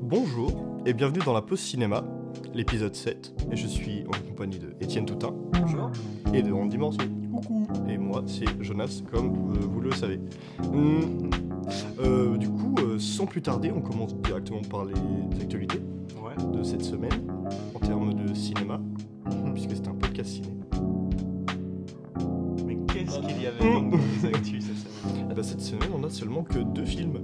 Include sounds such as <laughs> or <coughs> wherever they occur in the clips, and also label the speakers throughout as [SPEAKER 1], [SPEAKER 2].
[SPEAKER 1] Bonjour et bienvenue dans la pause cinéma, l'épisode 7. Et je suis en compagnie de Étienne Toutin.
[SPEAKER 2] Bonjour.
[SPEAKER 1] Et de Andy Mortier. Coucou. Et moi, c'est Jonas, comme euh, vous le savez. Hum, euh, du coup, euh, sans plus tarder, on commence directement par les actualités
[SPEAKER 2] Ouais.
[SPEAKER 1] de cette semaine en termes de cinéma, puisque c'est un podcast ciné.
[SPEAKER 2] Mais qu'est-ce qu'il y avait
[SPEAKER 1] Oh.
[SPEAKER 2] dans les actus cette semaine
[SPEAKER 1] Bah, cette semaine, on a seulement que deux films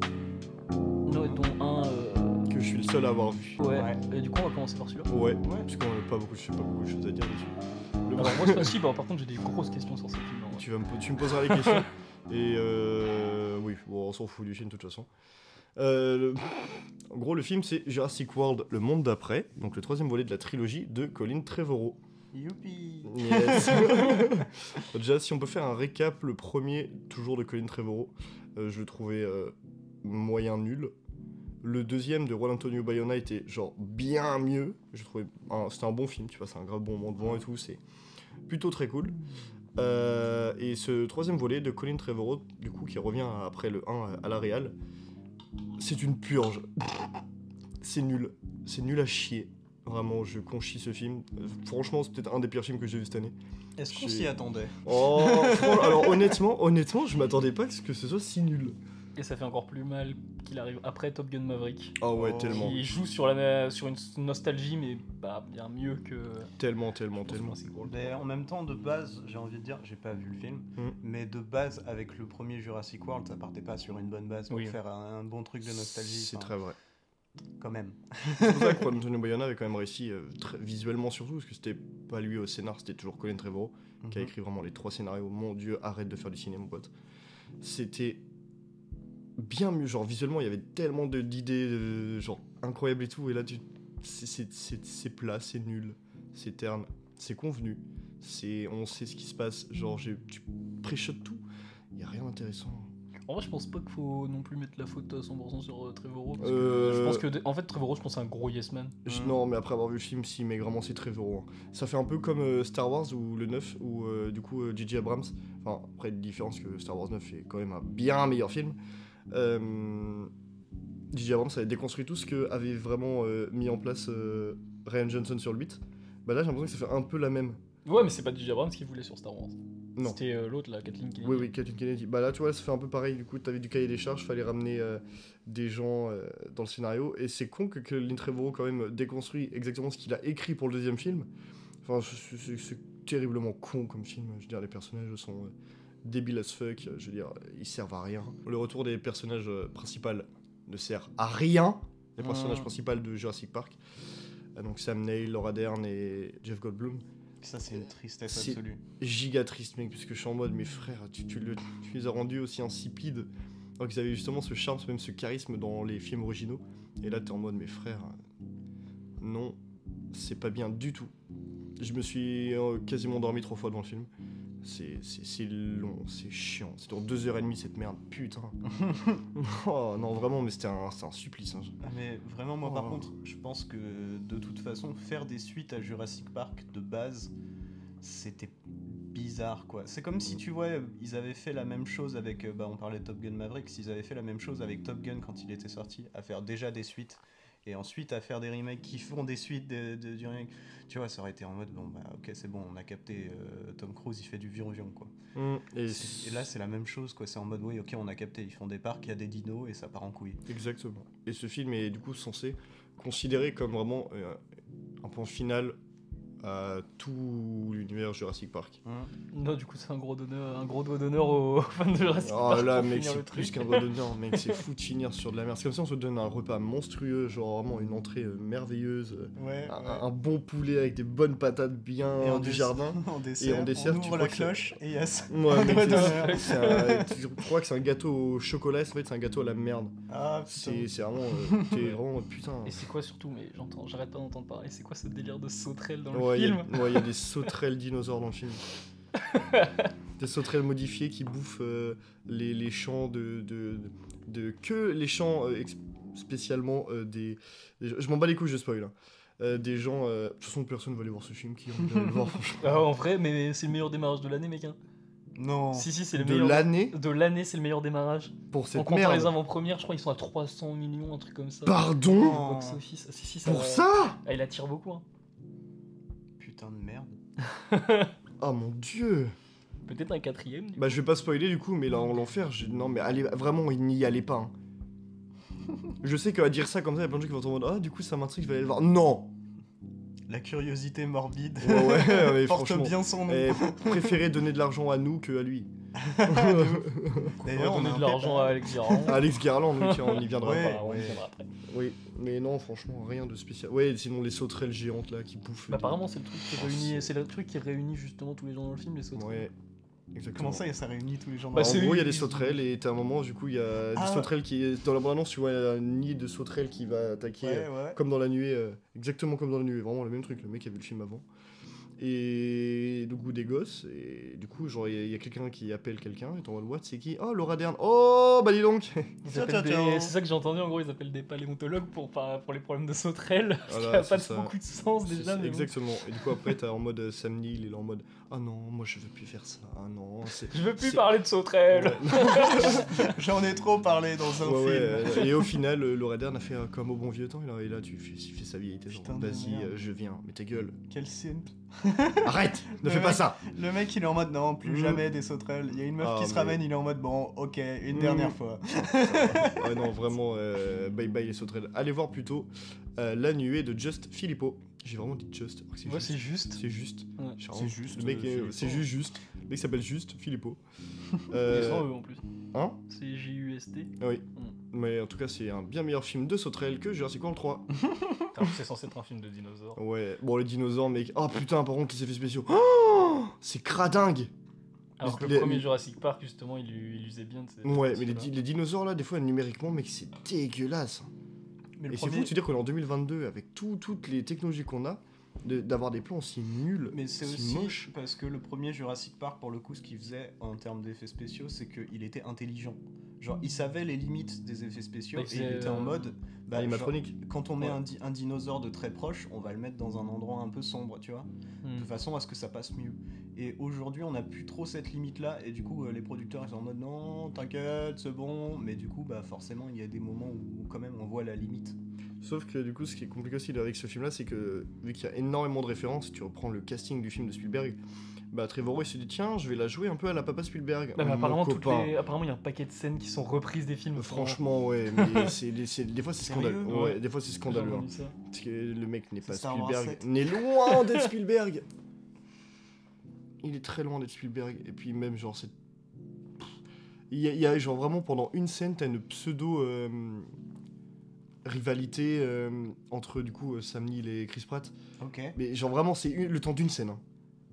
[SPEAKER 3] Non, et dont un. euh,
[SPEAKER 1] que je suis le seul à avoir vu.
[SPEAKER 3] Ouais.
[SPEAKER 2] Ouais.
[SPEAKER 3] Et du coup, on va commencer par celui-là.
[SPEAKER 1] <laughs> Ouais, Ah
[SPEAKER 2] Ouais.
[SPEAKER 1] parce qu'on n'a pas beaucoup, je sais pas beaucoup de choses à dire dessus. Le
[SPEAKER 3] Alors, moi, c'est pas si, bah, par contre, j'ai des grosses questions sur ce film. hein, ouais.
[SPEAKER 1] Tu, vas me, po- tu me poseras les questions. <laughs> Et euh, oui, bon, on s'en fout du film de toute façon. Euh, le- En gros, le film, c'est Jurassic World, le monde d'après, donc le troisième volet de la trilogie de Colin Trevorrow.
[SPEAKER 2] Youpi
[SPEAKER 1] Yes. <laughs> Déjà, si on peut faire un récap, le premier, toujours de Colin Trevorrow, euh, je le trouvais euh, moyen nul. Le deuxième de Juan Antonio Bayona était genre bien mieux. Je trouvais un- c'était un bon film, tu vois, c'est un grave bon moment devant et tout, c'est plutôt très cool. Euh, et ce troisième volet de Colin Trevorrow, du coup, qui revient après le 1 à la Real, c'est une purge. C'est nul, c'est nul à chier. Vraiment, je conchis ce film. Euh, Franchement, c'est peut-être un des pires films que j'ai vu cette année.
[SPEAKER 2] Est-ce qu'on
[SPEAKER 1] J'ai-
[SPEAKER 2] s'y attendait
[SPEAKER 1] Oh, fran- alors honnêtement, honnêtement, je m'attendais pas à ce que ce soit si nul.
[SPEAKER 3] Et ça fait encore plus mal qu'il arrive après Top Gun Maverick.
[SPEAKER 1] Ah ouais,
[SPEAKER 2] Oh.
[SPEAKER 1] tellement,
[SPEAKER 3] Qui joue sur, la, sur une nostalgie, mais bah, bien mieux que.
[SPEAKER 1] tellement, tellement, tellement.
[SPEAKER 3] Jurassic World.
[SPEAKER 2] Mais Ben, en même temps, de base, j'ai envie de dire, j'ai pas vu le film,
[SPEAKER 1] Mm.
[SPEAKER 2] mais de base, avec le premier Jurassic World, ça partait pas sur une bonne base pour
[SPEAKER 3] Oui.
[SPEAKER 2] faire un, un bon truc de nostalgie.
[SPEAKER 1] C'est
[SPEAKER 2] enfin,
[SPEAKER 1] très vrai.
[SPEAKER 2] Quand même.
[SPEAKER 1] C'est pour ça que Juan Antonio Bayona avait quand même réussi euh, très- visuellement surtout, parce que c'était pas lui au scénar, c'était toujours Colin Trevorrow qui a
[SPEAKER 2] Mhm.
[SPEAKER 1] écrit vraiment les trois scénarios. Mon dieu, arrête de faire du cinéma, mon pote. C'était bien mieux, genre visuellement, il y avait tellement de- d'idées, euh, genre incroyables et tout, et là, tu... c'est- c'est c'est- c'est plat, c'est nul, c'est terne, c'est convenu, c'est on sait ce qui se passe, genre j'ai- tu préchotes tout, il y a rien d'intéressant.
[SPEAKER 3] En vrai, je pense pas qu'il faut non plus mettre la faute à 100% sur euh, Trevorrow. Parce que
[SPEAKER 1] Euh,
[SPEAKER 3] Je pense que. En fait, Trevorrow, je pense que c'est un gros yes man.
[SPEAKER 1] Je-
[SPEAKER 2] Mm.
[SPEAKER 1] Non, mais après avoir vu le film, si, mais vraiment, c'est très véreux, hein. Ça fait un peu comme euh, Star Wars ou le 9, où euh, du coup, euh, J.J. Abrams, enfin, après, la différence que Star Wars 9 est quand même un bien meilleur film. Euh, J.J. Abrams avait déconstruit tout ce que avait vraiment euh, mis en place euh, Ryan Johnson sur le 8. Bah là, j'ai l'impression que ça fait un peu la même.
[SPEAKER 3] Ouais, mais c'est pas DJ Abrams qui voulait sur Star Wars.
[SPEAKER 1] Non.
[SPEAKER 3] C'était euh, l'autre, là, Kathleen Kennedy.
[SPEAKER 1] Oui, oui, Kathleen Kennedy. Bah là, tu vois, ça fait un peu pareil. Du coup, t'avais du cahier des charges, fallait ramener euh, des gens euh, dans le scénario. Et c'est con que Colin Trevorrow, quand même, déconstruit exactement ce qu'il a écrit pour le deuxième film. Enfin, c'est- c'est c'est terriblement con comme film. Je veux dire, les personnages sont euh, débiles as fuck. Je veux dire, ils servent à rien. Le retour des personnages euh, principaux ne sert à rien. Les
[SPEAKER 3] Mm.
[SPEAKER 1] personnages principaux de Jurassic Park. Euh, Donc Sam Neill, Laura Dern et Jeff Goldblum
[SPEAKER 2] Mm-hmm. Ça, c'est une tristesse
[SPEAKER 1] C'est-
[SPEAKER 2] absolue.
[SPEAKER 1] giga triste, mec, parce que je suis en mode, mais frère, tu, tu le- tu les as rendus aussi insipides, alors qu'ils avaient justement ce charme, même ce charisme dans les films originaux. Et là, t'es en mode, mais frère, non, c'est pas bien du tout. Je me suis euh, quasiment endormi trois fois devant le film. C'est- C'est c'est long, c'est chiant. C'est en deux heures et demie cette merde,
[SPEAKER 2] <laughs>
[SPEAKER 1] putain. oh non, vraiment, mais c'était un, c'était un supplice. hein.
[SPEAKER 2] Ah, Mais vraiment, moi, par
[SPEAKER 1] Oh.
[SPEAKER 2] contre, je pense que de toute façon, faire des suites à Jurassic Park de base, c'était bizarre, quoi. C'est comme si, tu vois, ils avaient fait la même chose avec. euh, Bah, on parlait de Top Gun Maverick, s'ils avaient fait la même chose avec Top Gun quand il était sorti, à faire déjà des suites. Et ensuite à faire des remakes qui font des suites de, de- du remake. Tu vois, ça aurait été en mode, bon, bah ok, c'est bon, on a capté euh, Tom Cruise, il fait du vion-vion, quoi.
[SPEAKER 1] Et,
[SPEAKER 2] Mm. Et là, c'est la même chose, quoi. C'est en mode, oui, ok, on a capté, ils font des parcs, il y a des dinos et ça part en couille.
[SPEAKER 1] Exactement. Et ce film est du coup censé considéré comme vraiment euh, un point final à tout l'univers Jurassic Park.
[SPEAKER 3] Non, du coup, c'est un gros, donneur, un gros doigt d'honneur aux <laughs> fans de Jurassic
[SPEAKER 1] Oh
[SPEAKER 3] Park
[SPEAKER 1] là,
[SPEAKER 3] Ah, pour
[SPEAKER 1] mec,
[SPEAKER 3] finir le
[SPEAKER 1] c'est plus
[SPEAKER 3] truc.
[SPEAKER 1] qu'un doigt d'honneur, mec, c'est fou de finir sur de la merde. C'est comme si on se donne un repas monstrueux, genre vraiment une entrée euh, merveilleuse, euh,
[SPEAKER 2] Ah Ouais,
[SPEAKER 1] un, un bon poulet avec des bonnes patates bien
[SPEAKER 2] Et en
[SPEAKER 1] du
[SPEAKER 2] dess-
[SPEAKER 1] jardin.
[SPEAKER 2] <laughs> en dessert,
[SPEAKER 1] en dessert,
[SPEAKER 2] on
[SPEAKER 1] tu
[SPEAKER 2] ouvre
[SPEAKER 1] crois
[SPEAKER 2] la
[SPEAKER 1] que-
[SPEAKER 2] cloche et yes.
[SPEAKER 1] Ouais, mec,
[SPEAKER 2] doigt
[SPEAKER 1] c'est-
[SPEAKER 2] d'honneur.
[SPEAKER 1] c'est un- tu crois que c'est un gâteau au chocolat, c'est- en fait c'est un gâteau à la merde.
[SPEAKER 2] Ah putain.
[SPEAKER 1] C'est c'est vraiment, euh, t'es vraiment putain.
[SPEAKER 3] Et c'est quoi surtout, mais j'entends, j'arrête pas d'entendre parler, c'est quoi ce délire de sauterelle dans
[SPEAKER 1] ouais,
[SPEAKER 3] le
[SPEAKER 1] il y a-
[SPEAKER 3] film
[SPEAKER 1] ouais, il y
[SPEAKER 3] <laughs>
[SPEAKER 1] a des sauterelles dinosaures dans le film. des sauterelles modifiées qui bouffent euh, les, les champs de, de, de- Que les champs euh, ex- spécialement euh, des, des- Je m'en bats les couilles, je spoil. hein. Euh, des gens.
[SPEAKER 3] <laughs>
[SPEAKER 1] euh, De toute façon, personne ne va aller voir ce film qui ont envie d'aller le voir, franchement.
[SPEAKER 3] Ah, en vrai, mais c'est le meilleur démarrage de l'année, mec. hein.
[SPEAKER 2] Non.
[SPEAKER 3] Si, si, c'est le
[SPEAKER 1] de
[SPEAKER 3] meilleur.
[SPEAKER 1] l'année
[SPEAKER 3] De l'année, c'est le meilleur démarrage.
[SPEAKER 1] pour
[SPEAKER 3] En
[SPEAKER 1] cette
[SPEAKER 3] comptant les
[SPEAKER 1] merde.
[SPEAKER 3] avant-premières, je crois qu'ils sont à 300 millions, un truc comme ça.
[SPEAKER 1] Pardon
[SPEAKER 2] Non.
[SPEAKER 3] Box office. Ah, si, si, ça,
[SPEAKER 1] Pour ça
[SPEAKER 3] Ah, il attire beaucoup. hein.
[SPEAKER 2] Putain de merde.
[SPEAKER 1] Oh mon dieu
[SPEAKER 3] Peut-être un quatrième. du
[SPEAKER 1] Bah je vais pas spoiler du coup, mais là en l'enfer, j'ai- non mais allez, vraiment, il n'y allait pas.
[SPEAKER 2] <laughs>
[SPEAKER 1] hein. je sais qu'à dire ça comme ça, il y a plein de gens qui vont être en mode Ah, du coup, ça m'intrigue, je vais aller le voir. Non
[SPEAKER 2] La curiosité morbide. <laughs>
[SPEAKER 1] Ouais, ouais, mais
[SPEAKER 2] Porte
[SPEAKER 1] franchement.
[SPEAKER 2] bien son nom.
[SPEAKER 1] Eh, préférez donner de l'argent à nous que à
[SPEAKER 2] <laughs>
[SPEAKER 1] lui. Bah,
[SPEAKER 3] D'ailleurs, on
[SPEAKER 2] a
[SPEAKER 3] donner
[SPEAKER 2] un
[SPEAKER 3] de l'argent à
[SPEAKER 2] PayPal.
[SPEAKER 3] Alex Garand.
[SPEAKER 1] <laughs> Alex Garland, oui, tiens, on y viendra
[SPEAKER 2] Ouais.
[SPEAKER 1] pas.
[SPEAKER 3] Enfin, on y
[SPEAKER 2] ouais.
[SPEAKER 3] viendra après.
[SPEAKER 1] Oui, mais non, franchement, rien de spécial. Ouais, sinon les sauterelles géantes là qui bouffent.
[SPEAKER 3] Bah, apparemment, c'est le truc qui
[SPEAKER 1] Oh,
[SPEAKER 3] réunit,
[SPEAKER 1] c'est-
[SPEAKER 3] c'est le truc qui réunit justement tous les gens dans le film, les sauterelles.
[SPEAKER 1] Ouais, exactement.
[SPEAKER 2] <laughs> Comment ça, et ça réunit tous les gens
[SPEAKER 3] Bah,
[SPEAKER 1] Bah,
[SPEAKER 2] dans
[SPEAKER 1] en
[SPEAKER 3] c'est-
[SPEAKER 2] la-
[SPEAKER 1] gros, il y a
[SPEAKER 3] une-
[SPEAKER 1] des sauterelles et à un moment, du coup, il y a
[SPEAKER 2] Ah.
[SPEAKER 1] des sauterelles qui est dans la bande-annonce, tu vois, un nid de sauterelles qui va attaquer euh,
[SPEAKER 2] Ouais, ouais.
[SPEAKER 1] comme dans la nuée, euh, exactement comme dans la nuée, vraiment le même truc. Le mec a vu le film avant. Et du coup, des gosses, et du coup, genre, il y a- il y a, quelqu'un qui appelle quelqu'un, et t'en mode, what, c'est qui Oh, Laura Dern Oh, bah dis
[SPEAKER 3] <laughs>
[SPEAKER 1] donc
[SPEAKER 3] Ils
[SPEAKER 2] Tiens, tiens,
[SPEAKER 3] appellent des-
[SPEAKER 2] tiens.
[SPEAKER 3] C'est ça que j'ai entendu en gros, ils appellent des paléontologues pour, par- pour les problèmes de sauterelles. <laughs> Ce qui
[SPEAKER 1] Voilà,
[SPEAKER 3] a pas
[SPEAKER 1] c'est ça.
[SPEAKER 3] beaucoup de sens
[SPEAKER 1] C'est-
[SPEAKER 3] déjà,
[SPEAKER 1] c'est-
[SPEAKER 3] mais bon.
[SPEAKER 1] Exactement. Et du coup, après, t'as en mode euh, Sam Neill, il est en mode Ah non, moi je veux plus faire ça. Ah non, c'est.
[SPEAKER 3] Je veux plus
[SPEAKER 1] c'est-
[SPEAKER 3] parler de sauterelles.
[SPEAKER 1] Ouais.
[SPEAKER 2] <laughs> J'en ai trop parlé dans un
[SPEAKER 1] Ouais, ouais, euh,
[SPEAKER 2] film.
[SPEAKER 1] et au final, euh, Laura Dern a fait euh, comme au bon vieux temps. Il a, et là, tu fais, il fait sa vieillité. genre,
[SPEAKER 2] Putain de
[SPEAKER 1] Vas-y,
[SPEAKER 2] merde.
[SPEAKER 1] euh, je viens, mais ta gueule.
[SPEAKER 2] Quel scène.
[SPEAKER 1] Arrête Ne
[SPEAKER 2] Le
[SPEAKER 1] fais pas
[SPEAKER 2] mec-
[SPEAKER 1] ça
[SPEAKER 2] Le mec, il est en mode non, plus
[SPEAKER 1] Mm.
[SPEAKER 2] jamais des sauterelles. Il y a une meuf
[SPEAKER 1] Ah,
[SPEAKER 2] qui se
[SPEAKER 1] mais-
[SPEAKER 2] ramène, il est en mode bon, ok, une
[SPEAKER 1] Mm.
[SPEAKER 2] dernière fois.
[SPEAKER 1] Ouais, non, vraiment, euh, bye bye les sauterelles. Allez voir plutôt euh, La nuée de Just Filippo. J'ai vraiment dit Just. alors que
[SPEAKER 3] Moi, c'est juste.
[SPEAKER 1] C'est juste.
[SPEAKER 3] Ouais.
[SPEAKER 1] J'ai
[SPEAKER 2] C'est
[SPEAKER 1] vraiment-
[SPEAKER 2] juste.
[SPEAKER 1] Le mec,
[SPEAKER 2] euh,
[SPEAKER 1] est-
[SPEAKER 2] Philippe.
[SPEAKER 1] c'est juste, juste. Le mec s'appelle juste
[SPEAKER 2] <laughs>
[SPEAKER 1] Filippo.
[SPEAKER 3] C'est
[SPEAKER 1] Euh,
[SPEAKER 3] sans eux en plus.
[SPEAKER 1] hein
[SPEAKER 3] C'est J-U-S-T.
[SPEAKER 1] Oui. Mais en tout cas, c'est un bien meilleur film de sauterelles que Jurassic World 3.
[SPEAKER 3] C'est censé être un film de dinosaures.
[SPEAKER 1] Ouais, bon, les dinosaures, mec. Oh putain, par contre, les effets spéciaux. Oh c'est cradingue
[SPEAKER 3] Alors que le
[SPEAKER 1] Les-
[SPEAKER 3] premier Jurassic Park, justement, il, il usait bien de ces-
[SPEAKER 1] Ouais,
[SPEAKER 3] de
[SPEAKER 1] mais les,
[SPEAKER 3] cela.
[SPEAKER 1] di- les dinosaures, là, des fois, numériquement, mec, c'est dégueulasse.
[SPEAKER 2] Mais le
[SPEAKER 1] Et c'est fou
[SPEAKER 2] premier-
[SPEAKER 1] de se dire qu'on est en 2022, avec tout- toutes les technologies qu'on a, de- d'avoir des plans aussi nuls,
[SPEAKER 2] Mais c'est
[SPEAKER 1] aussi
[SPEAKER 2] aussi
[SPEAKER 1] moches.
[SPEAKER 2] parce que le premier Jurassic Park, pour le coup, ce qu'il faisait en termes d'effets spéciaux, c'est qu'il était intelligent. Genre, il savait les limites des effets spéciaux
[SPEAKER 3] Bah,
[SPEAKER 2] et il
[SPEAKER 3] c'est,
[SPEAKER 2] était en
[SPEAKER 3] euh,
[SPEAKER 2] mode.
[SPEAKER 1] Ah,
[SPEAKER 2] Bah, genre,
[SPEAKER 1] Animatronique.
[SPEAKER 2] quand on met
[SPEAKER 1] Ouais.
[SPEAKER 2] un, di- un dinosaure de très proche, on va le mettre dans un endroit un peu sombre, tu vois,
[SPEAKER 3] Hmm.
[SPEAKER 2] de façon à ce que ça passe mieux. Et aujourd'hui, on n'a plus trop cette limite-là, et du coup, euh, les producteurs, ils sont en mode non, t'inquiète, c'est bon, mais du coup, bah forcément, il y a des moments où, quand même on voit la limite.
[SPEAKER 1] Sauf que du coup, ce qui est compliqué aussi avec ce film-là, c'est que vu qu'il y a énormément de références, tu reprends le casting du film de Spielberg, bah Trevorrow il s'est dit tiens, je vais la jouer un peu à la papa Spielberg.
[SPEAKER 3] Non, mais
[SPEAKER 1] Mon
[SPEAKER 3] apparemment, toutes
[SPEAKER 1] copain.
[SPEAKER 3] les- apparemment, il y a un paquet de scènes qui sont reprises des films.
[SPEAKER 1] Franchement, ouais,
[SPEAKER 3] <laughs>
[SPEAKER 1] mais c'est des, c'est- des fois c'est
[SPEAKER 2] Sérieux
[SPEAKER 1] scandaleux.
[SPEAKER 3] Ouais.
[SPEAKER 1] Ouais, des fois c'est
[SPEAKER 3] J'ai
[SPEAKER 1] scandaleux. hein.
[SPEAKER 3] entendu ça.
[SPEAKER 1] Parce que le mec n'est
[SPEAKER 2] C'est
[SPEAKER 1] pas
[SPEAKER 2] Star Wars
[SPEAKER 1] Spielberg,
[SPEAKER 2] 7.
[SPEAKER 1] n'est loin
[SPEAKER 2] <laughs>
[SPEAKER 1] d'être Spielberg. Il est très loin d'être Spielberg. Et puis même genre c'est, il y, a- il y a genre vraiment pendant une scène t'as une pseudo euh, rivalité euh, entre du coup euh, Sam Neill et Chris Pratt.
[SPEAKER 2] Ok.
[SPEAKER 1] Mais genre vraiment, c'est une- le temps d'une scène. hein.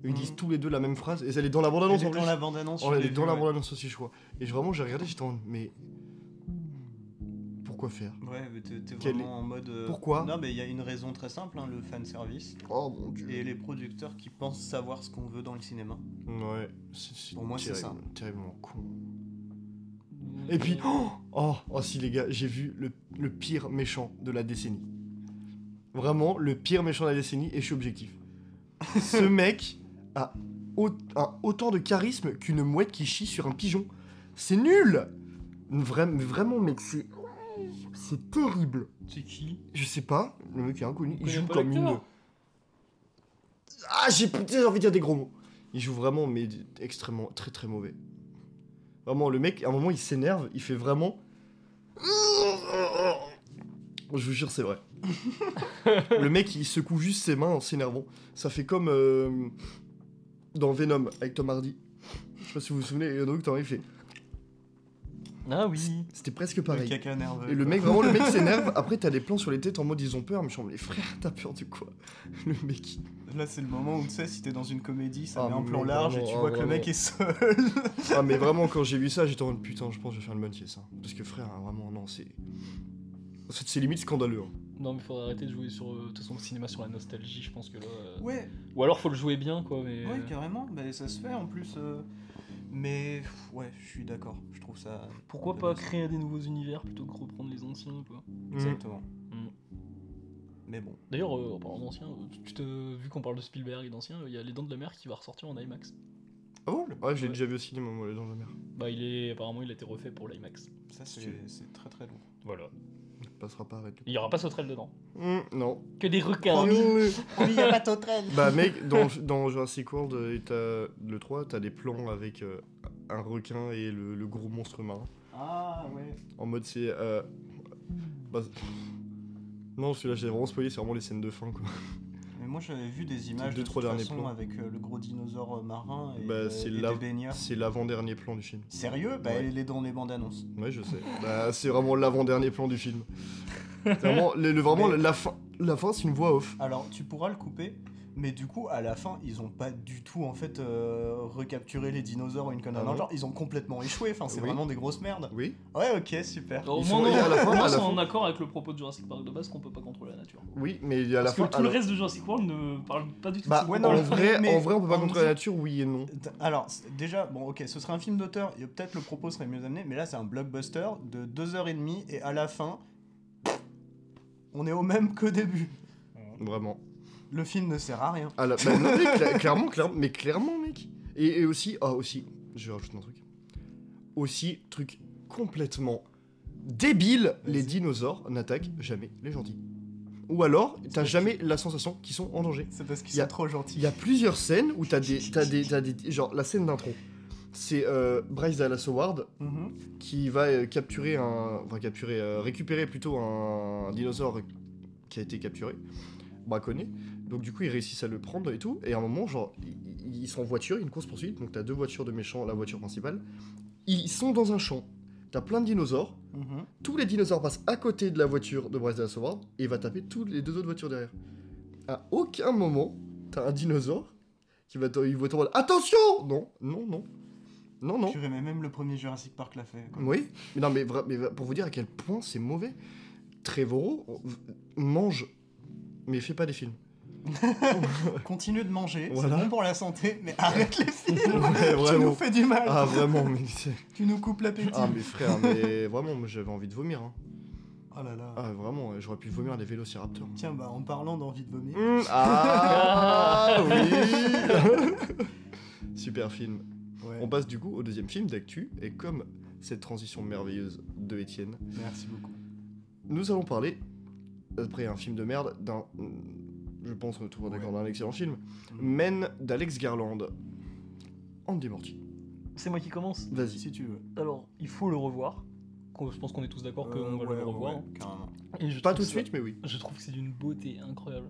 [SPEAKER 1] Ils
[SPEAKER 2] Mhm.
[SPEAKER 1] disent tous les deux la même phrase et elle est dans la bande-annonce
[SPEAKER 2] Elle
[SPEAKER 1] en
[SPEAKER 2] est
[SPEAKER 1] plus.
[SPEAKER 2] dans la bande-annonce.
[SPEAKER 1] Oh,
[SPEAKER 2] je
[SPEAKER 1] elle
[SPEAKER 2] l'ai
[SPEAKER 1] est dans
[SPEAKER 2] vue,
[SPEAKER 1] la
[SPEAKER 2] ouais.
[SPEAKER 1] bande-annonce aussi, je crois. Et vraiment, j'ai regardé, j'étais en mode, mais. Pourquoi faire
[SPEAKER 2] Ouais, mais t'es t'es
[SPEAKER 1] Quel
[SPEAKER 2] vraiment en mode. euh,
[SPEAKER 1] Pourquoi
[SPEAKER 2] Non, mais il y a une raison très simple, hein, le fanservice.
[SPEAKER 1] Oh mon dieu.
[SPEAKER 2] Et les producteurs qui pensent savoir ce qu'on veut dans le cinéma.
[SPEAKER 1] Ouais, c'est c'est
[SPEAKER 2] Pour moi, c'est
[SPEAKER 1] terrible-
[SPEAKER 2] ça.
[SPEAKER 1] Terriblement con. Et puis, oh, oh, oh, si les gars, j'ai vu le, le pire méchant de la décennie. Vraiment, le pire méchant de la décennie, et je suis
[SPEAKER 2] <laughs>
[SPEAKER 1] objectif. Ce mec a au- un- autant de charisme qu'une mouette qui chie sur un pigeon. C'est nul Vra- mais Vraiment, mec, c'est... C'est terrible.
[SPEAKER 3] C'est qui
[SPEAKER 1] Je sais pas, le mec est inconnu,
[SPEAKER 3] On
[SPEAKER 1] il
[SPEAKER 3] connaît
[SPEAKER 1] joue
[SPEAKER 3] pas
[SPEAKER 1] comme une...
[SPEAKER 3] l'acteur.
[SPEAKER 1] Ah, j'ai putain, j'ai envie de dire des gros mots. Il joue vraiment, mais extrêmement, très très mauvais. Vraiment, le mec, à un moment, il s'énerve, il fait vraiment... Je vous jure, c'est
[SPEAKER 3] <laughs>
[SPEAKER 1] vrai. le mec, il secoue juste ses mains en s'énervant. Ça fait comme euh, dans Venom, avec Tom Hardy. Je sais pas si vous vous souvenez, il y en a un où Tom Hardy fait...
[SPEAKER 3] Ah oui.
[SPEAKER 1] C'était presque pareil.
[SPEAKER 2] Le caca nerveux.
[SPEAKER 1] Et le mec, vraiment, le mec s'énerve. Après, t'as des plans sur les têtes en mode ils ont peur. Mais je suis en mode, mais frère, t'as peur de quoi <laughs> Le mec. il-
[SPEAKER 2] Là, c'est le moment où tu sais, si t'es dans une comédie, ça
[SPEAKER 1] Ah,
[SPEAKER 2] met un plan
[SPEAKER 1] mais
[SPEAKER 2] large et
[SPEAKER 1] vraiment,
[SPEAKER 2] tu
[SPEAKER 1] ah,
[SPEAKER 2] vois que le
[SPEAKER 1] vraiment.
[SPEAKER 2] mec est seul.
[SPEAKER 1] <laughs> Ah, mais vraiment, quand j'ai vu ça, j'étais en mode putain, je pense que je vais faire le métier, ça. Parce que frère, hein, vraiment, non, c'est. C'est c'est limite scandaleux. hein.
[SPEAKER 3] Non, mais faudrait arrêter de jouer sur. euh, De toute façon, le cinéma sur la nostalgie, je pense que là. euh,
[SPEAKER 2] ouais,
[SPEAKER 3] Ou alors, faut le jouer bien, quoi. Mais. euh,
[SPEAKER 2] ouais, carrément. Bah, ça se fait en plus. euh, Mais pff, ouais, je suis d'accord. Je trouve ça.
[SPEAKER 3] Pourquoi pas créer des nouveaux univers plutôt que reprendre les anciens, quoi.
[SPEAKER 2] Exactement.
[SPEAKER 3] Mm.
[SPEAKER 2] Mais bon.
[SPEAKER 3] D'ailleurs, euh, en parlant d'anciens, euh, tu te... vu qu'on parle de Spielberg et d'anciens, il y a Les Dents de la Mer qui va ressortir en IMAX.
[SPEAKER 1] Ah bon Ouais, je l'ai
[SPEAKER 2] Ouais.
[SPEAKER 1] déjà vu au cinéma, moi, les dents de la mer.
[SPEAKER 3] Bah, il est apparemment, il a été refait pour l'IMAX.
[SPEAKER 2] Ça, c'est
[SPEAKER 1] Tu-
[SPEAKER 2] c'est très très long.
[SPEAKER 3] Voilà.
[SPEAKER 1] Il passera pas avec
[SPEAKER 3] Il y aura pas sauterelle dedans.
[SPEAKER 1] Hum, non.
[SPEAKER 3] Que des
[SPEAKER 1] Ah,
[SPEAKER 3] requins.
[SPEAKER 2] il n'y a pas de
[SPEAKER 1] Bah mec, dans, dans Jurassic World, euh, et t'as- le 3, t'as des plans avec euh, un requin et le, le gros monstre marin.
[SPEAKER 2] Ah ouais.
[SPEAKER 1] En mode c'est... euh, bah, c'est- non, celui-là, j'ai vraiment spoilé, c'est vraiment les scènes de fin, quoi.
[SPEAKER 2] Mais moi j'avais vu des images
[SPEAKER 1] deux,
[SPEAKER 2] de
[SPEAKER 1] trois
[SPEAKER 2] toute
[SPEAKER 1] derniers
[SPEAKER 2] façon
[SPEAKER 1] plans.
[SPEAKER 2] avec euh, le gros dinosaure euh, marin et,
[SPEAKER 1] Bah,
[SPEAKER 2] euh,
[SPEAKER 1] c'est
[SPEAKER 2] et
[SPEAKER 1] là-
[SPEAKER 2] des baigneurs.
[SPEAKER 1] C'est l'avant-dernier plan du film.
[SPEAKER 2] Sérieux Bah
[SPEAKER 1] Ouais.
[SPEAKER 2] elle est dans les bandes annonces.
[SPEAKER 1] Ouais, je sais. Bah, c'est vraiment l'avant-dernier plan du film. C'est Vraiment, le, le- vraiment
[SPEAKER 2] Mais-
[SPEAKER 1] la fin, la fin c'est une voix off.
[SPEAKER 2] Alors tu pourras le couper, mais du coup à la fin ils ont pas du tout en fait euh, recapturé les dinosaures ou une connerie
[SPEAKER 1] Ah
[SPEAKER 2] dans le
[SPEAKER 1] non
[SPEAKER 2] genre. Ils ont complètement échoué. Enfin c'est
[SPEAKER 1] Oui.
[SPEAKER 2] vraiment des grosses merdes.
[SPEAKER 1] Oui.
[SPEAKER 2] Ouais ok super.
[SPEAKER 3] Au
[SPEAKER 1] Oh, Ils
[SPEAKER 3] moins,
[SPEAKER 1] sont-
[SPEAKER 3] non,
[SPEAKER 1] à la fin-
[SPEAKER 3] au moins,
[SPEAKER 1] à la
[SPEAKER 3] c'est
[SPEAKER 1] fin-
[SPEAKER 3] en accord avec le propos de Jurassic Park de base qu'on peut pas contrôler la nature.
[SPEAKER 1] Oui, mais à la
[SPEAKER 3] Parce que
[SPEAKER 1] fin...
[SPEAKER 3] tout
[SPEAKER 1] à
[SPEAKER 3] le
[SPEAKER 1] la-
[SPEAKER 3] reste de Jurassic World ne parle pas du tout
[SPEAKER 1] Bah,
[SPEAKER 3] de
[SPEAKER 2] Ouais,
[SPEAKER 3] ça.
[SPEAKER 2] non,
[SPEAKER 1] en,
[SPEAKER 2] mais-
[SPEAKER 1] vrai,
[SPEAKER 2] mais-
[SPEAKER 1] en vrai, on peut pas
[SPEAKER 2] on
[SPEAKER 1] contrôler la
[SPEAKER 2] dit-
[SPEAKER 1] nature, oui et non.
[SPEAKER 2] D- Alors c- déjà bon ok ce serait un film d'auteur. et Peut-être le propos serait mieux amené, mais là c'est un blockbuster de 2h30 et à la fin on est au même que début.
[SPEAKER 1] Vraiment.
[SPEAKER 2] Le film ne sert à rien.
[SPEAKER 1] Ah là, bah non, mais cla- clairement, clairement, mais clairement, mec. Et, et aussi, ah, aussi, je vais rajouter un truc. Aussi, truc complètement débile, les
[SPEAKER 2] Vas-y.
[SPEAKER 1] dinosaures n'attaquent jamais les gentils. Ou alors, t'as jamais la sensation qu'ils sont en danger.
[SPEAKER 2] C'est parce qu'ils
[SPEAKER 1] Y a-
[SPEAKER 2] sont trop gentils.
[SPEAKER 1] Il y a plusieurs scènes où t'as des, t'as des, t'as des, genre la scène d'intro. C'est euh, Bryce Dallas Howard
[SPEAKER 2] Mhm.
[SPEAKER 1] qui va euh, capturer un, enfin capturer, euh, récupérer plutôt un, un dinosaure qui a été capturé, braconné. Donc du coup ils réussissent à le prendre et tout. Et à un moment genre ils- ils, ils sont en voiture, il y a une course poursuite. Donc t'as deux voitures de méchants, la voiture principale. Ils sont dans un champ. T'as plein de dinosaures.
[SPEAKER 2] Mhm.
[SPEAKER 1] Tous les dinosaures passent à côté de la voiture de Bryce Dallas Howard et va taper toutes les deux autres voitures derrière. À aucun moment, t'as un dinosaure qui va, te- il va te dire attention. Non, non, non, non, non.
[SPEAKER 2] Purée, mais même le premier Jurassic Park l'a fait. quoi.
[SPEAKER 1] Oui, mais non, mais, vra- mais vra- pour vous dire à quel point c'est mauvais, Trevorrow v- mange, mais fait pas des films.
[SPEAKER 2] Continue de manger,
[SPEAKER 1] Voilà.
[SPEAKER 2] c'est bon pour la santé, mais arrête les films
[SPEAKER 1] Ouais,
[SPEAKER 2] <laughs> Tu nous
[SPEAKER 1] vraiment.
[SPEAKER 2] fais du mal
[SPEAKER 1] Ah, vraiment, mais c'est-
[SPEAKER 2] Tu nous coupes l'appétit
[SPEAKER 1] Ah, mais frère, mais vraiment, moi, j'avais envie de vomir. hein.
[SPEAKER 2] Oh là là
[SPEAKER 1] Ah, vraiment, ouais, j'aurais pu vomir les vélociraptors.
[SPEAKER 2] Tiens, bah en parlant d'envie de vomir,
[SPEAKER 1] Hum, ah, oui <laughs> Super film.
[SPEAKER 2] ouais,
[SPEAKER 1] Mmh. On passe du coup au deuxième film d'actu, et comme cette transition merveilleuse de Étienne,
[SPEAKER 2] merci beaucoup.
[SPEAKER 1] Nous allons parler, après un film de merde, d'un. Je pense qu'on est toujours d'accord, d'un excellent film.
[SPEAKER 2] Mm.
[SPEAKER 1] Men d'Alex Garland. Andy Morty.
[SPEAKER 3] C'est moi qui commence.
[SPEAKER 1] Vas-y.
[SPEAKER 2] Si tu veux.
[SPEAKER 3] Alors, il faut le revoir. Qu'on- Je pense qu'on est tous d'accord
[SPEAKER 2] Euh,
[SPEAKER 3] qu'on va
[SPEAKER 2] ouais,
[SPEAKER 3] le revoir.
[SPEAKER 2] ouais, carrément.
[SPEAKER 3] hein. Et je
[SPEAKER 1] Pas
[SPEAKER 3] trouve
[SPEAKER 1] tout de
[SPEAKER 3] ça-
[SPEAKER 1] suite, mais oui.
[SPEAKER 3] Je trouve que c'est d'une beauté incroyable.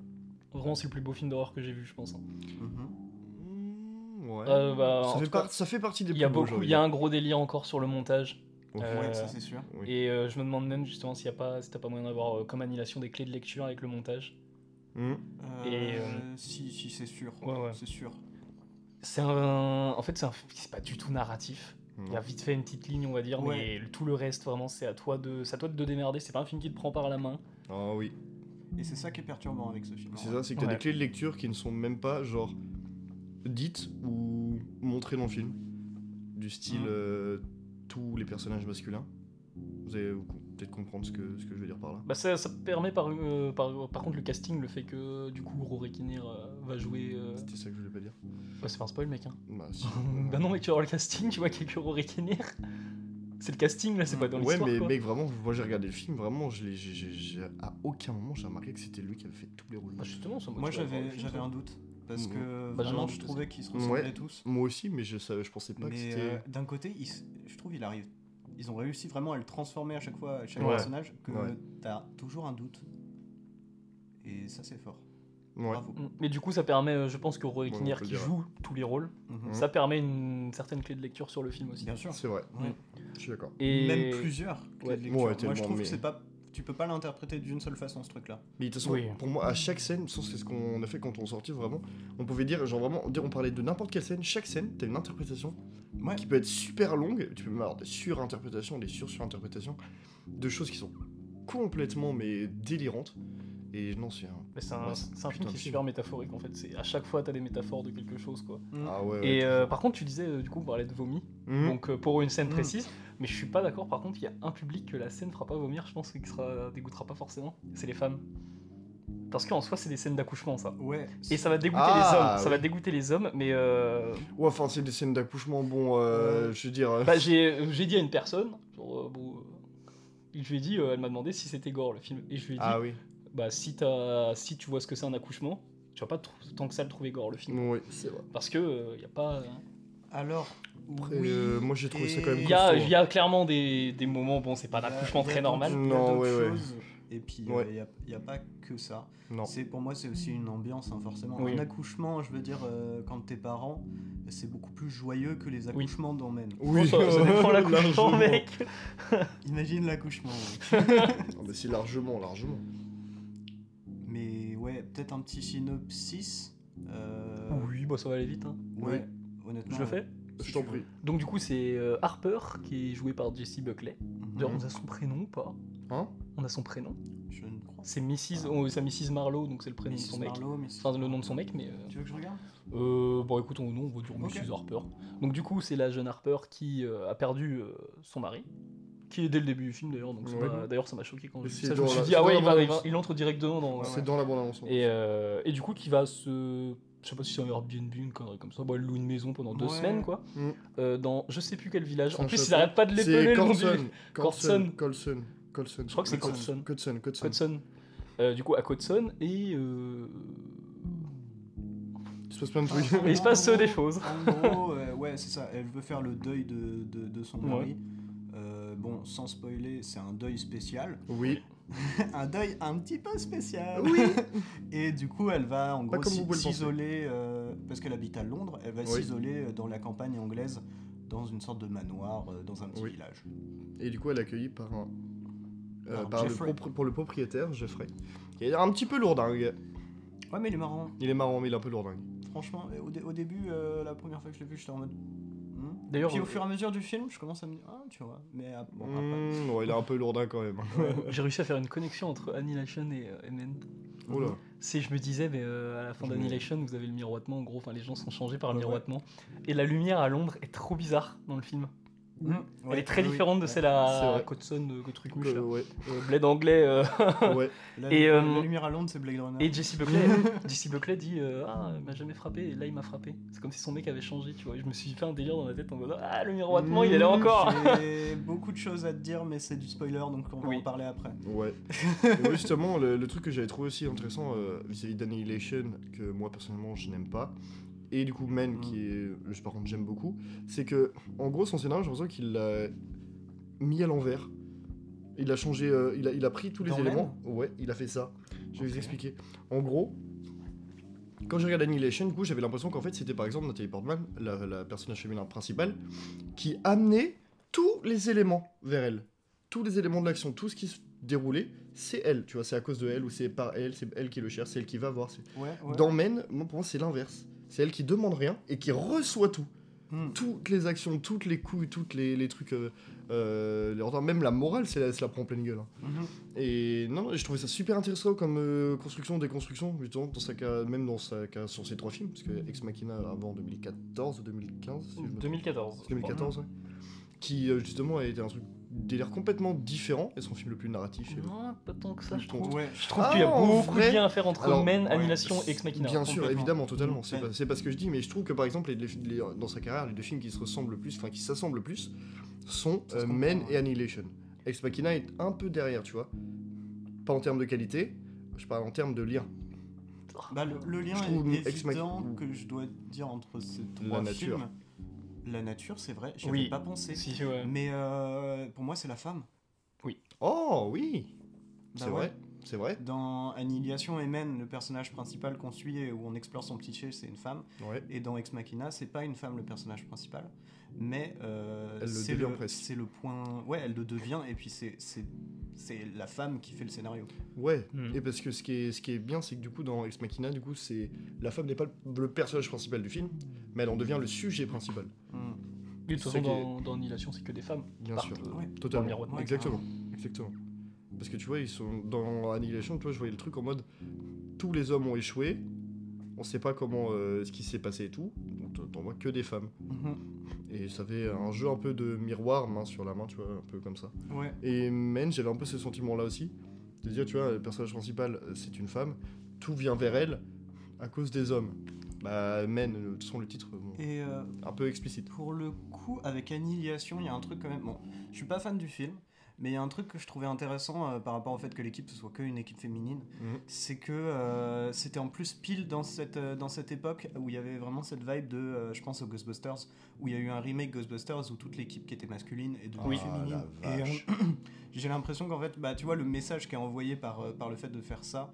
[SPEAKER 3] Vraiment, c'est le plus beau film d'horreur que j'ai vu, je pense. hein.
[SPEAKER 2] Mhm.
[SPEAKER 1] Mm, Ouais.
[SPEAKER 3] Euh, bah, en
[SPEAKER 1] ça, fait
[SPEAKER 3] tout cas,
[SPEAKER 1] par- ça fait partie des
[SPEAKER 3] il y a
[SPEAKER 1] plus beaux,
[SPEAKER 3] beaucoup,
[SPEAKER 1] j'ai
[SPEAKER 3] il y a
[SPEAKER 1] envie
[SPEAKER 3] un gros délire encore sur le montage.
[SPEAKER 1] Ouais,
[SPEAKER 3] Euh,
[SPEAKER 2] Ouais, ça c'est sûr.
[SPEAKER 1] Oui.
[SPEAKER 3] Et euh, je me demande même justement s'il y a pas, si t'as pas moyen d'avoir euh, comme annihilation des clés de lecture avec le montage.
[SPEAKER 1] de dire.
[SPEAKER 2] Euh,
[SPEAKER 3] Et, euh,
[SPEAKER 2] Si, si, c'est sûr.
[SPEAKER 3] Ouais, ouais.
[SPEAKER 2] C'est sûr.
[SPEAKER 3] C'est un, en fait, c'est un, c'est pas du tout narratif.
[SPEAKER 1] Mm.
[SPEAKER 3] Il y a vite fait une petite ligne, on va dire,
[SPEAKER 2] Ouais.
[SPEAKER 3] mais le- tout le reste, vraiment, c'est à toi de, c'est à toi de te démerder. C'est pas un film qui te prend par la main.
[SPEAKER 1] Ah oui.
[SPEAKER 2] Et c'est ça qui est perturbant avec ce film.
[SPEAKER 1] C'est ça, c'est que t'as
[SPEAKER 3] Ouais.
[SPEAKER 1] des clés de lecture qui ne sont même pas, genre, dites ou montrées dans le film. Du style,
[SPEAKER 2] Mm.
[SPEAKER 1] euh, tous les personnages masculins. Vous allez peut-être comprendre ce que, ce que je veux dire par là.
[SPEAKER 3] Bah ça, ça permet par, euh, par, par contre le casting, le fait que du coup Rory Kinnear euh, va jouer. euh,
[SPEAKER 1] C'était ça que je voulais pas dire.
[SPEAKER 3] bah, c'est pas un spoil mec. Hein.
[SPEAKER 1] Bah, si.
[SPEAKER 3] <laughs> bah non mec, tu vas voir le casting, tu vois qu'il y a que Rory Kinnear. C'est le casting là, c'est pas dans
[SPEAKER 1] Ouais,
[SPEAKER 3] l'histoire.
[SPEAKER 1] mais
[SPEAKER 3] quoi.
[SPEAKER 1] mec, vraiment, moi j'ai regardé le film, vraiment, je l'ai- j'ai- j'ai- j'ai- à aucun moment j'ai remarqué que c'était lui qui avait fait tous les rôles.
[SPEAKER 3] Bah justement, ça,
[SPEAKER 2] Moi
[SPEAKER 3] tu vas voir le
[SPEAKER 2] j'avais
[SPEAKER 3] film,
[SPEAKER 2] j'avais
[SPEAKER 3] toi.
[SPEAKER 2] un doute. Parce
[SPEAKER 1] Mhm.
[SPEAKER 2] que
[SPEAKER 3] Bah, j'en ai un
[SPEAKER 2] vraiment,
[SPEAKER 3] doute
[SPEAKER 2] je
[SPEAKER 3] aussi.
[SPEAKER 2] trouvais qu'ils se ressemblaient tous.
[SPEAKER 1] Moi aussi, mais je, savais- je pensais pas que
[SPEAKER 2] Mais
[SPEAKER 1] c'était.
[SPEAKER 2] euh, d'un côté, il s- je trouve il arrive. Ils ont réussi vraiment à le transformer à chaque fois, à chaque
[SPEAKER 1] Ouais.
[SPEAKER 2] personnage, que
[SPEAKER 1] Ouais.
[SPEAKER 2] t'as toujours un doute. Et ça, c'est fort.
[SPEAKER 1] Ouais.
[SPEAKER 2] Bravo.
[SPEAKER 3] Mm. Mais du coup, ça permet, euh, je pense que Rory
[SPEAKER 1] Ouais, on
[SPEAKER 3] Kinnear
[SPEAKER 1] peut
[SPEAKER 3] qui
[SPEAKER 1] le dire.
[SPEAKER 3] joue tous les rôles,
[SPEAKER 2] Mhm.
[SPEAKER 1] Mhm.
[SPEAKER 3] ça permet une certaine clé de lecture sur le film aussi.
[SPEAKER 2] Bien sûr.
[SPEAKER 1] C'est vrai,
[SPEAKER 2] Ouais.
[SPEAKER 1] je suis d'accord.
[SPEAKER 3] Et
[SPEAKER 2] Même plusieurs. clés
[SPEAKER 3] Ouais.
[SPEAKER 1] Ouais,
[SPEAKER 2] de lecture. Moi, je
[SPEAKER 1] tellement,
[SPEAKER 2] trouve
[SPEAKER 1] mais-
[SPEAKER 2] que c'est pas. Tu peux pas l'interpréter d'une seule façon, ce truc-là.
[SPEAKER 1] Mais de toute façon,
[SPEAKER 3] Oui.
[SPEAKER 1] pour moi, à chaque scène, ça c'est ce qu'on a fait quand on sortit vraiment, on pouvait dire, genre vraiment, dire- on parlait de n'importe quelle scène, chaque scène, t'as une interprétation
[SPEAKER 2] Ouais.
[SPEAKER 1] qui peut être super longue, tu peux même avoir des surinterprétations, des sur-surinterprétations, de choses qui sont complètement, mais délirantes. Et non, c'est un.
[SPEAKER 3] Mais bah, c'est un,
[SPEAKER 1] Ouais,
[SPEAKER 3] c'est un
[SPEAKER 1] putain de
[SPEAKER 3] film qui est
[SPEAKER 1] film.
[SPEAKER 3] super métaphorique en fait. C'est à chaque fois t'as des métaphores de quelque chose quoi.
[SPEAKER 1] Ah ouais, ouais.
[SPEAKER 3] Et euh, par contre tu disais euh, du coup on parlait de vomi.
[SPEAKER 1] Mhm.
[SPEAKER 3] Donc euh, pour une scène
[SPEAKER 2] Mm.
[SPEAKER 3] précise, mais je suis pas d'accord. Par contre il y a un public que la scène fera pas vomir. Je pense qu'il sera dégoûtera pas forcément. C'est les femmes. Parce qu'en soi, c'est des scènes d'accouchement, ça.
[SPEAKER 2] Ouais.
[SPEAKER 3] Et ça va dégoûter
[SPEAKER 1] Ah,
[SPEAKER 3] les hommes. Ça
[SPEAKER 1] oui.
[SPEAKER 3] va dégoûter les hommes, mais euh,
[SPEAKER 1] Ouais, enfin, c'est des scènes d'accouchement, bon, euh, je veux dire. euh,
[SPEAKER 3] bah, j'ai j'ai dit à une personne, genre, euh, bon, euh, je lui ai dit, euh, elle m'a demandé si c'était gore le film, et je lui ai dit,
[SPEAKER 1] ah oui.
[SPEAKER 3] bah si t'as, si tu vois ce que c'est un accouchement, tu vas pas trou- tant que ça le trouver gore le film,
[SPEAKER 1] Oui, c'est vrai.
[SPEAKER 3] parce que euh, y a pas,
[SPEAKER 2] Alors,
[SPEAKER 1] Après,
[SPEAKER 2] oui,
[SPEAKER 1] euh, moi, j'ai trouvé ça quand même
[SPEAKER 3] il y a,
[SPEAKER 1] costaud,
[SPEAKER 3] y a clairement des, des moments, bon c'est pas
[SPEAKER 2] Il y a-
[SPEAKER 3] un accouchement
[SPEAKER 2] il y a
[SPEAKER 3] très
[SPEAKER 2] d'autres-
[SPEAKER 3] normal,
[SPEAKER 2] il y a
[SPEAKER 1] Non,
[SPEAKER 2] d'autres
[SPEAKER 1] ouais, ouais.
[SPEAKER 2] choses, Et puis, euh, il
[SPEAKER 1] Ouais.
[SPEAKER 2] n'y a, y a pas que ça.
[SPEAKER 1] Non.
[SPEAKER 2] C'est Pour moi, c'est aussi une ambiance, hein, forcément.
[SPEAKER 3] Oui.
[SPEAKER 2] Un accouchement, je veux dire, euh, quand t'es parent, c'est beaucoup plus joyeux que les accouchements d'emmène.
[SPEAKER 1] <laughs> Oui,
[SPEAKER 3] ça, ça
[SPEAKER 1] <laughs>
[SPEAKER 3] dépend l'accouchement
[SPEAKER 1] largement.
[SPEAKER 3] mec,
[SPEAKER 2] <laughs> Imagine l'accouchement. ouais.
[SPEAKER 1] Ah, bah, si, largement, largement.
[SPEAKER 2] Mais ouais, peut-être un petit synopsis. euh,
[SPEAKER 3] oui bah ça va aller vite, hein.
[SPEAKER 2] Ouais, honnêtement.
[SPEAKER 3] je le fais.
[SPEAKER 2] Si
[SPEAKER 1] Je t'en
[SPEAKER 2] tu veux.
[SPEAKER 1] prie.
[SPEAKER 3] Donc du coup c'est euh, Harper qui est joué par Jesse Buckley, d'ailleurs on a son prénom ou pas
[SPEAKER 1] Mhm. Hein
[SPEAKER 3] On a son prénom,
[SPEAKER 2] Je ne crois
[SPEAKER 3] c'est Mrs, oh, c'est Mrs Marlowe donc c'est le prénom de son
[SPEAKER 2] Mrs.
[SPEAKER 3] mec,
[SPEAKER 2] Marlowe, Mrs.
[SPEAKER 3] enfin le nom de son mec mais... euh,
[SPEAKER 2] Tu veux que je regarde
[SPEAKER 3] Euh, bon, écoute, on, non, on va dire
[SPEAKER 2] Ok.
[SPEAKER 3] Mrs. Harper. Donc, du coup, c'est la jeune Harper qui euh, a perdu euh, son mari, qui est dès le début du film d'ailleurs. Donc, c'est
[SPEAKER 1] Ouais.
[SPEAKER 3] pas- d'ailleurs, ça m'a choqué quand
[SPEAKER 1] Mais
[SPEAKER 3] j'ai vu
[SPEAKER 1] c'est
[SPEAKER 3] ça. Je me
[SPEAKER 1] dans
[SPEAKER 3] suis
[SPEAKER 1] la-
[SPEAKER 3] dit,
[SPEAKER 1] c'est
[SPEAKER 3] ah
[SPEAKER 1] dans
[SPEAKER 3] ouais,
[SPEAKER 1] la
[SPEAKER 3] il, va- il,
[SPEAKER 1] bande-annonce.
[SPEAKER 3] va- il entre directement dans.
[SPEAKER 2] Ouais,
[SPEAKER 1] C'est
[SPEAKER 2] ouais.
[SPEAKER 1] dans la bande-annonce.
[SPEAKER 3] Et, euh, et du coup, qui va se. Je sais pas si c'est un Airbnb, une connerie comme ça. Bon, elle loue une maison pendant deux
[SPEAKER 2] Ouais.
[SPEAKER 3] semaines, quoi.
[SPEAKER 1] Mm.
[SPEAKER 3] Euh, dans je sais plus quel village.
[SPEAKER 1] C'est
[SPEAKER 3] En
[SPEAKER 1] un
[SPEAKER 3] plus, ils
[SPEAKER 1] château.
[SPEAKER 3] arrêtent pas de l'épeler
[SPEAKER 1] C'est
[SPEAKER 3] le nom du-
[SPEAKER 1] Corson. Corson.
[SPEAKER 3] Corson.
[SPEAKER 1] Corson. Corson.
[SPEAKER 3] Je crois que c'est Corson.
[SPEAKER 1] Corson. Corson.
[SPEAKER 3] Codson. Euh, du coup, à Codson. Et. euh,
[SPEAKER 1] Il se passe plein de
[SPEAKER 3] <laughs>
[SPEAKER 1] trucs.
[SPEAKER 2] Ah,
[SPEAKER 3] et il se passe euh, des choses.
[SPEAKER 2] En gros, euh, ouais, c'est ça. Elle veut faire le deuil de, de- de son
[SPEAKER 3] Ouais.
[SPEAKER 2] mari. Euh, bon, sans spoiler, c'est un deuil spécial. <laughs>
[SPEAKER 1] Oui.
[SPEAKER 2] un deuil un petit peu spécial.
[SPEAKER 1] Oui.
[SPEAKER 2] Et du coup, elle va en
[SPEAKER 1] Pas
[SPEAKER 2] gros
[SPEAKER 1] comme
[SPEAKER 2] s'i-
[SPEAKER 1] vous pouvez le penser.
[SPEAKER 2] s'isoler, euh, parce qu'elle habite à Londres, elle va
[SPEAKER 1] Oui.
[SPEAKER 2] s'isoler euh, dans la campagne anglaise, dans une sorte de manoir, euh, dans un petit
[SPEAKER 1] Oui.
[SPEAKER 2] village.
[SPEAKER 1] Et du coup, elle est accueillie par un. euh,
[SPEAKER 2] Par
[SPEAKER 1] par le
[SPEAKER 2] Jeffrey.
[SPEAKER 1] propri- pour le propriétaire, Jeffrey. Il est un petit peu lourdingue.
[SPEAKER 2] Ouais, mais il est marrant.
[SPEAKER 1] Il est marrant, mais il est un peu lourdingue.
[SPEAKER 2] Franchement, au, dé- au début, euh, la première fois que je l'ai vu, j'étais en mode. Hmm.
[SPEAKER 3] D'ailleurs,
[SPEAKER 2] Puis au
[SPEAKER 3] euh, Hmm.
[SPEAKER 2] fur et à mesure du film, je commence à me dire, ah, tu vois, mais ah, bon, après.
[SPEAKER 3] Mm.
[SPEAKER 1] Mmh, ouais, il est un peu lourdin quand
[SPEAKER 3] <laughs>
[SPEAKER 1] même.
[SPEAKER 3] euh, j'ai réussi à faire une connexion entre Annihilation et euh, MN.
[SPEAKER 1] Oh là.
[SPEAKER 3] C'est, je me disais, mais euh, à la fin
[SPEAKER 1] Je me-
[SPEAKER 3] d'Annihilation, vous avez le miroitement, en gros, enfin les gens sont changés par le
[SPEAKER 1] Ouais, ouais.
[SPEAKER 3] miroitement. Et la lumière à Londres est trop bizarre dans le film.
[SPEAKER 2] Hmm.
[SPEAKER 3] Elle
[SPEAKER 2] Ouais,
[SPEAKER 3] est très
[SPEAKER 2] oui,
[SPEAKER 3] différente de
[SPEAKER 2] ouais.
[SPEAKER 3] celle
[SPEAKER 1] C'est
[SPEAKER 3] à
[SPEAKER 1] vrai.
[SPEAKER 3] Codson, euh, que truc
[SPEAKER 1] Donc,
[SPEAKER 3] mouche, là.
[SPEAKER 1] euh, ouais.
[SPEAKER 3] Euh, Blade anglais. euh,
[SPEAKER 1] ouais.
[SPEAKER 2] La,
[SPEAKER 3] Et,
[SPEAKER 2] la-
[SPEAKER 3] euh,
[SPEAKER 2] la lumière à Londres, c'est Blade Runner. <laughs>
[SPEAKER 3] Et Jesse Buckley, Jesse Buckley dit euh, Ah, il m'a jamais frappé, et là il m'a frappé. C'est comme si son mec avait changé, tu vois. Et je me suis fait un délire dans la tête en mode Ah, le miroitement, il est là
[SPEAKER 1] Mmh,
[SPEAKER 3] encore
[SPEAKER 2] J'ai beaucoup de choses à te dire, mais c'est du spoiler, donc on va
[SPEAKER 3] Oui.
[SPEAKER 2] en parler après. <laughs>
[SPEAKER 1] Ouais. Et justement, le, le truc que j'avais trouvé aussi intéressant euh, vis-à-vis d'Annihilation, que moi personnellement je n'aime pas, et du coup Men,
[SPEAKER 2] Mm.
[SPEAKER 1] qui est, je, par contre j'aime beaucoup, c'est que en gros son scénario, j'ai l'impression qu'il l'a mis à l'envers. Il a changé, euh, il, a, il a pris tous les
[SPEAKER 2] Dans
[SPEAKER 1] éléments. Ouais, il a fait ça. Je vais
[SPEAKER 2] Ok.
[SPEAKER 1] vous expliquer. En gros, quand j'ai regardé Annihilation, du coup, j'avais l'impression qu'en fait c'était par exemple Nathalie Portman, la, la personnage féminin principale, qui amenait tous les éléments vers elle. Tous les éléments de l'action, tout ce qui se déroulait, c'est elle. Tu vois, c'est à cause de elle ou c'est par elle, c'est elle qui le cherche, c'est elle qui va voir. c'est-
[SPEAKER 2] Ouais, ouais.
[SPEAKER 1] Dans Men, moi, pour moi, c'est l'inverse. C'est elle qui demande rien et qui reçoit tout.
[SPEAKER 2] Hmm.
[SPEAKER 1] Toutes les actions, toutes les coups, toutes les, les trucs. euh, euh, les ordres. même la morale, c'est la, se la prend en pleine gueule. hein.
[SPEAKER 2] Mhm.
[SPEAKER 1] Et non, je trouvais ça super intéressant comme euh, construction, déconstruction, justement, dans sa, ca- même dans sa, ca- sur ces trois films, parce que Ex Machina avant 2014 ou 2015, si je me trompe.
[SPEAKER 3] 2014. je crois.
[SPEAKER 1] 2014, ouais. Qui euh, justement a été un truc délire complètement différent et son film le plus narratif. et le-
[SPEAKER 3] Non, pas tant que ça, je trouve.
[SPEAKER 2] Ouais.
[SPEAKER 3] Je trouve
[SPEAKER 1] Ah,
[SPEAKER 3] qu'il y a
[SPEAKER 1] en
[SPEAKER 3] beaucoup
[SPEAKER 1] vrai
[SPEAKER 3] de liens à faire entre
[SPEAKER 1] Alors,
[SPEAKER 3] Men,
[SPEAKER 2] ouais,
[SPEAKER 3] Annihilation et Ex Machina.
[SPEAKER 1] Bien sûr,
[SPEAKER 2] complètement.
[SPEAKER 1] évidemment, totalement. C'est
[SPEAKER 2] Ouais.
[SPEAKER 1] pas, c'est pas ce que je dis, mais je trouve que par exemple, les- les- dans sa carrière, les deux films qui se ressemblent le plus, enfin qui s'assemblent le plus, sont
[SPEAKER 2] Ça se
[SPEAKER 1] euh,
[SPEAKER 2] comprend,
[SPEAKER 1] Men
[SPEAKER 2] ouais.
[SPEAKER 1] et Annihilation. Ex Machina est un peu derrière, tu vois. Pas en termes de qualité, je parle en termes de lien.
[SPEAKER 2] Bah, le, le lien
[SPEAKER 1] Je trouve
[SPEAKER 2] est
[SPEAKER 1] Ex Mach-
[SPEAKER 2] évident que je dois dire entre ces trois
[SPEAKER 1] nature.
[SPEAKER 2] films. La nature, c'est vrai, j'y avais
[SPEAKER 3] Oui.
[SPEAKER 2] pas pensé.
[SPEAKER 3] Si, ouais.
[SPEAKER 2] Mais euh, pour moi, c'est la femme.
[SPEAKER 1] Oh oui
[SPEAKER 2] Bah
[SPEAKER 1] C'est
[SPEAKER 2] ouais.
[SPEAKER 1] vrai, c'est vrai.
[SPEAKER 2] Dans Annihilation et Men, le personnage principal qu'on suit et où on explore son cliché, c'est une femme.
[SPEAKER 1] Ouais.
[SPEAKER 2] Et dans Ex Machina, c'est pas une femme le personnage principal, mais euh,
[SPEAKER 1] Elle le
[SPEAKER 2] c'est
[SPEAKER 1] devient
[SPEAKER 2] le,
[SPEAKER 1] presque.
[SPEAKER 2] c'est le point. Ouais, elle le devient et puis c'est c'est c'est la femme qui fait le scénario.
[SPEAKER 1] Ouais,
[SPEAKER 3] Hmm.
[SPEAKER 1] et parce que ce qui est, ce qui est bien, c'est que du coup, dans Ex Machina, du coup, c'est la femme n'est pas le, le personnage principal du film, mais elle en devient le sujet principal.
[SPEAKER 2] Hmm.
[SPEAKER 3] De toute
[SPEAKER 1] C'est
[SPEAKER 3] façon,
[SPEAKER 1] ça qui est-
[SPEAKER 3] dans, dans Annihilation, c'est que des femmes.
[SPEAKER 1] Bien
[SPEAKER 3] Par-
[SPEAKER 1] sûr,
[SPEAKER 3] euh,
[SPEAKER 2] Ouais.
[SPEAKER 1] totalement.
[SPEAKER 3] miroir.
[SPEAKER 2] Ouais,
[SPEAKER 1] exactement, exactement. Parce que tu vois, ils sont dans Annihilation, tu vois, je voyais le truc en mode tous les hommes ont échoué, on sait pas comment euh, ce qui s'est passé et tout, donc t'en- t'en vois que des femmes.
[SPEAKER 2] Mhm.
[SPEAKER 1] Et ça fait un jeu un peu de miroir, main sur la main, tu vois, un peu comme ça.
[SPEAKER 2] Ouais.
[SPEAKER 1] Et Men, j'avais un peu ce sentiment là aussi. C'est-à-dire, tu vois, le personnage principal, euh, c'est une femme, tout vient vers elle à cause des hommes. Bah, men, euh, de toute façon, le titre, bon,
[SPEAKER 2] Et euh,
[SPEAKER 1] un peu explicite.
[SPEAKER 2] pour le coup, avec Annihilation, il y a un truc quand même. Bon, je suis pas fan du film, mais il y a un truc que je trouvais intéressant euh, par rapport au fait que l'équipe ce soit qu'une équipe féminine.
[SPEAKER 1] Mhm.
[SPEAKER 2] C'est que euh, c'était en plus pile dans cette, euh, dans cette époque où il y avait vraiment cette vibe de. euh, je pense aux Ghostbusters, où il y a eu un remake Ghostbusters où toute l'équipe qui était masculine est devenue
[SPEAKER 1] Oui.
[SPEAKER 2] féminine.
[SPEAKER 1] Ah, la
[SPEAKER 2] Et, euh,
[SPEAKER 1] vache.
[SPEAKER 2] <coughs> j'ai l'impression qu'en fait, bah, tu vois, le message qui est envoyé par, euh, par le fait de faire ça,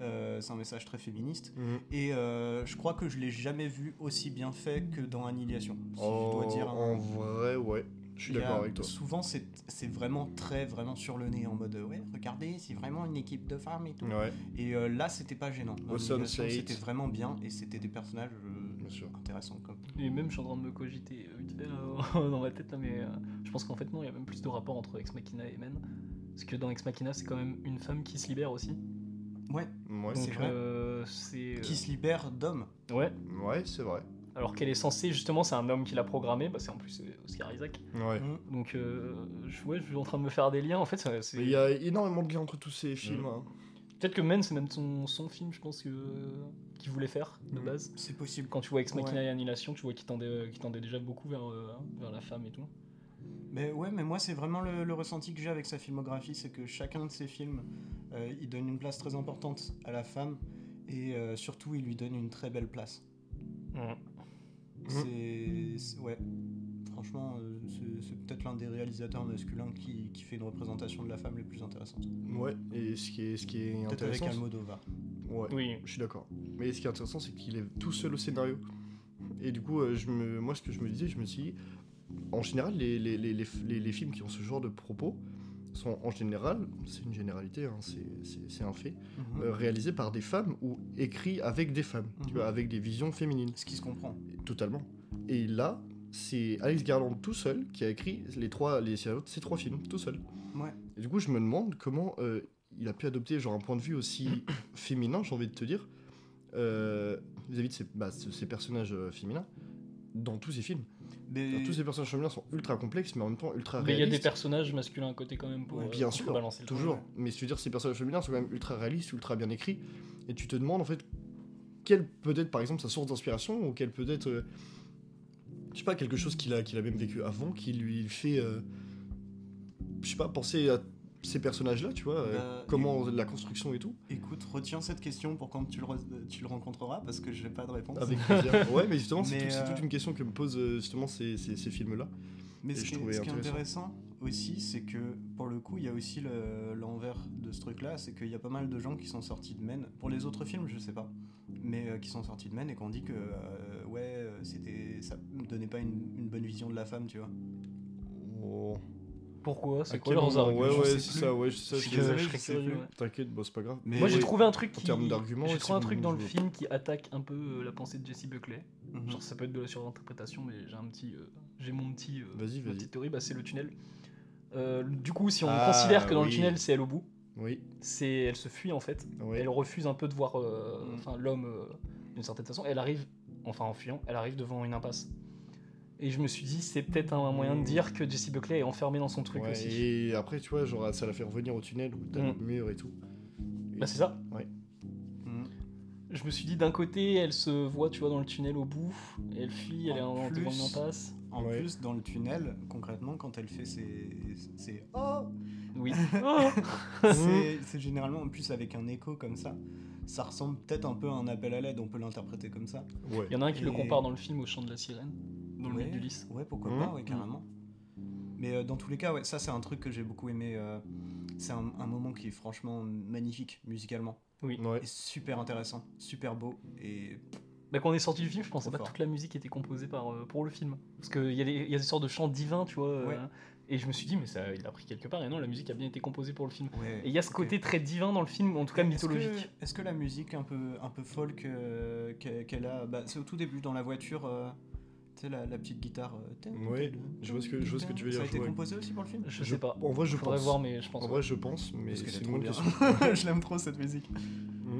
[SPEAKER 2] euh, c'est un message très féministe.
[SPEAKER 1] Mhm.
[SPEAKER 2] Et euh, je crois que je l'ai jamais vu aussi bien fait que dans Annihilation. Si je dois
[SPEAKER 1] En-
[SPEAKER 2] dire. hein.
[SPEAKER 1] En vrai, ouais, Oh, je suis
[SPEAKER 2] Il y a-
[SPEAKER 1] d'accord avec toi.
[SPEAKER 2] Souvent, c'est c'est vraiment très, vraiment sur le nez, en mode euh, ouais, regardez, c'est vraiment une équipe de femmes et tout.
[SPEAKER 1] Ouais,
[SPEAKER 2] Et euh, là, c'était pas gênant. Dans
[SPEAKER 1] Awesome
[SPEAKER 2] Annihilation,
[SPEAKER 1] State.
[SPEAKER 2] c'était vraiment bien et c'était des personnages euh,
[SPEAKER 1] bien sûr.
[SPEAKER 2] intéressants. Comme...
[SPEAKER 3] Et même, je suis en train de me cogiter euh, <laughs> vite fait, là, dans ma tête, là, mais euh, je pense qu'en fait, non, il y a même plus de rapport entre Ex Machina et Men. Parce que dans Ex Machina, c'est quand même une femme qui se libère aussi.
[SPEAKER 2] Ouais,
[SPEAKER 1] Ouais,
[SPEAKER 2] c'est
[SPEAKER 3] Donc,
[SPEAKER 2] vrai.
[SPEAKER 3] euh, c'est. euh,
[SPEAKER 2] qui se libèrent d'hommes.
[SPEAKER 3] Ouais,
[SPEAKER 1] ouais c'est vrai.
[SPEAKER 3] alors qu'elle est censée, justement, c'est un homme qui l'a programmée, bah, c'est en plus euh, Oscar Isaac.
[SPEAKER 1] Ouais.
[SPEAKER 2] Mhm.
[SPEAKER 3] Donc, euh, je, ouais, je suis en train de me faire des liens. En fait, ça- c'est.
[SPEAKER 1] Mais il y a énormément de liens entre tous ces films.
[SPEAKER 2] Mhm.
[SPEAKER 1] hein.
[SPEAKER 3] Peut-être que Men, c'est même son, son film, je pense, que- euh, qu'il voulait faire de
[SPEAKER 1] Mhm.
[SPEAKER 3] base.
[SPEAKER 2] C'est possible.
[SPEAKER 3] Quand tu vois Ex Machina
[SPEAKER 2] Ouais.
[SPEAKER 3] et Annihilation, tu vois qu'il tendait, euh, qu'il tendait déjà beaucoup vers, euh, vers la femme et tout.
[SPEAKER 2] Mais ouais, mais moi, c'est vraiment le, le ressenti que j'ai avec sa filmographie, c'est que chacun de ses films, euh, il donne une place très importante à la femme et euh, surtout, il lui donne une très belle place.
[SPEAKER 1] Mm. Mhm.
[SPEAKER 2] C'est- C'est. Ouais. Franchement, euh, c'est- c'est peut-être l'un des réalisateurs masculins qui, qui fait une représentation de la femme les plus intéressantes.
[SPEAKER 1] Ouais, et ce qui est, ce qui est
[SPEAKER 2] Peut-être avec
[SPEAKER 1] intéressant.
[SPEAKER 2] Almodovar.
[SPEAKER 1] Ouais,
[SPEAKER 3] Oui.
[SPEAKER 1] je suis d'accord. Mais ce qui est intéressant, c'est qu'il est tout seul au scénario. Et du coup, euh, je me, moi, ce que je me disais, je me suis dit, en général, les, les, les, les, les- les films qui ont ce genre de propos sont en général, c'est une généralité, hein, c'est- c'est c'est un fait,
[SPEAKER 2] Mhm.
[SPEAKER 1] euh, réalisés par des femmes ou écrits avec des femmes, tu
[SPEAKER 2] Mhm.
[SPEAKER 1] vois, avec des visions féminines.
[SPEAKER 2] Ce qui se comprend.
[SPEAKER 1] Totalement. Et là, c'est Alex Garland tout seul qui a écrit les trois, les, ces trois films tout seul.
[SPEAKER 2] Ouais.
[SPEAKER 1] Et du coup, je me demande comment euh, il a pu adopter genre un point de vue aussi féminin, j'ai envie de te dire, euh, vis-à-vis de ces, bah, ce- ces personnages euh, féminins dans tous ces films.
[SPEAKER 2] Mais-
[SPEAKER 1] Alors, tous ces personnages féminins sont ultra complexes, mais en même temps ultra
[SPEAKER 3] Mais il y a
[SPEAKER 1] réalistes.
[SPEAKER 3] des personnages masculins à côté quand même pour,
[SPEAKER 1] Ouais,
[SPEAKER 3] euh,
[SPEAKER 1] bien
[SPEAKER 3] pour
[SPEAKER 1] sûr,
[SPEAKER 3] balancer le
[SPEAKER 1] Toujours.
[SPEAKER 2] Ouais.
[SPEAKER 1] Mais je veux dire, ces personnages féminins sont quand même ultra réalistes, ultra bien écrits. Et tu te demandes, en fait, quelle peut être, par exemple, sa source d'inspiration, ou quelle peut être, euh, je sais pas, quelque chose qu'il a, qu'il a même vécu avant, qui lui fait, euh, je sais pas, penser à ces personnages-là, tu vois, euh,
[SPEAKER 2] Bah,
[SPEAKER 1] comment la construction et tout.
[SPEAKER 2] Écoute, retiens cette question pour quand tu le, re- tu le rencontreras, parce que j'ai pas de réponse.
[SPEAKER 1] Avec plaisir. <laughs> ouais, Ah, mais justement, c'est
[SPEAKER 2] Mais,
[SPEAKER 1] tout- c'est
[SPEAKER 2] euh,
[SPEAKER 1] toute une question que me posent euh, justement ces, ces- ces films-là.
[SPEAKER 2] Mais
[SPEAKER 1] Et
[SPEAKER 2] ce
[SPEAKER 1] je
[SPEAKER 2] qui, est,
[SPEAKER 1] trouvais
[SPEAKER 2] ce qui est
[SPEAKER 1] intéressant.
[SPEAKER 2] intéressant aussi, c'est que pour le coup, il y a aussi le- l'envers de ce truc-là, c'est qu'il y a pas mal de gens qui sont sortis de Maine. Pour les autres films, je sais pas, mais euh, qui sont sortis de Maine et qu'on dit que euh, ouais, euh, c'était, ça me donnait pas une, une bonne vision de la femme, tu vois.
[SPEAKER 1] Oh.
[SPEAKER 3] Pourquoi C'est
[SPEAKER 1] À
[SPEAKER 3] quoi
[SPEAKER 1] quel
[SPEAKER 3] leurs
[SPEAKER 1] moment
[SPEAKER 3] arguments
[SPEAKER 1] Ouais,
[SPEAKER 2] je
[SPEAKER 1] ouais,
[SPEAKER 2] sais
[SPEAKER 1] c'est
[SPEAKER 2] plus.
[SPEAKER 1] ça, ouais, je- ça,
[SPEAKER 2] Je
[SPEAKER 1] je
[SPEAKER 2] suis
[SPEAKER 1] suis désolé,
[SPEAKER 2] désolé,
[SPEAKER 3] serais
[SPEAKER 2] je sais
[SPEAKER 3] curieux,
[SPEAKER 2] plus.
[SPEAKER 3] ouais.
[SPEAKER 1] T'inquiète, bon, c'est pas grave.
[SPEAKER 2] Mais-
[SPEAKER 3] Moi j'ai
[SPEAKER 1] Oui.
[SPEAKER 3] trouvé un truc
[SPEAKER 1] En
[SPEAKER 3] qui...
[SPEAKER 1] termes d'arguments,
[SPEAKER 3] J'ai
[SPEAKER 1] ouais,
[SPEAKER 3] trouvé un
[SPEAKER 1] c'est
[SPEAKER 3] truc dans le
[SPEAKER 1] bon, je-
[SPEAKER 3] film qui attaque un peu euh, la pensée de Jesse Buckley.
[SPEAKER 1] Mm.
[SPEAKER 2] Mhm.
[SPEAKER 3] Genre ça peut être de la surinterprétation mais j'ai un petit... euh, j'ai mon petit... euh,
[SPEAKER 1] Vas-y,
[SPEAKER 3] ma
[SPEAKER 1] vas-y.
[SPEAKER 3] petite théorie, bah, c'est le tunnel. Euh, du coup si on
[SPEAKER 1] Ah,
[SPEAKER 3] considère que dans le
[SPEAKER 1] oui.
[SPEAKER 3] tunnel c'est elle au bout,
[SPEAKER 1] Oui,
[SPEAKER 3] c'est elle se fuit en fait.
[SPEAKER 1] ouais.
[SPEAKER 3] Elle refuse un peu de voir euh,
[SPEAKER 2] Mm.
[SPEAKER 3] enfin, l'homme euh, d'une certaine façon. Elle arrive, enfin en fuyant, elle arrive devant une impasse. Et je me suis dit, c'est peut-être un moyen de
[SPEAKER 1] Mm.
[SPEAKER 3] dire que Jesse Buckley est enfermée dans son truc
[SPEAKER 1] Ouais,
[SPEAKER 3] aussi.
[SPEAKER 1] Et après, tu vois, genre, ça la fait revenir au tunnel où t'as
[SPEAKER 3] Mm.
[SPEAKER 1] le mur et tout.
[SPEAKER 3] Bah c'est ça.
[SPEAKER 2] Mhm.
[SPEAKER 3] Je me suis dit, d'un côté, elle se voit, tu vois, dans le tunnel au bout, elle fuit, elle est
[SPEAKER 2] En
[SPEAKER 3] en, devant
[SPEAKER 2] plus-
[SPEAKER 3] une impasse.
[SPEAKER 2] En
[SPEAKER 1] Ouais.
[SPEAKER 2] plus, dans le tunnel, concrètement, quand elle fait ses, ses oh,
[SPEAKER 3] Oui.
[SPEAKER 2] <laughs>
[SPEAKER 1] Mmh.
[SPEAKER 2] c'est c'est généralement en plus avec un écho comme ça. Ça ressemble peut-être un peu à un appel à l'aide, on peut l'interpréter comme ça.
[SPEAKER 1] Ouais.
[SPEAKER 3] Il y en a un qui le
[SPEAKER 2] Et-
[SPEAKER 3] compare dans le film au chant de la sirène, dans le Mmh.
[SPEAKER 2] Ouais.
[SPEAKER 3] mythe d'Ulysse.
[SPEAKER 2] Ouais, pourquoi
[SPEAKER 1] Mhm.
[SPEAKER 2] pas, ouais, carrément. Mais euh, dans tous les cas, ouais, ça c'est un truc que j'ai beaucoup aimé. euh, c'est un, un moment qui est franchement magnifique musicalement.
[SPEAKER 1] Ouais.
[SPEAKER 2] Et super intéressant, super beau. Et
[SPEAKER 3] Bah, quand on est sorti du film, je pensais
[SPEAKER 2] Trop
[SPEAKER 3] pas
[SPEAKER 2] fort.
[SPEAKER 3] que toute la musique était composée par, euh, pour le film. Parce qu'il y, a des- il y a des sortes de chants divins, tu vois. euh,
[SPEAKER 2] Ouais.
[SPEAKER 3] et je me suis dit, mais ça, il l'a pris quelque part. Et non, la musique a bien été composée pour le film.
[SPEAKER 2] ouais,
[SPEAKER 3] Et il y a ce
[SPEAKER 2] ok.
[SPEAKER 3] côté très divin dans le film, en tout cas
[SPEAKER 2] Est-ce que-
[SPEAKER 3] mythologique.
[SPEAKER 2] Est-ce que, la musique un peu, un peu folk euh, que- qu'elle a, bah, c'est au tout début dans la voiture, euh, tu sais, la, la petite guitare. euh,
[SPEAKER 1] Ouais, je vois ce que- je vois ce que tu veux
[SPEAKER 2] Ça a
[SPEAKER 1] dire,
[SPEAKER 2] été
[SPEAKER 1] ouais.
[SPEAKER 2] composé aussi pour le film
[SPEAKER 3] Je sais pas.
[SPEAKER 1] En vrai, je
[SPEAKER 3] Faudrait
[SPEAKER 1] pense.
[SPEAKER 3] voir, mais je pense.
[SPEAKER 1] En
[SPEAKER 3] ouais.
[SPEAKER 1] vrai, je pense, mais
[SPEAKER 2] Parce qu'elle est
[SPEAKER 1] c'est
[SPEAKER 2] trop
[SPEAKER 1] une bonne
[SPEAKER 2] bien.
[SPEAKER 1] question.
[SPEAKER 2] <laughs>
[SPEAKER 1] Mm.
[SPEAKER 2] je l'aime trop cette musique.
[SPEAKER 3] Et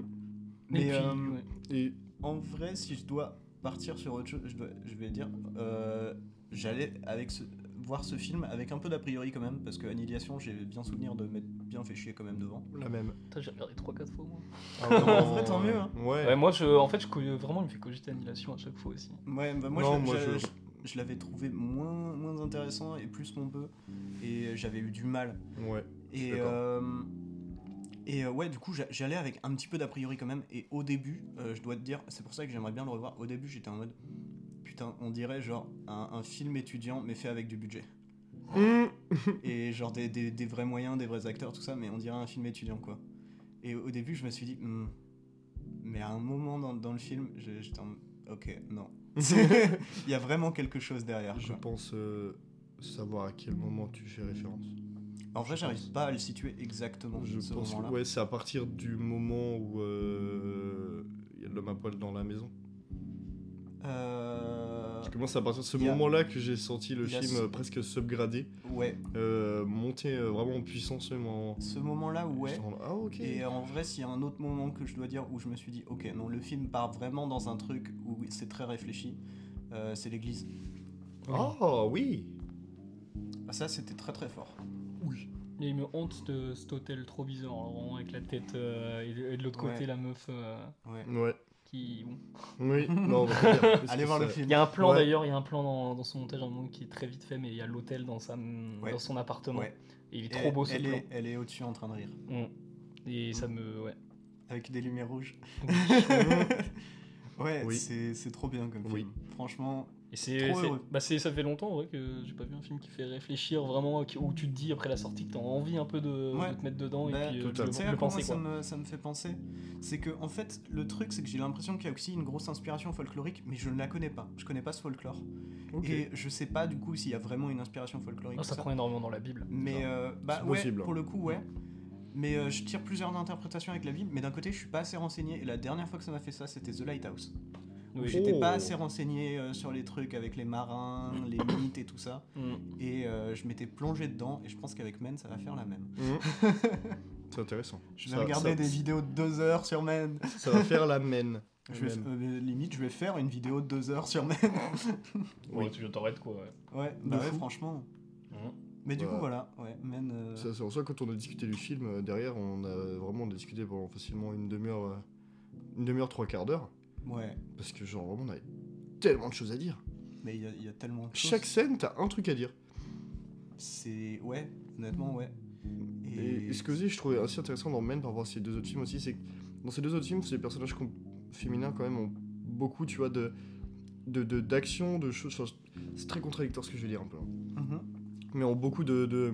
[SPEAKER 2] Mais
[SPEAKER 3] puis,
[SPEAKER 2] euh,
[SPEAKER 3] ouais.
[SPEAKER 1] Et
[SPEAKER 2] en vrai, si je dois partir sur autre chose, je, dois- je vais dire, euh, j'allais avec ce, voir ce film avec un peu d'a priori quand même, parce que Annihilation, j'ai bien souvenir de m'être bien fait chier quand même devant.
[SPEAKER 1] La même.
[SPEAKER 3] Putain, j'ai regardé 3-4 fois moi.
[SPEAKER 2] en vrai, tant mieux, hein.
[SPEAKER 1] Ah, Ouais.
[SPEAKER 3] Ouais, moi, je, en fait, je, co- vraiment, il me fait cogiter Annihilation à chaque fois aussi.
[SPEAKER 2] Ouais, bah moi,
[SPEAKER 1] Non,
[SPEAKER 2] je,
[SPEAKER 1] moi, je-
[SPEAKER 2] je- je- je l'avais trouvé moins, moins intéressant et plus mon peu, et j'avais eu du mal.
[SPEAKER 1] Ouais. Je suis
[SPEAKER 2] Et,
[SPEAKER 1] d'accord.
[SPEAKER 2] euh, et euh, ouais, du coup, j'a- j'allais avec un petit peu d'a priori quand même. Et au début, euh, je dois te dire, c'est pour ça que j'aimerais bien le revoir. Au début, j'étais en mode putain, on dirait genre un, un film étudiant, mais fait avec
[SPEAKER 1] <laughs>
[SPEAKER 2] du budget.
[SPEAKER 1] Mmh.
[SPEAKER 2] Et genre des, des- des vrais moyens, des vrais acteurs, tout ça, mais on dirait un film étudiant quoi. Et au début, je me suis dit, Hmm. mais à un moment dans, dans le film, je- j'étais en mode ok,
[SPEAKER 1] <laughs>
[SPEAKER 2] non. Il y a vraiment quelque chose derrière.
[SPEAKER 1] Je
[SPEAKER 2] quoi.
[SPEAKER 1] pense euh, savoir à quel moment tu fais référence.
[SPEAKER 2] En vrai,
[SPEAKER 1] je
[SPEAKER 2] j'arrive
[SPEAKER 1] pense.
[SPEAKER 2] pas à le situer exactement.
[SPEAKER 1] Je
[SPEAKER 2] ce
[SPEAKER 1] pense que
[SPEAKER 2] moment-là.
[SPEAKER 1] ouais, c'est à partir du moment où euh, il y a de l'homme à poil dans la maison.
[SPEAKER 2] Euh,
[SPEAKER 1] Parce que moi, c'est à partir de ce
[SPEAKER 2] Il y a-
[SPEAKER 1] moment-là que j'ai senti le
[SPEAKER 2] il y a
[SPEAKER 1] film
[SPEAKER 2] ce-
[SPEAKER 1] euh, presque subgradé,
[SPEAKER 2] ouais,
[SPEAKER 1] euh, monter euh, vraiment en puissance même en.
[SPEAKER 2] ce moment-là, ouais.
[SPEAKER 1] J'étais en mode, Ah ok.
[SPEAKER 2] Et euh, en vrai, s'il y a un autre moment que je dois dire où je me suis dit, ok, non, le film part vraiment dans un truc où c'est très réfléchi, euh, c'est l'église.
[SPEAKER 1] Ah oui.
[SPEAKER 2] Ah, Ça, c'était très très fort.
[SPEAKER 1] Oui.
[SPEAKER 3] Mais il me honte de cet hôtel trop bizarre, alors, vraiment avec la tête euh, et de, et de l'autre côté
[SPEAKER 2] Ouais.
[SPEAKER 3] la meuf euh,
[SPEAKER 2] Ouais.
[SPEAKER 1] Ouais.
[SPEAKER 3] qui. bon.
[SPEAKER 2] <laughs>
[SPEAKER 1] Oui. non. on va pas dire, parce
[SPEAKER 2] Allez
[SPEAKER 1] que
[SPEAKER 2] voir le
[SPEAKER 1] ça-
[SPEAKER 3] Il
[SPEAKER 2] film.
[SPEAKER 3] y a un plan
[SPEAKER 1] Ouais.
[SPEAKER 3] d'ailleurs, il y a un plan dans, dans son montage à un moment qui est très vite fait, mais il y a l'hôtel dans, sa, dans son appartement.
[SPEAKER 2] Ouais.
[SPEAKER 3] Et il est trop beau ce
[SPEAKER 2] elle,
[SPEAKER 3] plan.
[SPEAKER 2] est, elle est au-dessus en train de rire,
[SPEAKER 3] Mm. Et ça me. Ouais.
[SPEAKER 2] avec des lumières rouges. <laughs> ouais,
[SPEAKER 1] Oui.
[SPEAKER 2] c'est c'est trop bien comme
[SPEAKER 1] Oui.
[SPEAKER 2] film. Franchement,
[SPEAKER 3] Et c'est,
[SPEAKER 2] Trop
[SPEAKER 3] c'est-
[SPEAKER 2] heureux.
[SPEAKER 3] bah c'est- ça fait longtemps ouais, que j'ai pas vu un film qui fait réfléchir vraiment, qui- où tu te dis après la sortie que t'as envie un peu de,
[SPEAKER 2] Ouais.
[SPEAKER 3] de te mettre dedans
[SPEAKER 2] Bah,
[SPEAKER 3] et puis euh, de,
[SPEAKER 1] total.
[SPEAKER 3] le-
[SPEAKER 2] Tu sais
[SPEAKER 3] de
[SPEAKER 2] à
[SPEAKER 3] le
[SPEAKER 2] quoi
[SPEAKER 3] penser
[SPEAKER 2] moi, ça
[SPEAKER 3] quoi.
[SPEAKER 2] me, ça me fait penser C'est que, en fait, le truc, c'est que j'ai l'impression qu'il y a aussi une grosse inspiration folklorique, mais je ne la connais pas. Je connais pas ce folklore.
[SPEAKER 1] Ok.
[SPEAKER 2] Et je sais pas, du coup, s'il y a vraiment une inspiration folklorique.
[SPEAKER 3] Ah,
[SPEAKER 2] ou
[SPEAKER 3] ça
[SPEAKER 2] ça.
[SPEAKER 3] prend énormément dans la Bible.
[SPEAKER 2] Mais,
[SPEAKER 1] Ça.
[SPEAKER 2] euh, bah,
[SPEAKER 1] C'est
[SPEAKER 2] ouais,
[SPEAKER 1] possible.
[SPEAKER 2] pour le coup, ouais. Mais euh, je tire plusieurs interprétations avec la Bible, mais d'un côté, je suis pas assez renseigné. Et la dernière fois que ça m'a fait ça, c'était The Lighthouse.
[SPEAKER 3] Oui.
[SPEAKER 2] J'étais pas
[SPEAKER 1] Oh.
[SPEAKER 2] assez renseigné euh, sur les trucs avec les marins, les mythes et tout ça.
[SPEAKER 3] Mm.
[SPEAKER 2] Et euh, je m'étais plongé dedans, et je pense qu'avec Men, ça va faire la même. <laughs>
[SPEAKER 1] Mmh. c'est intéressant.
[SPEAKER 2] Je vais
[SPEAKER 1] Ça-
[SPEAKER 2] regarder
[SPEAKER 1] ça-
[SPEAKER 2] des vidéos de deux heures sur Men.
[SPEAKER 1] Ça va faire la mène.
[SPEAKER 2] Je vais,
[SPEAKER 1] Même.
[SPEAKER 2] euh, limite, je vais faire une vidéo de deux heures sur Men.
[SPEAKER 1] Oui.
[SPEAKER 3] Ouais, tu t'arrêtes quoi. ouais.
[SPEAKER 2] <laughs>
[SPEAKER 3] Mm.
[SPEAKER 2] ouais,
[SPEAKER 1] De
[SPEAKER 2] bah ouais,
[SPEAKER 1] fou.
[SPEAKER 2] franchement. Mais du coup, voilà, ouais, Men. euh,
[SPEAKER 1] Ça, c'est en soi, quand on a discuté du film, euh, derrière, on a vraiment discuté pendant facilement une demi-heure, euh, une demi-heure, trois quarts d'heure.
[SPEAKER 2] Ouais,
[SPEAKER 1] Parce que, genre, vraiment, on avait tellement de choses à dire.
[SPEAKER 2] mais il y, a- il y a tellement de choses.
[SPEAKER 1] Chaque scène, t'as un truc à dire.
[SPEAKER 2] C'est. Ouais, honnêtement, ouais.
[SPEAKER 1] Et, ce que aussi, je trouvais assez intéressant dans Men par rapport à ces deux autres films aussi, c'est que dans ces deux autres films, ces personnages com- féminins, quand même, ont beaucoup, tu vois, de de de- d'action, de, choses. enfin, c'est très contradictoire ce que je vais dire un peu. hein.
[SPEAKER 2] Mhm.
[SPEAKER 1] Mais ont beaucoup de. de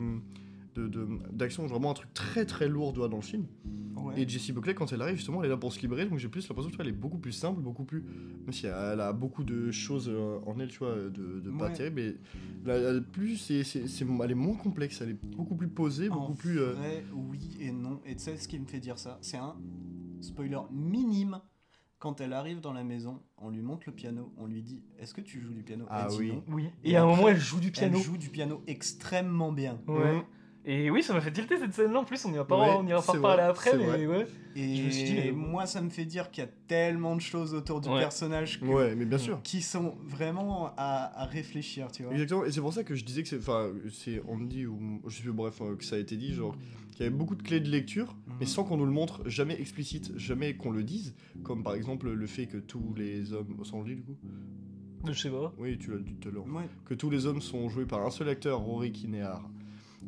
[SPEAKER 1] de- de- d'action, vraiment un truc très très lourd tu vois, dans le film.
[SPEAKER 2] Ouais.
[SPEAKER 1] Et Jessie Buckley, quand elle arrive, justement, elle est là pour se libérer, donc j'ai plus l'impression qu'elle est beaucoup plus simple, beaucoup plus. Même si elle a beaucoup de choses euh, en elle, tu vois, de, de pas
[SPEAKER 2] Ouais.
[SPEAKER 1] terribles, mais là, elle- plus, c'est, c'est- c'est- elle est moins complexe, elle est beaucoup plus posée,
[SPEAKER 2] En
[SPEAKER 1] beaucoup plus. euh,
[SPEAKER 2] vrai, oui et non. Et tu sais ce qui me fait dire ça C'est un spoiler minime. Quand elle arrive dans la maison, on lui montre le piano, on lui dit Est-ce que tu joues du piano
[SPEAKER 1] Ah
[SPEAKER 2] Elle dit
[SPEAKER 1] oui.
[SPEAKER 2] non.
[SPEAKER 3] Oui.
[SPEAKER 2] Et après,
[SPEAKER 3] elle joue du
[SPEAKER 2] Elle joue du piano extrêmement bien.
[SPEAKER 3] Ouais.
[SPEAKER 1] Mhm.
[SPEAKER 3] Et oui, ça m'a fait tilter cette scène-là. En plus, on ira pas
[SPEAKER 1] Ouais,
[SPEAKER 3] on ira pas
[SPEAKER 1] c'est
[SPEAKER 3] parler
[SPEAKER 1] vrai,
[SPEAKER 3] après,
[SPEAKER 1] c'est
[SPEAKER 3] mais
[SPEAKER 1] vrai.
[SPEAKER 3] ouais.
[SPEAKER 2] Et
[SPEAKER 3] Je me suis dit, mais-
[SPEAKER 2] moi, ça me fait dire qu'il y a tellement de choses autour du
[SPEAKER 3] Ouais.
[SPEAKER 2] personnage que-
[SPEAKER 1] Ouais, mais bien sûr.
[SPEAKER 2] qui sont vraiment à, à réfléchir, tu vois.
[SPEAKER 1] Exactement, et c'est pour ça que je disais que c'est. Enfin, c'est Andy ou. Je sais plus, bref, euh, que ça a été dit, genre. Qu'il y avait beaucoup de clés de lecture, mais
[SPEAKER 2] Mhm.
[SPEAKER 1] sans qu'on nous le montre, jamais explicite, jamais qu'on le dise. Comme par exemple le fait que tous les hommes. Sans le dire, du coup
[SPEAKER 3] Je sais <laughs> pas.
[SPEAKER 1] Oui, tu l'as dit tout à l'heure.
[SPEAKER 2] Ouais,
[SPEAKER 1] que tous les hommes sont joués par un seul acteur, Rory Kinnear,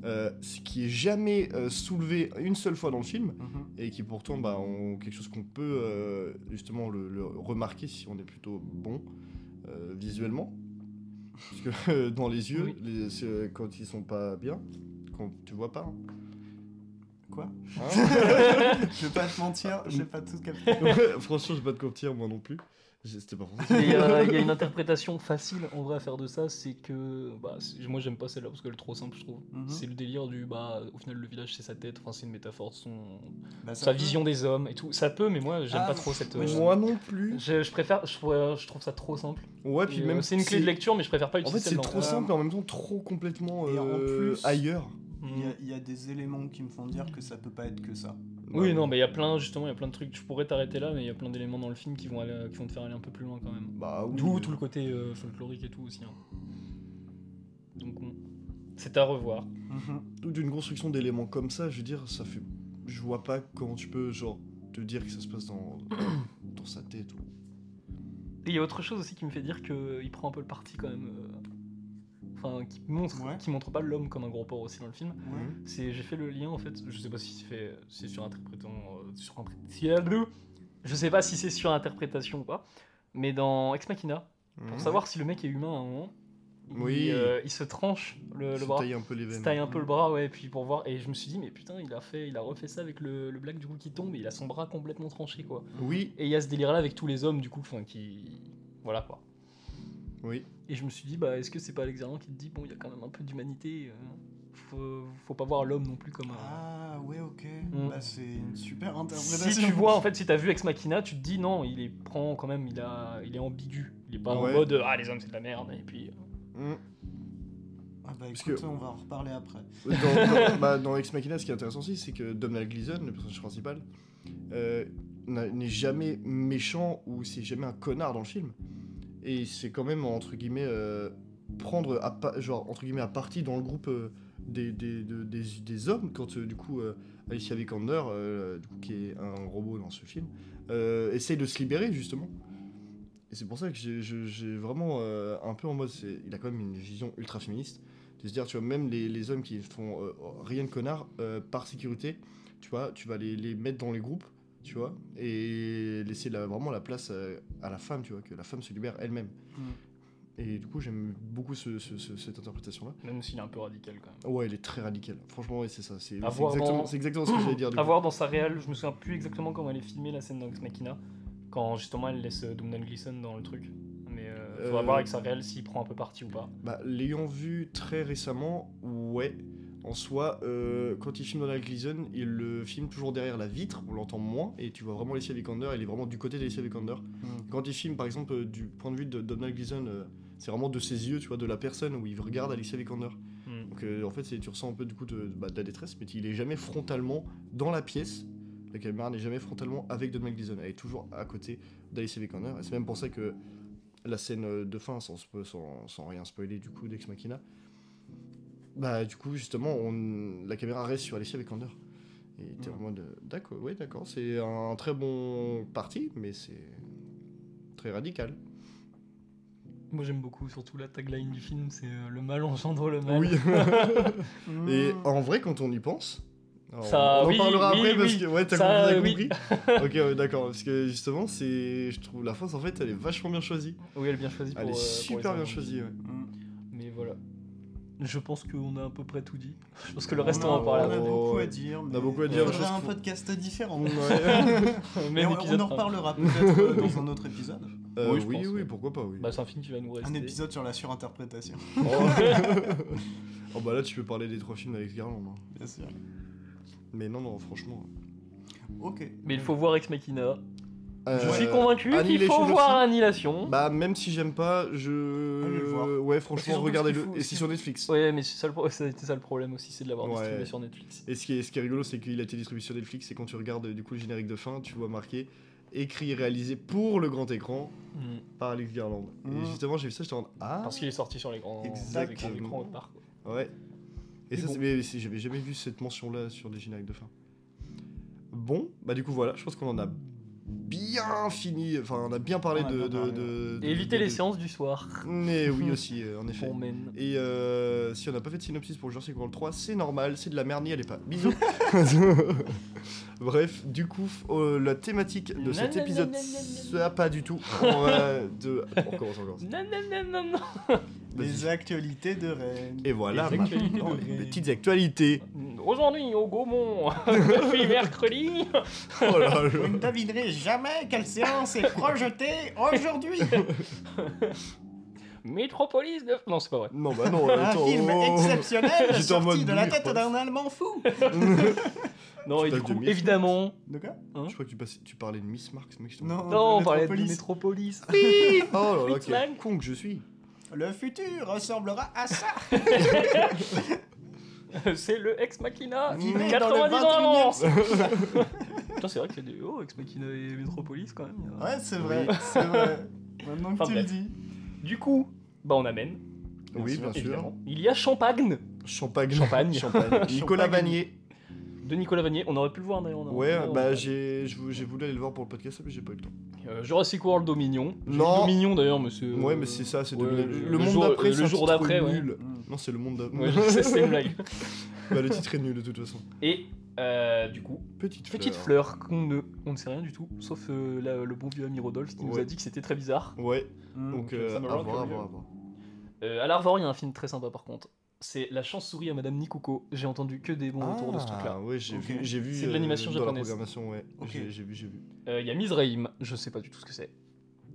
[SPEAKER 1] euh, ce qui est jamais euh, soulevé une seule fois dans le film,
[SPEAKER 2] mhm.
[SPEAKER 1] et qui pourtant bah, ont quelque chose qu'on peut euh, justement le, le remarquer si on est plutôt bon euh, visuellement. Parce que euh, dans les yeux,
[SPEAKER 3] Oui.
[SPEAKER 1] les- c'est, euh, quand ils sont pas bien, quand tu vois pas.
[SPEAKER 2] Quoi
[SPEAKER 1] Hein
[SPEAKER 2] <laughs>
[SPEAKER 1] <laughs>
[SPEAKER 2] Je vais pas te mentir, j'ai pas tout capté.
[SPEAKER 1] Ouais, Franchement, j'ai pas de comptir, moi non plus. J'ai- C'était pas français.
[SPEAKER 3] Il y, <laughs> a euh, il y a une interprétation facile en vrai à faire de ça, c'est que bah, c'est- moi j'aime pas celle-là parce qu'elle est trop simple je trouve.
[SPEAKER 2] Mhm.
[SPEAKER 3] C'est le délire du bah au final le village c'est sa tête, enfin c'est une métaphore de son
[SPEAKER 2] Bah, ça
[SPEAKER 3] sa
[SPEAKER 2] peut.
[SPEAKER 3] vision des hommes et tout. Ça peut, mais moi j'aime
[SPEAKER 2] Ah,
[SPEAKER 3] pas trop cette.
[SPEAKER 2] moi,
[SPEAKER 3] euh,
[SPEAKER 1] <laughs> Moi non plus.
[SPEAKER 3] je, je préfère, je, trouve- je trouve ça trop simple.
[SPEAKER 1] Ouais, puis
[SPEAKER 3] Et, euh,
[SPEAKER 1] même.
[SPEAKER 3] c'est une clé de lecture, mais je préfère pas
[SPEAKER 1] En fait,
[SPEAKER 3] utiliser
[SPEAKER 1] c'est
[SPEAKER 3] celle-là.
[SPEAKER 1] trop simple et en même temps trop complètement
[SPEAKER 2] Et en
[SPEAKER 1] euh,
[SPEAKER 2] plus-
[SPEAKER 1] ailleurs.
[SPEAKER 2] Il y,
[SPEAKER 3] Mm.
[SPEAKER 2] a, il y a des éléments qui me font dire que ça peut pas être que ça.
[SPEAKER 1] Bah
[SPEAKER 3] Oui, non, mais il y a plein, justement, il y a plein de trucs. Je pourrais t'arrêter là, mais il y a plein d'éléments dans le film qui vont, aller- qui vont te faire aller un peu plus loin quand même.
[SPEAKER 1] Bah oui.
[SPEAKER 3] D'où tout le côté euh, folklorique et tout aussi. hein. Donc, on- C'est à revoir.
[SPEAKER 2] Mhm.
[SPEAKER 1] Donc d'une construction d'éléments comme ça, je veux dire, ça fait. Je vois pas comment tu peux genre te dire que ça se passe
[SPEAKER 3] <coughs>
[SPEAKER 1] dans, dans sa tête ou.
[SPEAKER 3] Et il y a autre chose aussi qui me fait dire qu'il prend un peu le parti quand même. euh, Enfin, qui montre,
[SPEAKER 2] Ouais.
[SPEAKER 3] qui montre pas l'homme comme un gros porc aussi dans le film.
[SPEAKER 2] Ouais.
[SPEAKER 3] C'est, j'ai fait le lien en fait. Je sais pas si c'est fait, c'est surinterprétant, euh, surinterprétant- si- ah, bleu. Je sais pas si c'est surinterprétation ou pas. Mais dans Ex Machina, pour
[SPEAKER 1] Mhm.
[SPEAKER 3] savoir si le mec est humain à un moment, il,
[SPEAKER 1] Oui.
[SPEAKER 3] euh, il se tranche euh, le,
[SPEAKER 1] Se
[SPEAKER 3] le bras.
[SPEAKER 1] tailler un peu les
[SPEAKER 3] se
[SPEAKER 1] veines.
[SPEAKER 3] taille un peu le bras, ouais, puis pour voir. Et je me suis dit, mais putain, il a fait, il a refait ça avec le, le black du coup qui tombe, et il a son bras complètement tranché, quoi.
[SPEAKER 1] Oui,
[SPEAKER 3] Et il y a ce délire-là avec tous les hommes, du coup, enfin, qui. Voilà, quoi.
[SPEAKER 1] oui.
[SPEAKER 3] Et je me suis dit, bah, est-ce que c'est pas Alexander qui te dit, bon, il y a quand même un peu d'humanité, euh, faut, faut pas voir l'homme non plus comme un.
[SPEAKER 2] Ah ouais, ok.
[SPEAKER 3] Mm.
[SPEAKER 2] Bah, c'est une super interprétation.
[SPEAKER 3] Si tu vois, en fait, si t'as vu Ex Machina, tu te dis, non, il est prend quand même, il, a, il est ambigu. Il est pas
[SPEAKER 1] Ouais.
[SPEAKER 3] en mode, ah, les hommes, c'est de la merde, et puis. euh,
[SPEAKER 1] Mm.
[SPEAKER 2] Ah bah
[SPEAKER 1] Parce
[SPEAKER 2] écoute,
[SPEAKER 1] que-
[SPEAKER 2] on va en reparler après.
[SPEAKER 1] Dans, dans- bah, dans Ex Machina, ce qui est intéressant aussi, c'est que Donald Gleason, le personnage principal, euh, n'a- n'est jamais méchant ou c'est jamais un connard dans le film. Et c'est quand même, entre guillemets, euh, prendre à, pa- genre, entre guillemets, à partie dans le groupe euh, des, des, de- des, des hommes quand, euh, du coup, euh, Alicia Vikander, euh, du coup, qui est un robot dans ce film, euh, essaye de se libérer, justement. Et c'est pour ça que j'ai- je- j'ai vraiment euh, un peu en mode, c'est- il a quand même une vision ultra féministe de se dire tu vois même les, les hommes qui font euh, rien de connard euh, par sécurité tu vois tu vas les, les mettre dans les groupes tu vois et laisser la- vraiment la place euh, à la femme tu vois que la femme se libère elle-même
[SPEAKER 3] Mm.
[SPEAKER 1] et du coup j'aime beaucoup ce- ce- ce- cette interprétation là
[SPEAKER 3] Même s'il est un peu radical quand même.
[SPEAKER 1] ouais elle est très radicale franchement ouais, c'est ça c'est
[SPEAKER 3] À
[SPEAKER 1] c'est
[SPEAKER 3] voir
[SPEAKER 1] exactement,
[SPEAKER 3] dans-
[SPEAKER 1] c'est exactement ce que j'allais dire du
[SPEAKER 3] à
[SPEAKER 1] coup.
[SPEAKER 3] voir dans sa réelle, je me souviens plus exactement comment elle est filmée la scène dans Ex Machina, quand justement elle laisse euh, Domhnall Gleeson dans le truc. Mais euh, faudra
[SPEAKER 1] Euh,
[SPEAKER 3] voir avec sa réelle s'il prend un peu parti ou pas.
[SPEAKER 1] Bah, l'ayant vu très récemment, ouais. En soi, euh, quand il filme Donald Gleason, il le filme toujours derrière la vitre, on l'entend moins, et tu vois vraiment Alicia Vikander, il est vraiment du côté d'Alicia Vikander. Quand il filme, par exemple, euh, du point de vue de Donald Gleason, euh, c'est vraiment de ses yeux, tu vois, de la personne où il regarde Alicia Vikander.
[SPEAKER 3] Hmm.
[SPEAKER 1] Donc euh, en fait, c'est- tu ressens un peu du coup de, bah, de la détresse, mais il est jamais frontalement dans la pièce. La caméra n'est jamais frontalement avec Donald Gleason. Elle est toujours à côté d'Alice Vikander. Et c'est même pour ça que la scène euh, de fin, sans, spo- sans, sans rien spoiler du coup d'Ex Machina, bah du coup justement, on, la caméra reste sur Alice Vikander. Et t'es
[SPEAKER 2] Mhm.
[SPEAKER 1] en mode, euh, d'accord, ouais, d'accord, c'est un très bon parti, mais c'est très radical.
[SPEAKER 3] Moi j'aime beaucoup, surtout la tagline du film, c'est euh, le mal engendre
[SPEAKER 1] <laughs>
[SPEAKER 3] le mal.
[SPEAKER 2] Hmm.
[SPEAKER 1] Et
[SPEAKER 2] Mm.
[SPEAKER 1] en vrai, quand on y pense, alors,
[SPEAKER 3] Ça,
[SPEAKER 1] on en
[SPEAKER 3] oui,
[SPEAKER 1] parlera
[SPEAKER 3] oui,
[SPEAKER 1] après
[SPEAKER 3] oui.
[SPEAKER 1] parce que ouais, t'as
[SPEAKER 3] Ça,
[SPEAKER 1] compris, t'as
[SPEAKER 3] <laughs>
[SPEAKER 1] compris. ok, ouais, d'accord, parce que justement, c'est, je trouve la phrase en fait, elle est vachement bien choisie.
[SPEAKER 3] <laughs> Oui, elle est bien choisie pour.
[SPEAKER 1] Elle est
[SPEAKER 3] euh, pour les
[SPEAKER 1] super bien
[SPEAKER 3] enfants.
[SPEAKER 1] choisie. Ouais.
[SPEAKER 2] Mm.
[SPEAKER 3] Mais voilà. Je pense qu'on a à peu près tout dit. Je pense que le
[SPEAKER 1] On
[SPEAKER 3] reste
[SPEAKER 1] a-
[SPEAKER 3] on va en parler.
[SPEAKER 2] On a
[SPEAKER 1] après.
[SPEAKER 2] beaucoup à dire.
[SPEAKER 1] a
[SPEAKER 2] mais
[SPEAKER 1] beaucoup à
[SPEAKER 2] il
[SPEAKER 1] dire,
[SPEAKER 2] faudrait
[SPEAKER 1] je
[SPEAKER 2] un
[SPEAKER 1] trouve.
[SPEAKER 2] podcast différent. <laughs>
[SPEAKER 1] Ouais.
[SPEAKER 2] Mais
[SPEAKER 3] <laughs> Même
[SPEAKER 2] on,
[SPEAKER 3] épisode.
[SPEAKER 2] on en
[SPEAKER 3] enfin,
[SPEAKER 2] reparlera peut-être euh,
[SPEAKER 3] <laughs>
[SPEAKER 2] dans un autre épisode.
[SPEAKER 1] Euh,
[SPEAKER 3] Oui,
[SPEAKER 1] oui,
[SPEAKER 3] je
[SPEAKER 1] oui,
[SPEAKER 3] pense, ouais.
[SPEAKER 1] pourquoi pas, oui. <laughs>
[SPEAKER 3] Bah, c'est un film qui va nous rester.
[SPEAKER 2] Un épisode sur la surinterprétation.
[SPEAKER 1] oh. Oh, bah là, tu peux parler des trois films avec Garland. hein.
[SPEAKER 2] Bien sûr.
[SPEAKER 1] Mais non, non, franchement.
[SPEAKER 2] Ok.
[SPEAKER 3] Mais il faut voir Ex Machina. Je
[SPEAKER 1] Euh,
[SPEAKER 3] suis convaincu qu'il
[SPEAKER 1] Annihilation
[SPEAKER 3] faut
[SPEAKER 1] aussi.
[SPEAKER 3] voir Annihilation.
[SPEAKER 1] Bah même si j'aime pas,
[SPEAKER 2] Allez le
[SPEAKER 1] je,
[SPEAKER 2] voir.
[SPEAKER 1] ouais,
[SPEAKER 2] C'est surtout
[SPEAKER 1] franchement,
[SPEAKER 2] ce
[SPEAKER 1] regardez-le.
[SPEAKER 2] qu'il faut
[SPEAKER 1] Et c'est
[SPEAKER 2] aussi.
[SPEAKER 1] sur Netflix.
[SPEAKER 3] Ouais, mais c'est ça le pro- <laughs> ça a été ça le problème aussi, c'est de l'avoir
[SPEAKER 1] Ouais.
[SPEAKER 3] distribué sur Netflix.
[SPEAKER 1] Et ce qui est, ce qui est rigolo, c'est qu'il a été distribué sur Netflix, et quand tu regardes euh, du coup le générique de fin, tu vois marqué écrit et réalisé pour le grand écran
[SPEAKER 3] Hmm.
[SPEAKER 1] par Alex Garland.
[SPEAKER 2] Mhm.
[SPEAKER 1] Et justement, j'ai vu ça, j'étais en mode, ah
[SPEAKER 3] Parce qu'il est sorti sur les grands
[SPEAKER 2] Exactement.
[SPEAKER 3] avec un écran au départ, quoi.
[SPEAKER 1] ouais. Et
[SPEAKER 3] Mais
[SPEAKER 1] ça,
[SPEAKER 3] bon.
[SPEAKER 1] c'est- mais c'est- j'avais jamais vu cette mention là sur des génériques de fin. Bon, bah du coup voilà, je pense qu'on en a bien fini, enfin on a bien parlé
[SPEAKER 2] On a
[SPEAKER 1] de,
[SPEAKER 2] bien
[SPEAKER 1] de,
[SPEAKER 2] parlé,
[SPEAKER 1] de- de-
[SPEAKER 3] Et éviter
[SPEAKER 1] de-
[SPEAKER 3] les séances du soir.
[SPEAKER 1] Mais oui
[SPEAKER 2] <laughs>
[SPEAKER 1] aussi, euh, en effet.
[SPEAKER 3] On mène.
[SPEAKER 1] Et euh, si on n'a pas fait de synopsis pour Jurassic World 3, c'est normal, c'est de la merde, n'y allez pas.
[SPEAKER 2] <laughs>
[SPEAKER 1] Bisous. Bref, du coup, euh, la thématique de cet
[SPEAKER 3] Nan, nan,
[SPEAKER 1] épisode,
[SPEAKER 3] nan, nan, nan,
[SPEAKER 1] ça pas du tout. On, va
[SPEAKER 2] <laughs>
[SPEAKER 1] de... Attends, on commence encore.
[SPEAKER 3] Non, non, non, non, non.
[SPEAKER 2] Les actualités de Rennes.
[SPEAKER 1] Et voilà,
[SPEAKER 3] Les actualités
[SPEAKER 1] maintenant,
[SPEAKER 3] <laughs>
[SPEAKER 2] de
[SPEAKER 1] les
[SPEAKER 2] Rennes.
[SPEAKER 1] petites actualités.
[SPEAKER 3] Aujourd'hui, au Gaumont, <laughs> depuis mercredi.
[SPEAKER 1] Oh là là.
[SPEAKER 2] Vous ne devinerez jamais quelle séance
[SPEAKER 3] <laughs>
[SPEAKER 2] est projetée aujourd'hui.
[SPEAKER 3] Métropolis de. Non, c'est pas vrai.
[SPEAKER 1] Non, bah non,
[SPEAKER 2] Un
[SPEAKER 1] attends.
[SPEAKER 2] film
[SPEAKER 1] oh.
[SPEAKER 2] exceptionnel
[SPEAKER 1] <laughs> J'étais en
[SPEAKER 2] sorti
[SPEAKER 1] mode
[SPEAKER 2] de la
[SPEAKER 1] bouillir,
[SPEAKER 2] tête
[SPEAKER 1] quoi.
[SPEAKER 2] d'un Allemand fou.
[SPEAKER 3] Non,
[SPEAKER 1] Tu parles
[SPEAKER 3] et du
[SPEAKER 1] de
[SPEAKER 3] coup,
[SPEAKER 1] Miss
[SPEAKER 3] évidemment.
[SPEAKER 2] De quoi
[SPEAKER 1] Je crois que tu, passais- tu parlais de Miss Marx, mec. je t'en-
[SPEAKER 2] Non.
[SPEAKER 3] Non, on
[SPEAKER 2] de
[SPEAKER 3] parlait de Métropolis. Oui
[SPEAKER 1] Oh là là,
[SPEAKER 3] Fritz-Lang.
[SPEAKER 1] quel con que je suis.
[SPEAKER 2] Le futur ressemblera
[SPEAKER 1] <laughs>
[SPEAKER 2] à ça.
[SPEAKER 3] <laughs> C'est le Ex Machina.
[SPEAKER 2] Vivez dans le
[SPEAKER 3] 90 ans
[SPEAKER 2] 21
[SPEAKER 3] avant
[SPEAKER 2] e siècle.
[SPEAKER 3] Putain, c'est vrai qu'il y a des. Oh, Ex Machina et Métropolis quand même. il y a-
[SPEAKER 2] Ouais, c'est vrai, c'est vrai. Maintenant que
[SPEAKER 3] Enfin,
[SPEAKER 2] tu
[SPEAKER 3] bref.
[SPEAKER 2] le dis.
[SPEAKER 3] Du coup, bah on amène.
[SPEAKER 1] Oui, bien sûr.
[SPEAKER 3] évidemment. Il y a Champagne
[SPEAKER 1] Champagne.
[SPEAKER 3] Champagne.
[SPEAKER 1] Nicolas
[SPEAKER 3] Champagne.
[SPEAKER 1] Vanier.
[SPEAKER 3] De Nicolas Vanier, on aurait pu le voir d'ailleurs. on aurait
[SPEAKER 1] Ouais,
[SPEAKER 3] pu le voir,
[SPEAKER 1] bah
[SPEAKER 3] on-
[SPEAKER 1] j'ai je vou- j'ai voulu aller le voir pour le podcast, mais j'ai pas eu le temps.
[SPEAKER 3] Euh, Jurassic World Dominion. J'ai dit
[SPEAKER 1] Non.
[SPEAKER 3] Dominion d'ailleurs, monsieur.
[SPEAKER 1] Ouais, mais c'est ça, c'est
[SPEAKER 3] Euh, ouais,
[SPEAKER 1] 2000.
[SPEAKER 3] le-
[SPEAKER 1] Le,
[SPEAKER 3] le
[SPEAKER 1] monde
[SPEAKER 3] jour-
[SPEAKER 1] d'après,
[SPEAKER 3] le
[SPEAKER 1] c'est un
[SPEAKER 3] jour
[SPEAKER 1] titre
[SPEAKER 3] d'après, ouais.
[SPEAKER 1] nul.
[SPEAKER 2] Mm.
[SPEAKER 1] Non, c'est le monde d'après.
[SPEAKER 3] Ouais, je sais, c'est une blague.
[SPEAKER 1] <laughs> bah, le titre est nul de toute façon.
[SPEAKER 3] Et euh, du coup,
[SPEAKER 1] Petite fleur.
[SPEAKER 3] petite fleur qu'on ne, on ne sait rien du tout, sauf euh, la- le bon vieux ami Rodolphe qui nous a
[SPEAKER 1] Ouais.
[SPEAKER 3] dit que c'était très bizarre.
[SPEAKER 1] Ouais,
[SPEAKER 3] Hmm,
[SPEAKER 2] Mm.
[SPEAKER 1] donc
[SPEAKER 2] Ça
[SPEAKER 1] euh, à
[SPEAKER 2] me
[SPEAKER 1] voir, à
[SPEAKER 2] rend curieux.
[SPEAKER 1] voir, à voir.
[SPEAKER 3] Euh, à l'Arvor, il y a un film très sympa par contre. C'est La chance souris à Madame Nikoko. J'ai entendu que des bons retours de ce truc-là.
[SPEAKER 1] Ah, ouais, j'ai
[SPEAKER 2] Ok.
[SPEAKER 1] vu, j'ai vu.
[SPEAKER 3] C'est de
[SPEAKER 1] euh,
[SPEAKER 3] l'animation
[SPEAKER 1] dans
[SPEAKER 3] japonaise.
[SPEAKER 1] la programmation, ouais.
[SPEAKER 2] Ok.
[SPEAKER 1] J'ai- J'ai vu, j'ai vu.
[SPEAKER 3] Euh, Il y a Mizraim, je sais pas du tout ce que c'est.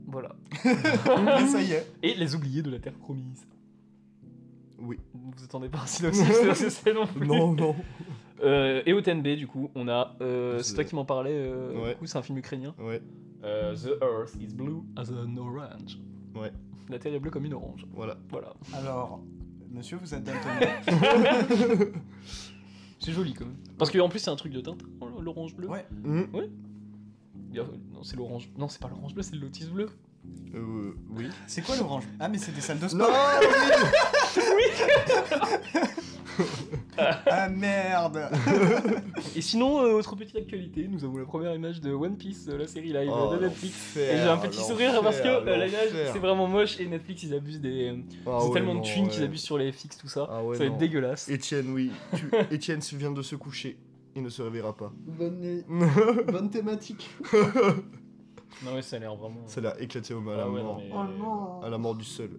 [SPEAKER 3] Voilà.
[SPEAKER 2] <laughs> Ça y est.
[SPEAKER 3] Et Les oubliés de la Terre promise.
[SPEAKER 1] Oui.
[SPEAKER 3] Vous attendez pas un synopsis de ce que c'est non plus.
[SPEAKER 1] non.
[SPEAKER 3] Euh, et au TNB, du coup, on a. euh, c'est
[SPEAKER 1] The-
[SPEAKER 3] toi qui m'en parlais, euh,
[SPEAKER 1] Ouais.
[SPEAKER 3] du coup, c'est un film ukrainien.
[SPEAKER 1] Ouais,
[SPEAKER 3] Euh, The Earth is blue as an orange.
[SPEAKER 1] Ouais.
[SPEAKER 3] La terre est bleue comme une orange.
[SPEAKER 1] voilà.
[SPEAKER 3] Voilà.
[SPEAKER 2] Alors, monsieur, vous
[SPEAKER 1] <laughs>
[SPEAKER 2] êtes daltonien
[SPEAKER 3] C'est joli quand même. Parce que en plus, c'est un truc de teinte, oh, l'orange bleu.
[SPEAKER 2] Ouais.
[SPEAKER 1] Hmm,
[SPEAKER 3] Il y a- Non, c'est l'orange. Non, c'est pas l'orange bleu, c'est le lotus bleu.
[SPEAKER 1] euh, oui.
[SPEAKER 2] C'est quoi l'orange Ah, mais c'est des salles de
[SPEAKER 1] Non
[SPEAKER 2] sport. <laughs>
[SPEAKER 1] <laughs>
[SPEAKER 2] Ah merde
[SPEAKER 3] <laughs> Et sinon, euh, autre petite actualité, nous avons la première image de One Piece, euh, la série live
[SPEAKER 1] Oh,
[SPEAKER 3] de Netflix.
[SPEAKER 1] l'enfer,
[SPEAKER 3] Et j'ai un petit sourire
[SPEAKER 1] l'enfer,
[SPEAKER 3] parce que euh, la
[SPEAKER 1] l'enfer.
[SPEAKER 3] image, c'est vraiment moche et Netflix, ils abusent des.
[SPEAKER 1] Ah
[SPEAKER 3] c'est
[SPEAKER 1] ouais,
[SPEAKER 3] tellement
[SPEAKER 1] non,
[SPEAKER 3] de thunes
[SPEAKER 1] ouais.
[SPEAKER 3] qu'ils abusent sur les FX, tout ça.
[SPEAKER 1] Ah ouais,
[SPEAKER 3] ça va
[SPEAKER 1] non.
[SPEAKER 3] être dégueulasse.
[SPEAKER 1] Étienne,
[SPEAKER 3] <laughs>
[SPEAKER 1] oui. Tu... Étienne se- vient de se coucher. Il ne se réveillera pas. <laughs>
[SPEAKER 2] Bonne nuit. Bonne thématique.
[SPEAKER 3] Non, mais ça a l'air vraiment.
[SPEAKER 1] Ça l'a éclaté au mal
[SPEAKER 3] Ah
[SPEAKER 1] à
[SPEAKER 3] ouais,
[SPEAKER 1] mort.
[SPEAKER 3] non, mais-
[SPEAKER 2] Oh,
[SPEAKER 1] À la mort du seul.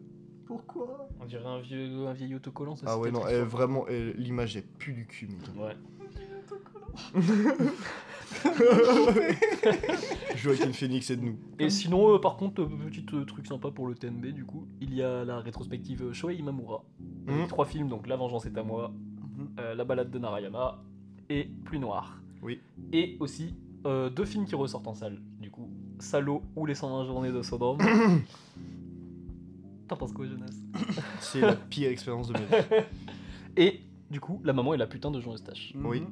[SPEAKER 2] Pourquoi
[SPEAKER 3] On dirait un vieux, un vieil autocollant, ça.
[SPEAKER 1] Ah
[SPEAKER 3] c'est
[SPEAKER 1] ouais, non,
[SPEAKER 3] peut-être
[SPEAKER 1] eh,
[SPEAKER 3] une
[SPEAKER 1] vraiment, eh, l'image est plus du cul, mais.
[SPEAKER 3] fois. Ouais.
[SPEAKER 1] Joaquin Phoenix, aide-nous.
[SPEAKER 3] Et sinon, euh, par contre, euh, petit euh, truc sympa pour le TNB, du coup, il y a la rétrospective euh, Shoei Imamura. Avec
[SPEAKER 1] Hmm.
[SPEAKER 3] Trois films, donc La Vengeance est à moi,
[SPEAKER 2] Mhm,
[SPEAKER 3] euh, La Balade de Narayama et Plus Noir.
[SPEAKER 1] Oui.
[SPEAKER 3] Et aussi euh, deux films qui ressortent en salle, du coup, Salo ou Les 120 Journées
[SPEAKER 1] <coughs>
[SPEAKER 3] de Sodome. T'en penses quoi, Jonas
[SPEAKER 1] C'est la pire expérience de ma vie.
[SPEAKER 3] <laughs> Et du coup, La Maman et la putain de Jean Eustache.
[SPEAKER 1] Oui.
[SPEAKER 2] mhm.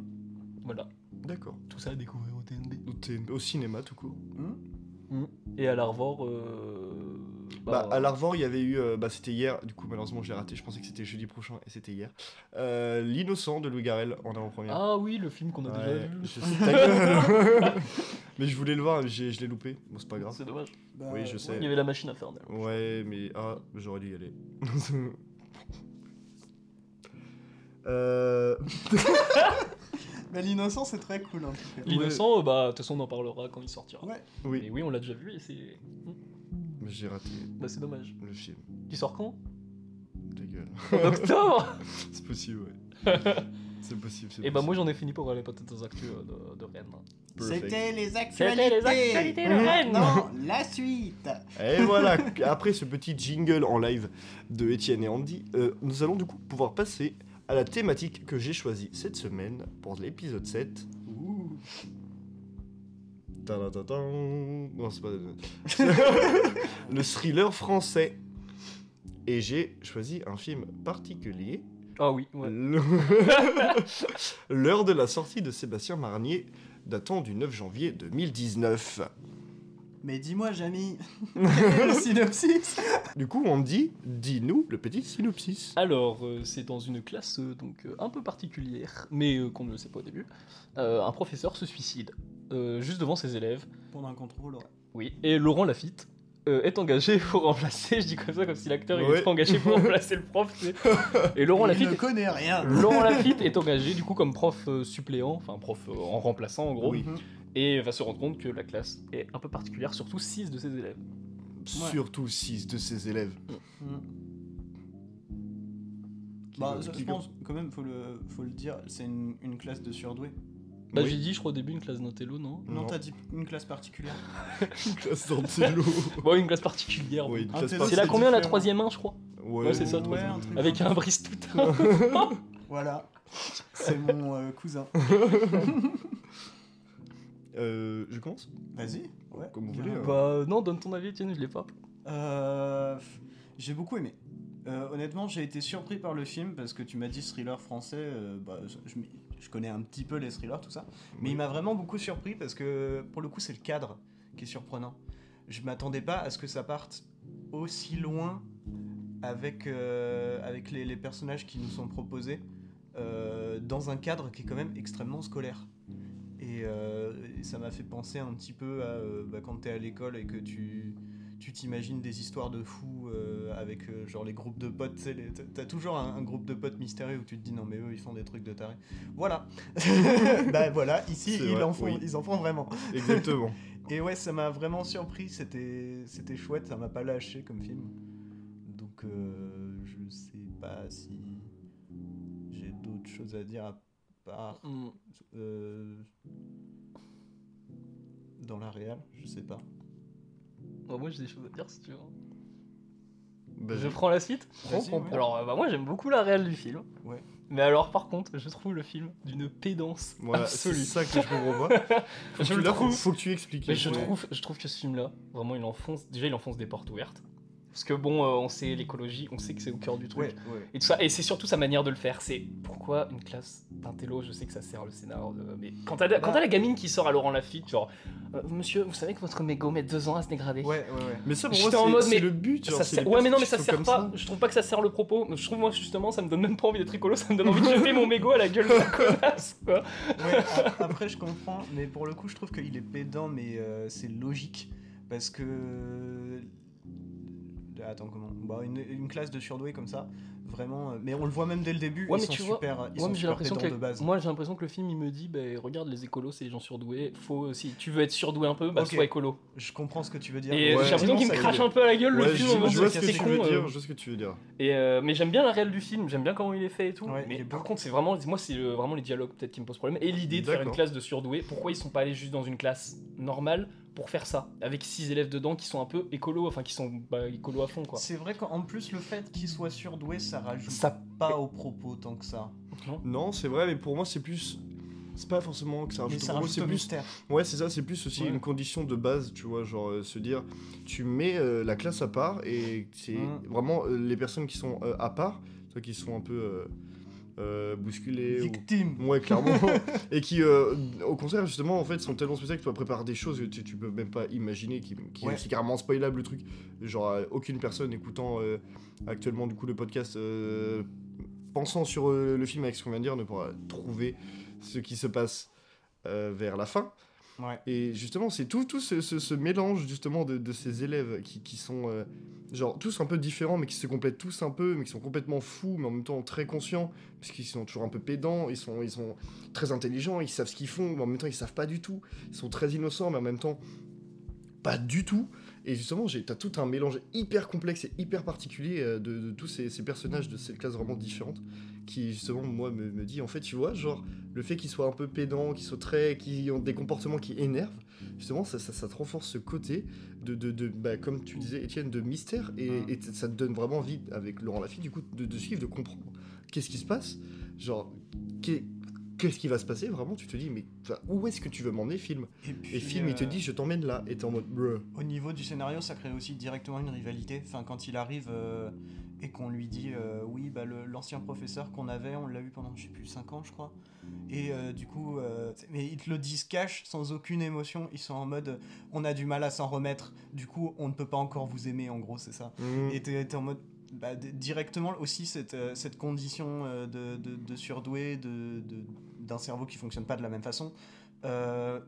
[SPEAKER 3] Voilà.
[SPEAKER 1] D'accord.
[SPEAKER 3] Tout ça à découvrir au TNB.
[SPEAKER 1] T'es Au cinéma, tout court.
[SPEAKER 3] Et à l'Arvor. euh,
[SPEAKER 1] Bah, à l'Arvor, il y avait eu. euh, bah, c'était hier, du coup, malheureusement, je l'ai raté. Je pensais que c'était jeudi prochain et c'était hier. Euh, L'innocent de Louis Garrel en avant-première.
[SPEAKER 3] Ah oui, le film qu'on a déjà
[SPEAKER 1] Ouais,
[SPEAKER 3] vu.
[SPEAKER 1] je sais- ta gueule. <laughs> mais je voulais le voir, mais j'ai- je l'ai loupé. Bon, c'est pas grave.
[SPEAKER 3] C'est dommage.
[SPEAKER 2] Bah
[SPEAKER 1] Oui, je sais.
[SPEAKER 3] Il y avait la machine à faire.
[SPEAKER 1] Ouais, mais ah, j'aurais dû y aller. <laughs> euh...
[SPEAKER 2] Mais l'innocence est très cool en tout cas.
[SPEAKER 3] L'innocent, euh, bah, de toute façon, on en parlera quand il sortira.
[SPEAKER 2] Ouais.
[SPEAKER 1] Oui,
[SPEAKER 3] Mais oui, on l'a déjà vu et c'est.
[SPEAKER 1] mais j'ai raté
[SPEAKER 3] Bah, c'est dommage.
[SPEAKER 1] le film.
[SPEAKER 3] Il sort quand
[SPEAKER 1] Ta gueule. <laughs>
[SPEAKER 3] En octobre
[SPEAKER 1] C'est possible, ouais.
[SPEAKER 3] <laughs>
[SPEAKER 1] c'est possible, c'est
[SPEAKER 3] Et bah,
[SPEAKER 1] possible.
[SPEAKER 3] moi, j'en ai fini pour aller peut-être aux actus euh, de, de Rennes.
[SPEAKER 1] Perfect.
[SPEAKER 2] C'était les actualités.
[SPEAKER 3] C'était les actualités de
[SPEAKER 1] Mmh.
[SPEAKER 3] Rennes
[SPEAKER 2] Non, la suite.
[SPEAKER 1] Et voilà, après ce petit jingle en live de Étienne et Andy, euh, nous allons du coup pouvoir passer à la thématique que j'ai choisie cette semaine pour l'épisode 7. Tadadadam. Non, c'est pas... <laughs> Le thriller français. Et j'ai choisi un film particulier.
[SPEAKER 3] Ah oui, ouais.
[SPEAKER 1] Le- L'heure de la sortie de Sébastien Marnier datant du 9 janvier 2019.
[SPEAKER 2] Mais dis-moi, Jamy, <laughs> quel est le synopsis
[SPEAKER 1] Du coup, on dit, dis-nous le petit synopsis.
[SPEAKER 3] Alors, euh, c'est dans une classe euh, donc euh, un peu particulière, mais euh, qu'on ne le sait pas au début. Euh, un professeur se suicide euh, juste devant ses élèves.
[SPEAKER 2] Pendant un contrôle. ouais.
[SPEAKER 3] Oui, et Laurent Lafitte euh, est engagé <laughs> pour remplacer, je dis comme ça comme si l'acteur il
[SPEAKER 1] Ouais.
[SPEAKER 3] était engagé pour remplacer le prof. tu sais. Et Laurent
[SPEAKER 2] Il ne
[SPEAKER 3] Lafitte,
[SPEAKER 2] connaît rien.
[SPEAKER 3] <laughs> Laurent Lafitte est engagé du coup comme prof euh, suppléant, enfin prof euh, en remplaçant en gros,
[SPEAKER 1] Oui.
[SPEAKER 2] Mhm.
[SPEAKER 3] et va se rendre compte que la classe est un peu particulière, surtout 6 de ses élèves.
[SPEAKER 1] Surtout 6 de ses élèves.
[SPEAKER 3] Hmm.
[SPEAKER 1] Qui-
[SPEAKER 2] Hmm. Bah,
[SPEAKER 1] qui-
[SPEAKER 2] je pense quand même, faut le, faut le dire, c'est une, une classe de surdoués.
[SPEAKER 3] Bah
[SPEAKER 1] Oui.
[SPEAKER 3] j'ai dit je crois au début une classe Notello, non
[SPEAKER 2] Non,
[SPEAKER 1] Non.
[SPEAKER 2] t'as dit une classe particulière.
[SPEAKER 1] classe
[SPEAKER 2] <laughs>
[SPEAKER 1] d'Antello.
[SPEAKER 3] <laughs> Bon, une classe particulière.
[SPEAKER 1] <laughs> Oui, une
[SPEAKER 2] Ah,
[SPEAKER 1] classe
[SPEAKER 2] c'est-
[SPEAKER 1] par-
[SPEAKER 3] C'est la
[SPEAKER 2] c'est
[SPEAKER 3] combien la
[SPEAKER 2] différent.
[SPEAKER 3] troisième 1 je crois
[SPEAKER 1] Ouais,
[SPEAKER 3] Ouais, c'est ça,
[SPEAKER 1] ouais.
[SPEAKER 3] toi.
[SPEAKER 2] un truc
[SPEAKER 3] Avec
[SPEAKER 2] comme
[SPEAKER 3] un
[SPEAKER 2] ça.
[SPEAKER 3] brise tout <laughs>
[SPEAKER 2] Voilà. C'est mon euh, cousin.
[SPEAKER 1] Euh, je commence
[SPEAKER 2] Vas-y. Ouais.
[SPEAKER 1] Comme vous voulez, hein.
[SPEAKER 3] Bah non, donne ton avis, tiens, je l'ai pas.
[SPEAKER 2] Euh, j'ai beaucoup aimé. Euh, honnêtement, j'ai été surpris par le film parce que tu m'as dit thriller français. euh, bah, je, je m'y- je connais un petit peu les thrillers, tout ça. Mais
[SPEAKER 1] Oui.
[SPEAKER 2] il m'a vraiment beaucoup surpris parce que pour le coup, c'est le cadre qui est surprenant. Je m'attendais pas à ce que ça parte aussi loin avec, euh, avec les, les personnages qui nous sont proposés euh, dans un cadre qui est quand même extrêmement scolaire. Et, euh, et ça m'a fait penser un petit peu à euh, bah, quand t'es à l'école et que tu tu t'imagines des histoires de fous euh, avec euh, genre les groupes de potes. tu sais, les- t'as- T'as toujours un, un groupe de potes mystérieux où tu te dis non mais eux ils font des trucs de tarés. Voilà. <laughs> bah voilà, ici
[SPEAKER 1] C'est
[SPEAKER 2] ils
[SPEAKER 1] vrai,
[SPEAKER 2] en font,
[SPEAKER 1] oui.
[SPEAKER 2] ils en font vraiment.
[SPEAKER 1] Exactement.
[SPEAKER 2] Et ouais, ça m'a vraiment surpris, c'était c'était chouette, ça m'a pas lâché comme film. Donc euh, je sais pas si j'ai d'autres choses à dire à part
[SPEAKER 3] Hmm.
[SPEAKER 2] euh, dans la réal, je sais pas.
[SPEAKER 3] Bon, Bah, moi j'ai des choses à dire si tu veux.
[SPEAKER 1] Bah,
[SPEAKER 3] Je prends la suite.
[SPEAKER 1] Prends,
[SPEAKER 2] Vas-y,
[SPEAKER 1] prends,
[SPEAKER 2] ouais.
[SPEAKER 3] Alors euh, bah, moi j'aime beaucoup la réelle du film.
[SPEAKER 2] Ouais.
[SPEAKER 3] Mais alors par contre, je trouve le film d'une pédance
[SPEAKER 1] Voilà, c'est
[SPEAKER 3] absolue.
[SPEAKER 1] ça que je comprends pas. Faut que
[SPEAKER 3] <laughs> Je
[SPEAKER 1] tu
[SPEAKER 3] le
[SPEAKER 1] l'as-
[SPEAKER 3] trouve.
[SPEAKER 1] Faut que tu expliques.
[SPEAKER 3] Mais je
[SPEAKER 1] Ouais.
[SPEAKER 3] trouve, je trouve que ce film-là, vraiment, il enfonce. Déjà, il enfonce des portes ouvertes. Parce que bon, euh, on sait l'écologie, on sait que c'est au cœur du truc.
[SPEAKER 2] Ouais, ouais.
[SPEAKER 3] Et tout ça, et c'est surtout sa manière de le faire. C'est pourquoi une classe d'intello, je sais que ça sert le scénar. de- Mais quand t'as quand t'as la gamine qui sort à Laurent Lafitte, genre, euh, monsieur, vous savez que votre mégot met deux ans à se dégrader.
[SPEAKER 2] Ouais, ouais, ouais.
[SPEAKER 1] Mais ça, pour
[SPEAKER 3] J'étais en
[SPEAKER 1] moi,
[SPEAKER 3] mode,
[SPEAKER 1] c'est- c'est
[SPEAKER 3] mais
[SPEAKER 1] le but.
[SPEAKER 3] Ça
[SPEAKER 1] genre, c'est
[SPEAKER 3] sert-
[SPEAKER 1] les
[SPEAKER 3] Ouais, mais non,
[SPEAKER 1] personnes
[SPEAKER 3] mais
[SPEAKER 1] qui
[SPEAKER 3] ça
[SPEAKER 1] sont
[SPEAKER 3] sert
[SPEAKER 1] comme
[SPEAKER 3] pas. Je trouve pas que ça sert le propos. Je trouve, moi, justement, ça me donne même pas envie d'être écolo. Ça me donne envie de jeter mon mégot à la gueule de la connasse, quoi.
[SPEAKER 2] Ouais, a- après je comprends, mais pour le coup je trouve qu'il est pédant, mais euh, c'est logique. Parce que... Attends, comment bah, une, une classe de surdoués comme ça, vraiment... euh, Mais on le voit même dès le début,
[SPEAKER 3] Ouais,
[SPEAKER 2] ils
[SPEAKER 3] mais
[SPEAKER 2] sont
[SPEAKER 3] tu vois-
[SPEAKER 2] super, ils
[SPEAKER 3] Ouais,
[SPEAKER 2] sont
[SPEAKER 3] mais j'ai
[SPEAKER 2] super
[SPEAKER 3] l'impression
[SPEAKER 2] pédants
[SPEAKER 3] que
[SPEAKER 2] de base.
[SPEAKER 3] moi j'ai l'impression que le film il me dit bah, regarde les écolos c'est les gens surdoués faut si tu veux être surdoué un peu bah
[SPEAKER 2] Ok.
[SPEAKER 3] sois écolo
[SPEAKER 2] Je comprends ce que tu veux dire.
[SPEAKER 3] et
[SPEAKER 1] Ouais.
[SPEAKER 3] j'ai l'impression qu'il me
[SPEAKER 2] Ça,
[SPEAKER 3] crache un peu à la gueule
[SPEAKER 1] Ouais,
[SPEAKER 3] le
[SPEAKER 1] je,
[SPEAKER 3] film en mode,
[SPEAKER 1] je vois ce
[SPEAKER 3] c'est
[SPEAKER 1] que tu
[SPEAKER 3] con,
[SPEAKER 1] veux
[SPEAKER 3] euh.
[SPEAKER 1] dire. Je vois ce que tu veux dire.
[SPEAKER 3] Et, euh, mais j'aime bien la réelle du film j'aime bien comment il est fait et tout
[SPEAKER 2] Ouais, il
[SPEAKER 3] mais
[SPEAKER 2] est
[SPEAKER 3] par
[SPEAKER 2] beau.
[SPEAKER 3] contre c'est vraiment moi c'est euh, vraiment les dialogues peut-être qui me posent problème et l'idée de faire une
[SPEAKER 1] D'accord.
[SPEAKER 3] classe de surdoués pourquoi ils sont pas allés juste dans une classe normale pour faire ça avec six élèves dedans qui sont un peu écolo enfin qui sont bah, écolo à fond quoi
[SPEAKER 2] C'est vrai qu'en plus le fait qu'il soit surdoué, ça rajoute
[SPEAKER 3] ça
[SPEAKER 2] pas au propos tant que ça.
[SPEAKER 1] Non, c'est vrai, mais pour moi, c'est plus. C'est pas forcément que ça
[SPEAKER 2] mais
[SPEAKER 1] rajoute au
[SPEAKER 2] ça
[SPEAKER 1] propos,
[SPEAKER 2] rajoute
[SPEAKER 1] c'est
[SPEAKER 2] au
[SPEAKER 1] plus.
[SPEAKER 2] mystère.
[SPEAKER 1] Ouais, c'est ça, c'est plus aussi
[SPEAKER 3] Ouais.
[SPEAKER 1] une condition de base, tu vois, genre euh, se dire, tu mets euh, la classe à part et c'est
[SPEAKER 2] Mm.
[SPEAKER 1] vraiment euh, les personnes qui sont euh, à part, toi qui sont un peu euh, euh, bousculées ou
[SPEAKER 2] Victime.
[SPEAKER 1] Ouais, clairement. et qui, euh, au contraire, justement, en fait, sont tellement spéciales que tu prépares des choses que tu, tu peux même pas imaginer, qui, qui
[SPEAKER 2] Ouais.
[SPEAKER 1] c'est carrément spoilable le truc. Genre, euh, aucune personne écoutant euh, actuellement, du coup, le podcast, euh, pensant sur euh, le film avec ce qu'on vient de dire, ne pourra trouver ce qui se passe euh, vers la fin.
[SPEAKER 2] Ouais.
[SPEAKER 1] Et justement, c'est tout, tout ce, ce- ce mélange, justement, de, de ces élèves qui, qui sont, euh, genre, tous un peu différents, mais qui se complètent tous un peu, mais qui sont complètement fous, mais en même temps très conscients parce qu'ils sont toujours un peu pédants, ils sont, ils sont très intelligents, ils savent ce qu'ils font, mais en même temps ils savent pas du tout, ils sont très innocents, mais en même temps pas du tout. Et justement, j'ai- t'as tout un mélange hyper complexe et hyper particulier euh, de, de tous ces, ces personnages de cette classe vraiment différente, qui justement, moi, me, me dit, en fait, tu vois, genre, le fait qu'ils soient un peu pédants, qu'ils soient très, qu'ils ont des comportements qui énervent, justement, ça, ça, ça te renforce ce côté de, de, de- bah, comme tu disais, Étienne, de mystère, et,
[SPEAKER 2] Mm.
[SPEAKER 1] et ça te donne vraiment envie, avec Laurent Lafitte, du coup, de, de suivre, de comprendre qu'est-ce qui se passe, genre, qu'est- qu'est-ce qui va se passer vraiment Tu te dis, mais enfin, où est-ce que tu veux m'emmener, film
[SPEAKER 2] Et, puis,
[SPEAKER 1] Et film, il te
[SPEAKER 2] euh,
[SPEAKER 1] dit, je t'emmène là, et t'es en mode, Bruh.
[SPEAKER 2] Au niveau du scénario, ça crée aussi directement une rivalité. Enfin, quand il arrive euh, et qu'on lui dit euh, oui, bah, le- l'ancien professeur qu'on avait, on l'a eu pendant, je sais plus, 5 ans, je crois. Et euh, du coup, euh, c'est- mais ils te le disent cash, sans aucune émotion. Ils sont en mode euh, on a du mal à s'en remettre. Du coup, on ne peut pas encore vous aimer, en gros, c'est ça.
[SPEAKER 1] Mm.
[SPEAKER 2] Et t'es t'es en mode. bah, d- directement aussi cette, euh, cette condition euh, de, de, de surdoué, de- de- d'un cerveau qui fonctionne pas de la même façon, euh,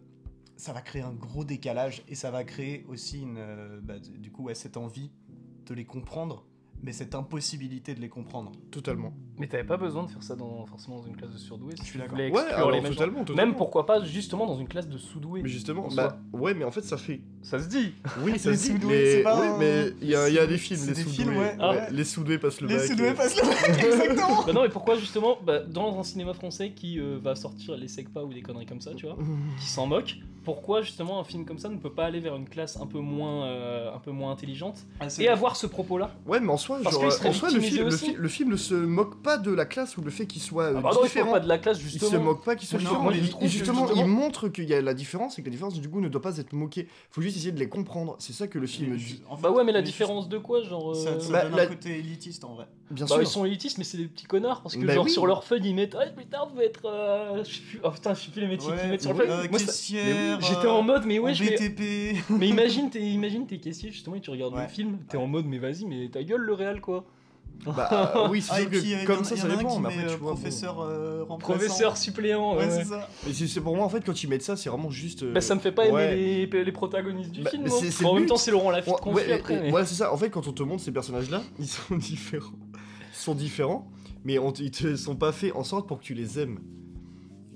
[SPEAKER 2] ça va créer un gros décalage et ça va créer aussi une, euh, bah, d- du coup ouais, cette envie de les comprendre, mais cette impossibilité de les comprendre.
[SPEAKER 1] Totalement.
[SPEAKER 3] mais t'avais pas besoin de faire ça dans forcément dans une classe de surdoués
[SPEAKER 2] Je
[SPEAKER 3] si
[SPEAKER 2] suis
[SPEAKER 3] tu
[SPEAKER 2] d'accord.
[SPEAKER 3] voulais
[SPEAKER 1] Ouais,
[SPEAKER 3] exclure
[SPEAKER 1] alors,
[SPEAKER 3] les mêmes gens.
[SPEAKER 1] totalement, totalement.
[SPEAKER 3] même pourquoi pas justement dans une classe de sous-doués
[SPEAKER 1] Mais justement,
[SPEAKER 3] en
[SPEAKER 1] bah, ouais, mais en fait, ça fait.
[SPEAKER 3] ça se dit
[SPEAKER 2] <laughs>
[SPEAKER 1] Oui, ça
[SPEAKER 2] Les
[SPEAKER 1] se dit,
[SPEAKER 2] sous-doués,
[SPEAKER 1] mais
[SPEAKER 2] c'est pas
[SPEAKER 1] oui,
[SPEAKER 2] un-
[SPEAKER 1] mais il y, a il y a des films,
[SPEAKER 2] c'est
[SPEAKER 1] les
[SPEAKER 2] des
[SPEAKER 1] sous-doués.
[SPEAKER 2] films, ouais, ouais.
[SPEAKER 1] Les sous-doués passent le
[SPEAKER 2] les
[SPEAKER 1] bac.
[SPEAKER 2] sous-doués
[SPEAKER 1] euh,
[SPEAKER 2] passent le bac, <laughs>
[SPEAKER 3] <laughs>
[SPEAKER 2] exactement
[SPEAKER 3] Bah non, mais pourquoi justement bah, dans un cinéma français qui euh, va sortir les secpas ou des conneries comme ça, tu vois, qui s'en moque, pourquoi justement un film comme ça ne peut pas aller vers une classe un peu moins, euh, un peu moins intelligente
[SPEAKER 2] Ah,
[SPEAKER 3] et avoir ce propos-là
[SPEAKER 1] <laughs> Ouais, mais en soi,
[SPEAKER 3] Parce
[SPEAKER 1] genre,
[SPEAKER 3] qu'il serait
[SPEAKER 1] en soi, le,
[SPEAKER 3] victimisé
[SPEAKER 1] film, le,
[SPEAKER 3] aussi.
[SPEAKER 1] fi- le film ne se moque pas de la classe ou le fait qu'il soit euh,
[SPEAKER 3] Ah bah non, il faut
[SPEAKER 1] différent.
[SPEAKER 3] pas de la classe
[SPEAKER 1] Il se
[SPEAKER 3] justement.
[SPEAKER 1] moque pas qu'ils sont
[SPEAKER 3] Non,
[SPEAKER 1] différents.
[SPEAKER 3] moi, je
[SPEAKER 1] mais il-
[SPEAKER 3] trouve que
[SPEAKER 1] justement,
[SPEAKER 3] justement-
[SPEAKER 1] il montre qu'il y a la différence et que la différence, du coup, ne doit pas être moquée. Faut juste essayer de les comprendre. C'est ça que le film dit.
[SPEAKER 3] Bah ouais, mais la différence de quoi, genre
[SPEAKER 2] Ça,
[SPEAKER 3] euh,
[SPEAKER 2] ça
[SPEAKER 1] Bah,
[SPEAKER 2] donne
[SPEAKER 1] la-
[SPEAKER 2] un côté élitiste en vrai.
[SPEAKER 1] Bien
[SPEAKER 3] bah,
[SPEAKER 1] sûr.
[SPEAKER 3] ils sont élitistes, mais c'est des petits connards parce que
[SPEAKER 1] Bah
[SPEAKER 3] genre
[SPEAKER 1] oui.
[SPEAKER 3] sur leur feuille ils mettent ah plus tard vous êtes euh, je sais plus- oh putain je sais plus les métiers qu'ils
[SPEAKER 2] Ouais,
[SPEAKER 3] mettent sur
[SPEAKER 2] ouais,
[SPEAKER 3] le
[SPEAKER 2] euh,
[SPEAKER 3] feuille. Moi, ça-
[SPEAKER 2] caissière,
[SPEAKER 3] J'étais en mode mais
[SPEAKER 2] euh,
[SPEAKER 3] ouais
[SPEAKER 2] en
[SPEAKER 3] je vais-
[SPEAKER 2] BTP.
[SPEAKER 3] Mais imagine, t'es imagine, t'es caissier justement et tu regardes le
[SPEAKER 2] Ouais.
[SPEAKER 3] film, t'es
[SPEAKER 2] Ouais.
[SPEAKER 3] en mode mais vas-y mais ta gueule le réel quoi.
[SPEAKER 1] Bah euh, oui, c'est
[SPEAKER 2] Ah, et
[SPEAKER 1] sûr
[SPEAKER 2] puis,
[SPEAKER 1] que
[SPEAKER 2] euh, y en
[SPEAKER 1] comme
[SPEAKER 2] a-
[SPEAKER 1] ça,
[SPEAKER 2] y
[SPEAKER 1] ça
[SPEAKER 2] en a un
[SPEAKER 1] dépend.
[SPEAKER 2] qui
[SPEAKER 1] Mais
[SPEAKER 2] met,
[SPEAKER 1] après,
[SPEAKER 2] euh,
[SPEAKER 1] tu vois. bon.
[SPEAKER 2] professeur euh, remplaçant.
[SPEAKER 3] Professeur suppléant, ouais.
[SPEAKER 2] Ouais,
[SPEAKER 3] ouais.
[SPEAKER 2] c'est ça.
[SPEAKER 1] Mais c'est c'est pour moi, en fait, quand ils mettent ça, c'est vraiment juste. euh,
[SPEAKER 3] Bah, ça me fait pas
[SPEAKER 1] ouais.
[SPEAKER 3] aimer les, les protagonistes du
[SPEAKER 1] Bah,
[SPEAKER 3] film.
[SPEAKER 1] mais
[SPEAKER 3] hein.
[SPEAKER 1] c'est- c'est
[SPEAKER 3] en
[SPEAKER 1] le
[SPEAKER 3] même
[SPEAKER 1] but.
[SPEAKER 3] temps, c'est Laurent Lafitte
[SPEAKER 1] Ouais,
[SPEAKER 3] qu'on
[SPEAKER 1] ouais,
[SPEAKER 3] suit après. Bah,
[SPEAKER 1] ouais,
[SPEAKER 3] mais-
[SPEAKER 1] Voilà, c'est ça. En fait, quand on te montre ces personnages-là, <laughs> ils sont différents. Ils sont différents, mais on t- ils te sont pas faits en sorte pour que tu les aimes.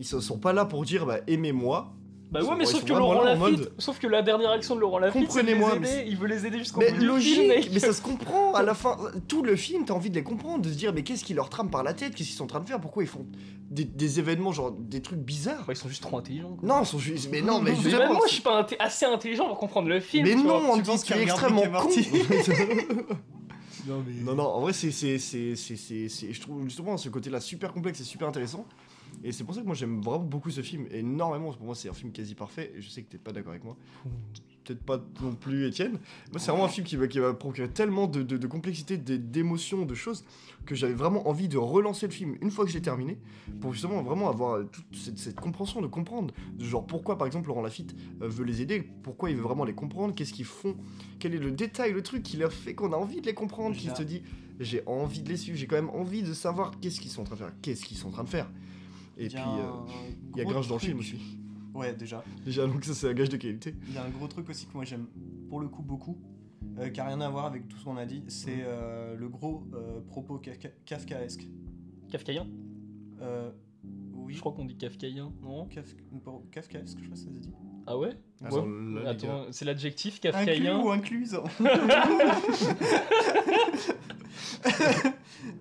[SPEAKER 1] Ils se- sont pas là pour dire bah aimez-moi.
[SPEAKER 3] Bah
[SPEAKER 1] Ils
[SPEAKER 3] ouais,
[SPEAKER 1] sont-
[SPEAKER 3] mais
[SPEAKER 1] ils
[SPEAKER 3] sauf
[SPEAKER 1] sont
[SPEAKER 3] que
[SPEAKER 1] vraiment
[SPEAKER 3] Laurent
[SPEAKER 1] là en
[SPEAKER 3] Lafitte,
[SPEAKER 1] mode-
[SPEAKER 3] sauf que la dernière action de Laurent Lafitte, c'est de les
[SPEAKER 1] Comprenez-moi, mais
[SPEAKER 3] aider,
[SPEAKER 1] c'est-
[SPEAKER 3] il veut les aider jusqu'au
[SPEAKER 1] Mais
[SPEAKER 3] bout. du film, mec.
[SPEAKER 1] logique, mais ça se comprend.
[SPEAKER 3] <laughs>
[SPEAKER 1] À la fin, tout le film, t'as envie de les comprendre, de se dire mais qu'est-ce qui leur trame par la tête, qu'est-ce qu'ils sont en train de faire, pourquoi ils font des, des événements genre des trucs bizarres.
[SPEAKER 3] Ouais, ils sont juste trop intelligents. quoi.
[SPEAKER 1] Non, ils sont juste- mais non, mais
[SPEAKER 3] Mais
[SPEAKER 1] justement,
[SPEAKER 3] même moi,
[SPEAKER 1] c'est-
[SPEAKER 3] je suis pas inté- assez intelligent pour comprendre le film.
[SPEAKER 1] mais
[SPEAKER 3] tu
[SPEAKER 1] non,
[SPEAKER 3] vois.
[SPEAKER 2] tu
[SPEAKER 1] on dit
[SPEAKER 2] penses
[SPEAKER 1] qu'il est
[SPEAKER 2] qu'il regarde
[SPEAKER 1] extrêmement con.
[SPEAKER 2] Rick
[SPEAKER 1] <laughs>
[SPEAKER 3] <laughs> Non, mais...
[SPEAKER 1] Non, non, en vrai, c'est, c'est, c'est, c'est, c'est, c'est- je trouve justement ce côté-là super complexe et super intéressant. Et c'est pour ça que moi j'aime vraiment beaucoup ce film, énormément. Pour moi, c'est un film quasi parfait. Et je sais que t'es pas d'accord avec moi. Peut-être pas non plus, Étienne. Moi, c'est vraiment un film qui m'a, qui m'a procuré tellement de, de, de complexité, de- d'émotions, de choses, que j'avais vraiment envie de relancer le film une fois que je l'ai terminé, pour justement vraiment avoir euh, toute cette, cette compréhension, de comprendre. de Genre, pourquoi par exemple Laurent Lafitte euh, veut les aider, pourquoi il veut vraiment les comprendre, qu'est-ce qu'ils font, quel est le détail, le truc qui leur fait qu'on a envie de les comprendre, qui
[SPEAKER 2] Là.
[SPEAKER 1] se dit j'ai envie de les suivre, j'ai quand même envie de savoir qu'est-ce qu'ils sont en train de faire, qu'est-ce qu'ils sont en train de faire. Et puis, euh, il y a Gringe dans le film aussi. <laughs>
[SPEAKER 2] Ouais, déjà.
[SPEAKER 1] Déjà, donc ça, c'est un gage de qualité.
[SPEAKER 2] Il y a un gros truc aussi que moi j'aime pour le coup beaucoup, euh, qui a rien à voir avec tout ce qu'on a dit, c'est euh, le gros euh, propos kafka- kafkaesque.
[SPEAKER 3] Kafkaïen
[SPEAKER 2] Euh, oui,
[SPEAKER 3] Je crois qu'on dit kafkaïen, non
[SPEAKER 2] Kaf- pour- kafkaesque, je crois que ça se dit.
[SPEAKER 3] Ah ouais
[SPEAKER 1] Attends,
[SPEAKER 3] Ouais.
[SPEAKER 1] là, les gars.
[SPEAKER 3] Attends, c'est l'adjectif
[SPEAKER 2] Inclus
[SPEAKER 3] kafkaïen.
[SPEAKER 2] ou
[SPEAKER 3] <laughs>
[SPEAKER 2] incluse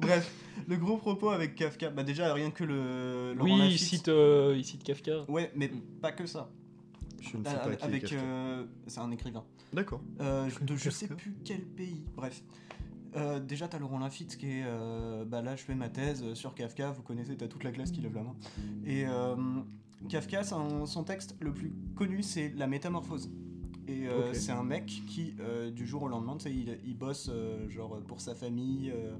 [SPEAKER 2] Bref, le gros propos avec Kafka, bah déjà rien que le. Laurent
[SPEAKER 3] Oui, il
[SPEAKER 2] Lafitte.
[SPEAKER 3] cite, euh, il cite Kafka.
[SPEAKER 2] Ouais, mais
[SPEAKER 3] Mm.
[SPEAKER 2] pas que ça.
[SPEAKER 1] Je ne sais pas
[SPEAKER 2] Avec,
[SPEAKER 1] qui est Kafka.
[SPEAKER 2] euh, c'est un écrivain.
[SPEAKER 1] D'accord.
[SPEAKER 2] Euh, de je
[SPEAKER 1] Kafka.
[SPEAKER 2] sais plus quel pays. Bref. Euh, déjà, t'as Laurent Lafitte qui est. euh, bah là, je fais ma thèse sur Kafka. Vous connaissez, t'as toute la classe qui lève la main. Et euh, Kafka, son, son texte le plus connu, c'est La Métamorphose. Et euh,
[SPEAKER 1] Ok.
[SPEAKER 2] c'est un mec qui, euh, du jour au lendemain, tu sais, il, il bosse euh, genre pour sa famille, euh,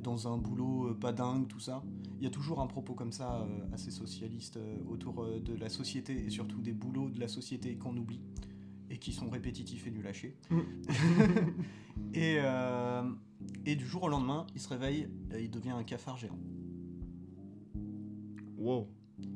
[SPEAKER 2] dans un boulot euh, pas dingue, tout ça. Il y a toujours un propos comme ça, euh, assez socialiste, euh, autour euh, de la société et surtout des boulots de la société qu'on oublie et qui sont répétitifs et nuls à chier.
[SPEAKER 1] Mm.
[SPEAKER 2] <laughs> et, euh, et du jour au lendemain, il se réveille, euh, il devient un cafard géant.
[SPEAKER 1] Wow.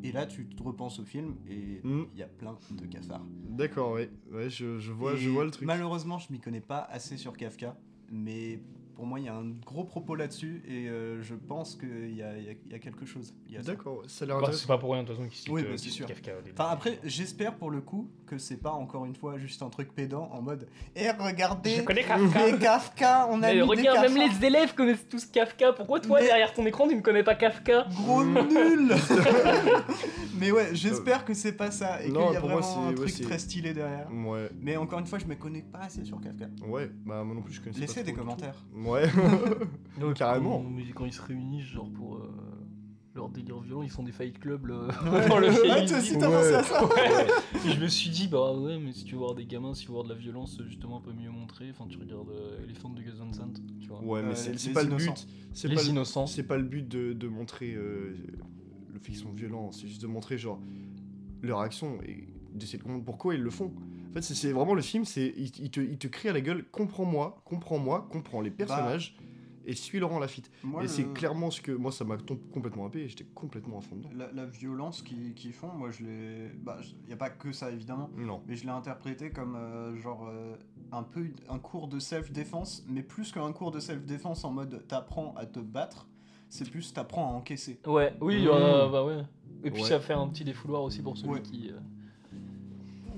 [SPEAKER 2] Et là, tu te repenses au film et il
[SPEAKER 1] Mm.
[SPEAKER 2] y a plein de cafards.
[SPEAKER 1] D'accord, ouais. Ouais, je, je vois, je
[SPEAKER 2] Et
[SPEAKER 1] vois le truc.
[SPEAKER 2] Malheureusement, je m'y connais pas assez sur Kafka, mais pour moi, il y a un gros propos là-dessus et euh, je pense qu'il y a, il y a- il y a quelque chose. Il y a ça.
[SPEAKER 1] D'accord, ouais. ça a l'air Ah,
[SPEAKER 3] Bah, c'est
[SPEAKER 1] intéressant.
[SPEAKER 3] pas pour rien de toute façon qu'il cite,
[SPEAKER 2] Oui,
[SPEAKER 3] euh,
[SPEAKER 2] bah,
[SPEAKER 3] qu'il
[SPEAKER 2] c'est
[SPEAKER 3] cite
[SPEAKER 2] sûr.
[SPEAKER 3] Kafka au début.
[SPEAKER 2] Enfin, après, j'espère pour le coup que c'est pas encore une fois juste un truc pédant en mode Eh, regardez
[SPEAKER 3] Je connais Kafka.
[SPEAKER 2] les Kafka, on a mis
[SPEAKER 3] Mais
[SPEAKER 2] des
[SPEAKER 3] regarde, même
[SPEAKER 2] cafards.
[SPEAKER 3] les élèves connaissent tous Kafka. Pourquoi toi,
[SPEAKER 2] Mais-
[SPEAKER 3] derrière ton écran, tu ne connais pas Kafka
[SPEAKER 1] <laughs>
[SPEAKER 2] Gros
[SPEAKER 1] Mm.
[SPEAKER 2] nul <laughs> Mais ouais, j'espère que c'est pas ça et qu'il y
[SPEAKER 1] Non,
[SPEAKER 2] a
[SPEAKER 1] pour moi,
[SPEAKER 2] vraiment
[SPEAKER 1] c'est-
[SPEAKER 2] un
[SPEAKER 1] ouais,
[SPEAKER 2] truc
[SPEAKER 1] c'est-
[SPEAKER 2] très stylé derrière.
[SPEAKER 1] Ouais,
[SPEAKER 2] Mais encore une fois, je me connais pas assez sur Kafka.
[SPEAKER 1] ouais, bah moi non plus je connaissais
[SPEAKER 2] Laissez
[SPEAKER 1] pas
[SPEAKER 2] des
[SPEAKER 1] trop du
[SPEAKER 2] commentaires.
[SPEAKER 1] tout. Ouais.
[SPEAKER 2] <laughs>
[SPEAKER 3] Non,
[SPEAKER 1] Carrément.
[SPEAKER 3] Mais quand ils se réunissent, genre pour euh, leur délire violent, ils font des fight clubs le- <laughs> dans le film.
[SPEAKER 2] Ah, toi aussi, t'as
[SPEAKER 1] Ouais.
[SPEAKER 2] pensé à ça
[SPEAKER 3] Ouais. Et je me suis dit, bah ouais, mais si tu veux voir des gamins, si tu veux voir de la violence, c'est justement un peu mieux montré. Enfin, tu regardes euh, Elephant de Gus Van Sant, tu vois.
[SPEAKER 1] ouais, mais
[SPEAKER 2] Euh,
[SPEAKER 1] c'est
[SPEAKER 2] les-
[SPEAKER 1] c'est
[SPEAKER 2] les
[SPEAKER 1] pas le
[SPEAKER 2] innocents.
[SPEAKER 1] but. C'est
[SPEAKER 3] Les
[SPEAKER 1] pas le-
[SPEAKER 3] innocents.
[SPEAKER 1] C'est pas le but de, de montrer euh, le fait qu'ils sont violents, c'est juste de montrer genre leur action et d'essayer de comprendre pourquoi ils le font. En fait, c'est- c'est vraiment le film, c'est il, il te, il te crie à la gueule, comprends-moi, comprends-moi, comprends les personnages et suis Laurent Lafitte.
[SPEAKER 2] Moi,
[SPEAKER 1] et
[SPEAKER 2] Bah. le-
[SPEAKER 1] c'est clairement ce que moi ça m'a tom- complètement happé et j'étais complètement à fond dedans.
[SPEAKER 2] La, la violence qu'ils qu'ils font, moi je l'ai. Bah, il n'y a pas que ça évidemment,
[SPEAKER 1] Non.
[SPEAKER 2] mais je l'ai interprété comme euh, genre euh, un peu une- un cours de self-défense, mais plus qu'un cours de self-défense en mode t'apprends à te battre, c'est plus t'apprends à encaisser.
[SPEAKER 3] Ouais, oui,
[SPEAKER 1] Mm.
[SPEAKER 3] euh, bah ouais. Et puis
[SPEAKER 1] Ouais.
[SPEAKER 3] ça fait un petit défouloir aussi pour celui
[SPEAKER 2] Ouais.
[SPEAKER 3] qui. euh,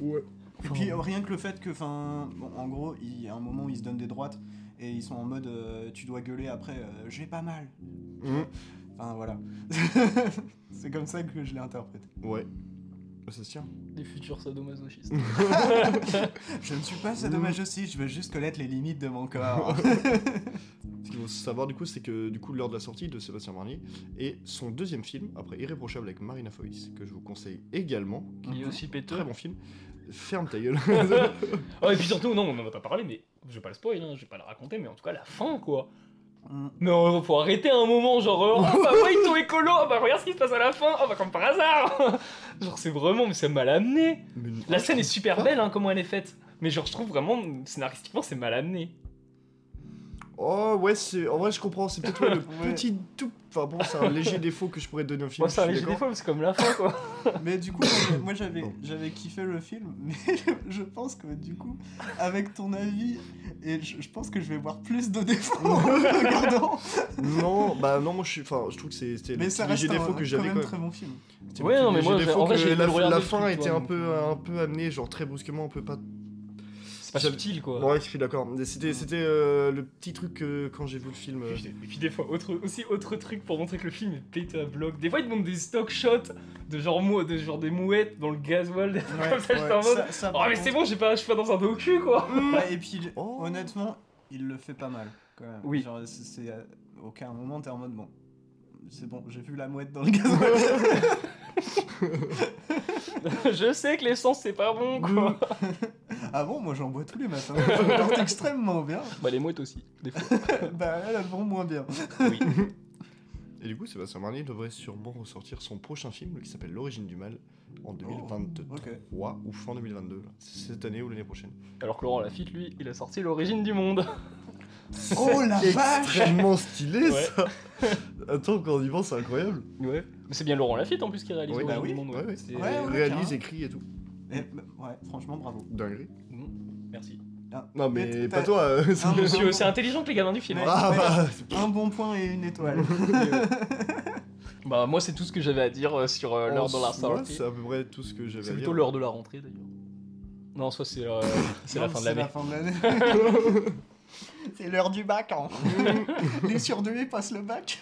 [SPEAKER 1] Ouais.
[SPEAKER 2] Et puis euh, rien que le fait que, enfin, bon, en gros, il y a un moment où ils se donnent des droites et ils sont en mode euh, tu dois gueuler après, euh, j'ai pas mal.
[SPEAKER 1] Mmh.
[SPEAKER 2] Enfin voilà. <laughs> c'est comme ça que je l'ai interprété.
[SPEAKER 1] Ouais. Ça se tient.
[SPEAKER 3] Des
[SPEAKER 1] <laughs>
[SPEAKER 3] futurs sadomasochistes.
[SPEAKER 2] Je ne suis pas dommage aussi, je veux juste connaître les limites de mon corps.
[SPEAKER 1] Ce qu'il faut savoir du coup, c'est que du coup l'heure de la sortie de Sébastien Marnier et son deuxième film après Irréprochable avec Marina Foïs que je vous conseille également,
[SPEAKER 3] <laughs> qui est aussi
[SPEAKER 1] très
[SPEAKER 3] péteux.
[SPEAKER 1] bon film. Ferme ta
[SPEAKER 3] <laughs>
[SPEAKER 1] gueule.
[SPEAKER 3] Oh, et puis surtout, non, on en a pas parlé, mais je vais pas le spoil, hein, je vais pas le raconter, mais en tout cas, la fin, quoi.
[SPEAKER 2] Mm.
[SPEAKER 3] Mais euh, faut arrêter un moment, genre, euh, oh bah ouais, ils sont écolo, oh bah regarde ce qui se passe à la fin, oh bah comme par hasard <laughs> Genre, c'est vraiment, mais c'est mal amené
[SPEAKER 1] Mais non.
[SPEAKER 3] La scène est super belle, hein, comment elle est faite, mais genre, je trouve vraiment, scénaristiquement, c'est mal amené.
[SPEAKER 1] Oh ouais, c'est en vrai je comprends, c'est peut-être
[SPEAKER 3] <laughs>
[SPEAKER 1] ouais, le
[SPEAKER 2] Ouais.
[SPEAKER 1] petit tout. Enfin bon, c'est un léger défaut que je pourrais donner au film.
[SPEAKER 3] Moi, ça
[SPEAKER 1] je suis
[SPEAKER 3] arrive des
[SPEAKER 1] d'accord.
[SPEAKER 3] fois, mais c'est comme la fin, quoi.
[SPEAKER 2] Mais du coup, moi, j'ai- moi j'avais,
[SPEAKER 1] Bon.
[SPEAKER 2] j'avais kiffé le film, <laughs> mais je- je pense que du coup, avec ton avis, et je, je pense que je vais voir plus de défauts <laughs> en le regardant.
[SPEAKER 1] Non, bah non, moi je suis. Enfin, je trouve que c'est- c'était le
[SPEAKER 2] Mais ça
[SPEAKER 1] petit
[SPEAKER 2] reste
[SPEAKER 1] léger
[SPEAKER 2] un,
[SPEAKER 1] défaut que j'avais
[SPEAKER 2] quand
[SPEAKER 1] quand
[SPEAKER 2] même
[SPEAKER 1] même.
[SPEAKER 2] très bon film.
[SPEAKER 1] C'était
[SPEAKER 3] Ouais,
[SPEAKER 1] le
[SPEAKER 3] non,
[SPEAKER 1] petit
[SPEAKER 3] mais moi,
[SPEAKER 1] léger
[SPEAKER 3] en vrai,
[SPEAKER 1] que
[SPEAKER 3] j'ai
[SPEAKER 1] la,
[SPEAKER 3] regardé
[SPEAKER 1] la
[SPEAKER 3] le
[SPEAKER 1] fin
[SPEAKER 3] truc,
[SPEAKER 1] était
[SPEAKER 3] toi,
[SPEAKER 1] un
[SPEAKER 3] donc,
[SPEAKER 1] peu,
[SPEAKER 3] euh,
[SPEAKER 1] un peu amenée, genre très brusquement, on peut pas.
[SPEAKER 3] <laughs> C'est pas
[SPEAKER 1] J'aime-
[SPEAKER 3] subtil, quoi.
[SPEAKER 1] Ouais, je suis d'accord. Mais C'était c'était, euh, le petit truc que quand j'ai vu le film. euh,
[SPEAKER 3] Et puis- et puis des fois, autre, aussi autre truc pour montrer que le film est pété à bloc. Des fois, ils te montrent des stock shots de genre, mou- de genre des mouettes dans le gasoil. Comme ça, j'étais en mode,
[SPEAKER 2] Ça- ça,
[SPEAKER 3] Oh,
[SPEAKER 2] par
[SPEAKER 3] mais c'est
[SPEAKER 2] contre-
[SPEAKER 3] bon, j'ai pas, je suis pas dans un docu, quoi. <laughs>
[SPEAKER 2] Ouais, Et puis, il-
[SPEAKER 1] Oh.
[SPEAKER 2] honnêtement, il le fait pas mal quand même.
[SPEAKER 3] Oui.
[SPEAKER 2] Genre, c'est, c'est, euh, aucun moment, t'es en mode bon. C'est bon, j'ai vu la mouette dans le gaz. <laughs>
[SPEAKER 3] je sais que l'essence, c'est pas bon, quoi.
[SPEAKER 2] ah bon, moi j'en bois tous les matins. Je me porte extrêmement bien.
[SPEAKER 3] bah, les mouettes aussi, des fois.
[SPEAKER 2] bah elle, elles vont moins bien.
[SPEAKER 1] Et du coup, Sébastien Marnier devrait sûrement ressortir son prochain film qui s'appelle L'origine du mal
[SPEAKER 2] Oh.
[SPEAKER 1] en 2023
[SPEAKER 2] ok.
[SPEAKER 1] ou fin 2022. là. C'est cette année ou l'année prochaine.
[SPEAKER 3] <laughs> Alors que Laurent Lafitte, lui, il a sorti L'origine du monde.
[SPEAKER 2] Oh la
[SPEAKER 1] C'est
[SPEAKER 2] vache
[SPEAKER 1] extrêmement stylé
[SPEAKER 3] Ouais.
[SPEAKER 1] ça <laughs> Attends, quand on y pense, c'est incroyable.
[SPEAKER 3] Ouais. Mais c'est bien Laurent Lafitte en plus qui réalise
[SPEAKER 1] Oui,
[SPEAKER 2] bah
[SPEAKER 3] L'origine
[SPEAKER 2] oui.
[SPEAKER 3] du monde.
[SPEAKER 1] Ouais, ouais.
[SPEAKER 3] C'est-
[SPEAKER 2] Ouais,
[SPEAKER 1] Il
[SPEAKER 2] ouais.
[SPEAKER 1] réalise,
[SPEAKER 2] carrément.
[SPEAKER 1] écrit et tout.
[SPEAKER 2] Eh, bah, ouais, franchement, bravo.
[SPEAKER 1] Dinguerie.
[SPEAKER 3] Mm. Merci.
[SPEAKER 1] Non,
[SPEAKER 2] Mais
[SPEAKER 1] mais
[SPEAKER 2] t'as-
[SPEAKER 1] pas toi. euh, c'est-
[SPEAKER 3] <laughs>
[SPEAKER 2] Ah,
[SPEAKER 3] Monsieur,
[SPEAKER 2] bon.
[SPEAKER 3] c'est intelligent que les gamins du film.
[SPEAKER 2] Ouais.
[SPEAKER 3] hein.
[SPEAKER 1] Ah bah, c'est-
[SPEAKER 2] Un bon point et
[SPEAKER 1] <laughs>
[SPEAKER 2] une étoile.
[SPEAKER 3] bah, moi, c'est tout ce que j'avais à dire euh, sur euh, l'heure de la
[SPEAKER 1] en soi,
[SPEAKER 3] sortie.
[SPEAKER 1] Ah, C'est à peu près tout ce que j'avais
[SPEAKER 3] C'est
[SPEAKER 1] à
[SPEAKER 3] plutôt
[SPEAKER 1] dire.
[SPEAKER 3] l'heure de la rentrée d'ailleurs. Non, soit c'est euh, c'est
[SPEAKER 2] <laughs>
[SPEAKER 3] la
[SPEAKER 2] Non,
[SPEAKER 3] fin de l'année.
[SPEAKER 2] C'est la fin de l'année.
[SPEAKER 1] <laughs>
[SPEAKER 2] C'est l'heure du bac. Hein. Les surdoués passent le
[SPEAKER 1] <laughs>
[SPEAKER 2] bac.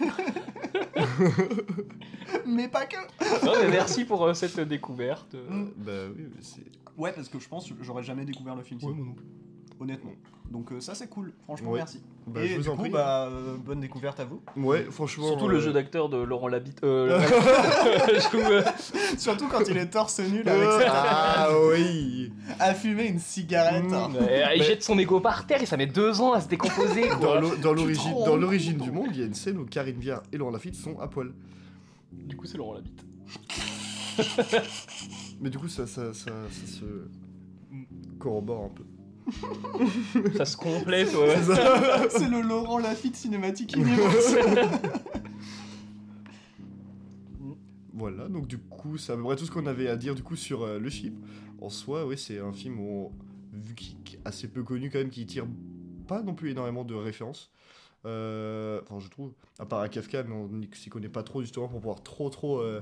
[SPEAKER 2] mais pas que.
[SPEAKER 3] Non, mais merci pour euh, cette découverte. euh.
[SPEAKER 2] Mm.
[SPEAKER 1] Bah oui, mais c'est.
[SPEAKER 2] Ouais, parce que je pense que j'aurais jamais découvert le film, si,
[SPEAKER 1] moi non plus.
[SPEAKER 2] honnêtement. Donc euh, ça, c'est cool. Franchement,
[SPEAKER 1] Ouais.
[SPEAKER 2] merci.
[SPEAKER 1] Bah,
[SPEAKER 2] et
[SPEAKER 1] je vous
[SPEAKER 2] du
[SPEAKER 1] en
[SPEAKER 2] coup,
[SPEAKER 1] prie.
[SPEAKER 2] bah, euh, bonne découverte à vous.
[SPEAKER 1] Ouais, franchement.
[SPEAKER 3] Surtout le
[SPEAKER 1] euh,
[SPEAKER 3] jeu d'acteur de Laurent Labitte. euh, <laughs> je trouve, euh,
[SPEAKER 2] <laughs> Surtout quand il est torse nul
[SPEAKER 1] euh,
[SPEAKER 2] avec
[SPEAKER 1] Ah oui
[SPEAKER 2] sa- à fumer une cigarette.
[SPEAKER 1] Mm.
[SPEAKER 2] hein.
[SPEAKER 3] euh, il
[SPEAKER 1] Mais-
[SPEAKER 3] jette son ego par terre et ça met deux ans à se décomposer.
[SPEAKER 1] Dans
[SPEAKER 3] Quoi.
[SPEAKER 1] l'o- dans l'origine
[SPEAKER 2] rends
[SPEAKER 1] dans l'origine
[SPEAKER 2] compte
[SPEAKER 1] du monde, il y a une scène où Karine Viard et Laurent Lafitte sont à poil.
[SPEAKER 3] Du coup, c'est Laurent Labitte.
[SPEAKER 1] Mais du coup, ça, ça, ça, ça se corrobore un peu.
[SPEAKER 3] Ça se complète. ouais.
[SPEAKER 1] C'est ça.
[SPEAKER 2] <laughs> C'est le Laurent
[SPEAKER 1] <laughs>
[SPEAKER 2] Lafitte cinématique universe.
[SPEAKER 1] Voilà, donc du coup, c'est à peu près tout ce qu'on avait à dire du coup sur euh, le film. En soi, oui, c'est un film où on- vu qu'il est assez peu connu quand même, qui tire pas non plus énormément de références. Euh, Enfin, je trouve, à part à Kafka, mais on n'y- s'y connaît pas trop justement pour pouvoir trop trop euh,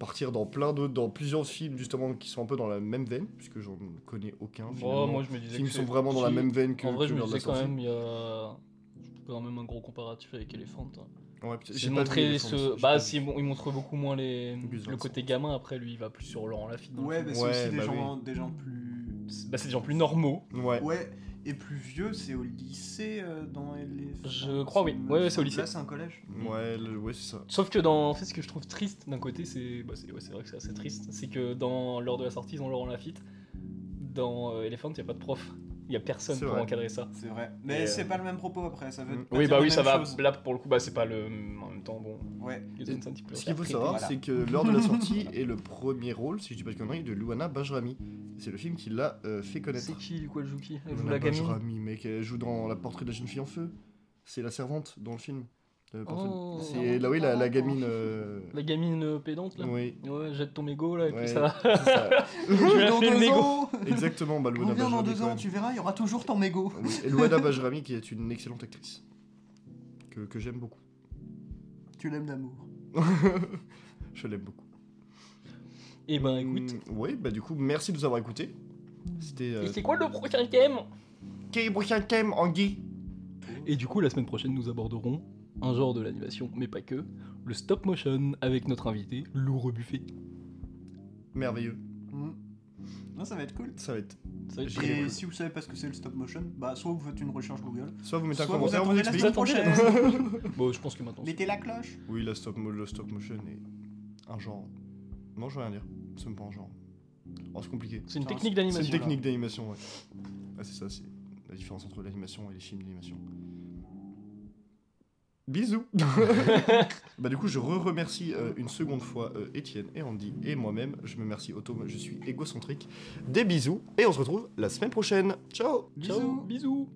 [SPEAKER 1] partir dans plein d'autres, dans plusieurs films justement qui sont un peu dans la même veine, puisque j'en connais aucun.
[SPEAKER 3] Oh,
[SPEAKER 1] finalement.
[SPEAKER 3] moi, je me
[SPEAKER 1] les
[SPEAKER 3] disais
[SPEAKER 1] films
[SPEAKER 3] que
[SPEAKER 1] sont
[SPEAKER 3] c'est-
[SPEAKER 1] vraiment dans la
[SPEAKER 3] si,
[SPEAKER 1] même veine que.
[SPEAKER 3] En vrai,
[SPEAKER 1] que
[SPEAKER 3] je me
[SPEAKER 1] L'heure de la
[SPEAKER 3] disais quand
[SPEAKER 1] sortie.
[SPEAKER 3] même, il y a. je peux Quand même un gros comparatif avec Elephant. hein.
[SPEAKER 1] Ouais, putain, j'ai
[SPEAKER 3] J'ai
[SPEAKER 1] pas vu
[SPEAKER 3] montré
[SPEAKER 1] les films,
[SPEAKER 3] ce.
[SPEAKER 1] j'ai
[SPEAKER 3] Bah,
[SPEAKER 1] pas
[SPEAKER 3] si, bon, il montre beaucoup moins les...
[SPEAKER 1] Gus
[SPEAKER 3] le
[SPEAKER 1] Vincent.
[SPEAKER 3] côté gamin. Après, lui, il va plus sur Laurent Lafitte. dans le
[SPEAKER 2] Ouais,
[SPEAKER 3] film.
[SPEAKER 2] mais c'est
[SPEAKER 1] Ouais,
[SPEAKER 2] aussi des,
[SPEAKER 1] bah
[SPEAKER 2] gens, des gens plus.
[SPEAKER 3] Bah, c'est des gens plus normaux.
[SPEAKER 1] vu. Ouais.
[SPEAKER 2] Ouais, et plus vieux, c'est au lycée euh, dans les.
[SPEAKER 3] Je crois, oui. Ouais, ouais, c'est au lycée.
[SPEAKER 2] Là, c'est un collège.
[SPEAKER 1] Ouais, le- ouais, c'est ça.
[SPEAKER 3] Sauf que dans. En fait, ce que je trouve triste d'un côté, c'est. Bah, c'est ouais, c'est vrai que c'est assez triste. C'est que dans l'heure de la sortie, ils ont Laurent Lafitte. Dans euh, Elephant, il n'y a pas de prof. Il n'y a personne
[SPEAKER 1] C'est
[SPEAKER 3] pour
[SPEAKER 1] vrai.
[SPEAKER 3] encadrer ça.
[SPEAKER 2] C'est vrai. Mais
[SPEAKER 3] euh,
[SPEAKER 2] c'est pas le même propos après, ça veut.
[SPEAKER 1] Mm.
[SPEAKER 2] pas
[SPEAKER 3] Oui,
[SPEAKER 2] dire
[SPEAKER 3] bah
[SPEAKER 2] la
[SPEAKER 3] oui,
[SPEAKER 2] même
[SPEAKER 3] ça va.
[SPEAKER 2] chose.
[SPEAKER 3] Là, pour le coup, bah, c'est pas le. En même temps, bon. <laughs>
[SPEAKER 2] Ouais.
[SPEAKER 3] ils donnent ça un petit peu
[SPEAKER 1] Ce qu'il faut
[SPEAKER 3] après,
[SPEAKER 1] savoir,
[SPEAKER 2] voilà.
[SPEAKER 1] c'est que l'heure de la sortie est le premier rôle, si je dis pas de conneries, de Luana Bajrami. C'est le film qui l'a euh, fait connaître.
[SPEAKER 3] C'est qui, du coup, elle joue qui Elle joue
[SPEAKER 1] Luana
[SPEAKER 3] la gamine
[SPEAKER 1] Bajrami, mec, elle joue dans La portrait de la jeune fille en feu. C'est la servante dans le film. Euh, portrait-
[SPEAKER 3] Oh.
[SPEAKER 1] c'est là, oui, la, la gamine. euh,
[SPEAKER 3] La gamine euh, pédante, là
[SPEAKER 1] Oui,
[SPEAKER 3] Ouais, jette ton mégot, là, et
[SPEAKER 1] Ouais.
[SPEAKER 3] puis ça va.
[SPEAKER 1] c'est ça.
[SPEAKER 3] vais
[SPEAKER 2] dans
[SPEAKER 3] acheter le
[SPEAKER 2] deux
[SPEAKER 3] Lego.
[SPEAKER 2] ans <laughs>
[SPEAKER 1] Exactement, bah, Luana
[SPEAKER 3] hein,
[SPEAKER 2] Reviens dans
[SPEAKER 1] Bajrami.
[SPEAKER 2] deux
[SPEAKER 1] quand
[SPEAKER 2] ans,
[SPEAKER 1] même.
[SPEAKER 2] tu verras, il y aura toujours ton mégot.
[SPEAKER 1] Oui, et Luana Bajrami, qui est une excellente actrice. Que, que j'aime beaucoup.
[SPEAKER 2] Tu l'aimes d'amour.
[SPEAKER 1] <laughs> Je l'aime beaucoup.
[SPEAKER 3] Et ben, écoute.
[SPEAKER 1] oui, bah du coup, merci de nous avoir écoutés. C'était. euh,
[SPEAKER 3] Et c'est quoi le prochain thème
[SPEAKER 1] Quel prochain thème, Anguille
[SPEAKER 3] Et du coup, la semaine prochaine, nous aborderons un genre de l'animation, mais pas que, le stop motion avec notre invité, Lourd Buffet.
[SPEAKER 1] Merveilleux.
[SPEAKER 2] Mm. Non, ça va être cool.
[SPEAKER 1] Ça va être.
[SPEAKER 3] Ça va être
[SPEAKER 1] J'ai-
[SPEAKER 3] très
[SPEAKER 2] Et
[SPEAKER 3] drôle.
[SPEAKER 2] si vous savez pas ce que c'est le stop motion, bah soit vous faites une recherche Google,
[SPEAKER 1] Soit vous mettez un
[SPEAKER 2] soit vous
[SPEAKER 1] commentaire, on vous
[SPEAKER 2] attendez la
[SPEAKER 1] explique.
[SPEAKER 2] semaine <laughs> prochaine.
[SPEAKER 3] Bon, je pense que maintenant.
[SPEAKER 2] Mettez la cloche.
[SPEAKER 1] Oui, la stop, mo- le stop motion est un genre. Non, je veux rien dire. C'est même pas un genre. Oh, c'est compliqué.
[SPEAKER 3] C'est une
[SPEAKER 2] Tiens,
[SPEAKER 3] technique
[SPEAKER 1] C'est une
[SPEAKER 3] d'animation.
[SPEAKER 1] technique d'animation, ouais. Ah, c'est ça, c'est la différence entre l'animation et les films d'animation.
[SPEAKER 3] <laughs>
[SPEAKER 1] Bisous Bah du coup, je re-remercie euh, une seconde fois euh, Étienne et Andy et moi-même. Je me remercie auto, je suis égocentrique. Des bisous et on se retrouve la semaine prochaine. Ciao
[SPEAKER 3] Ciao, bisous.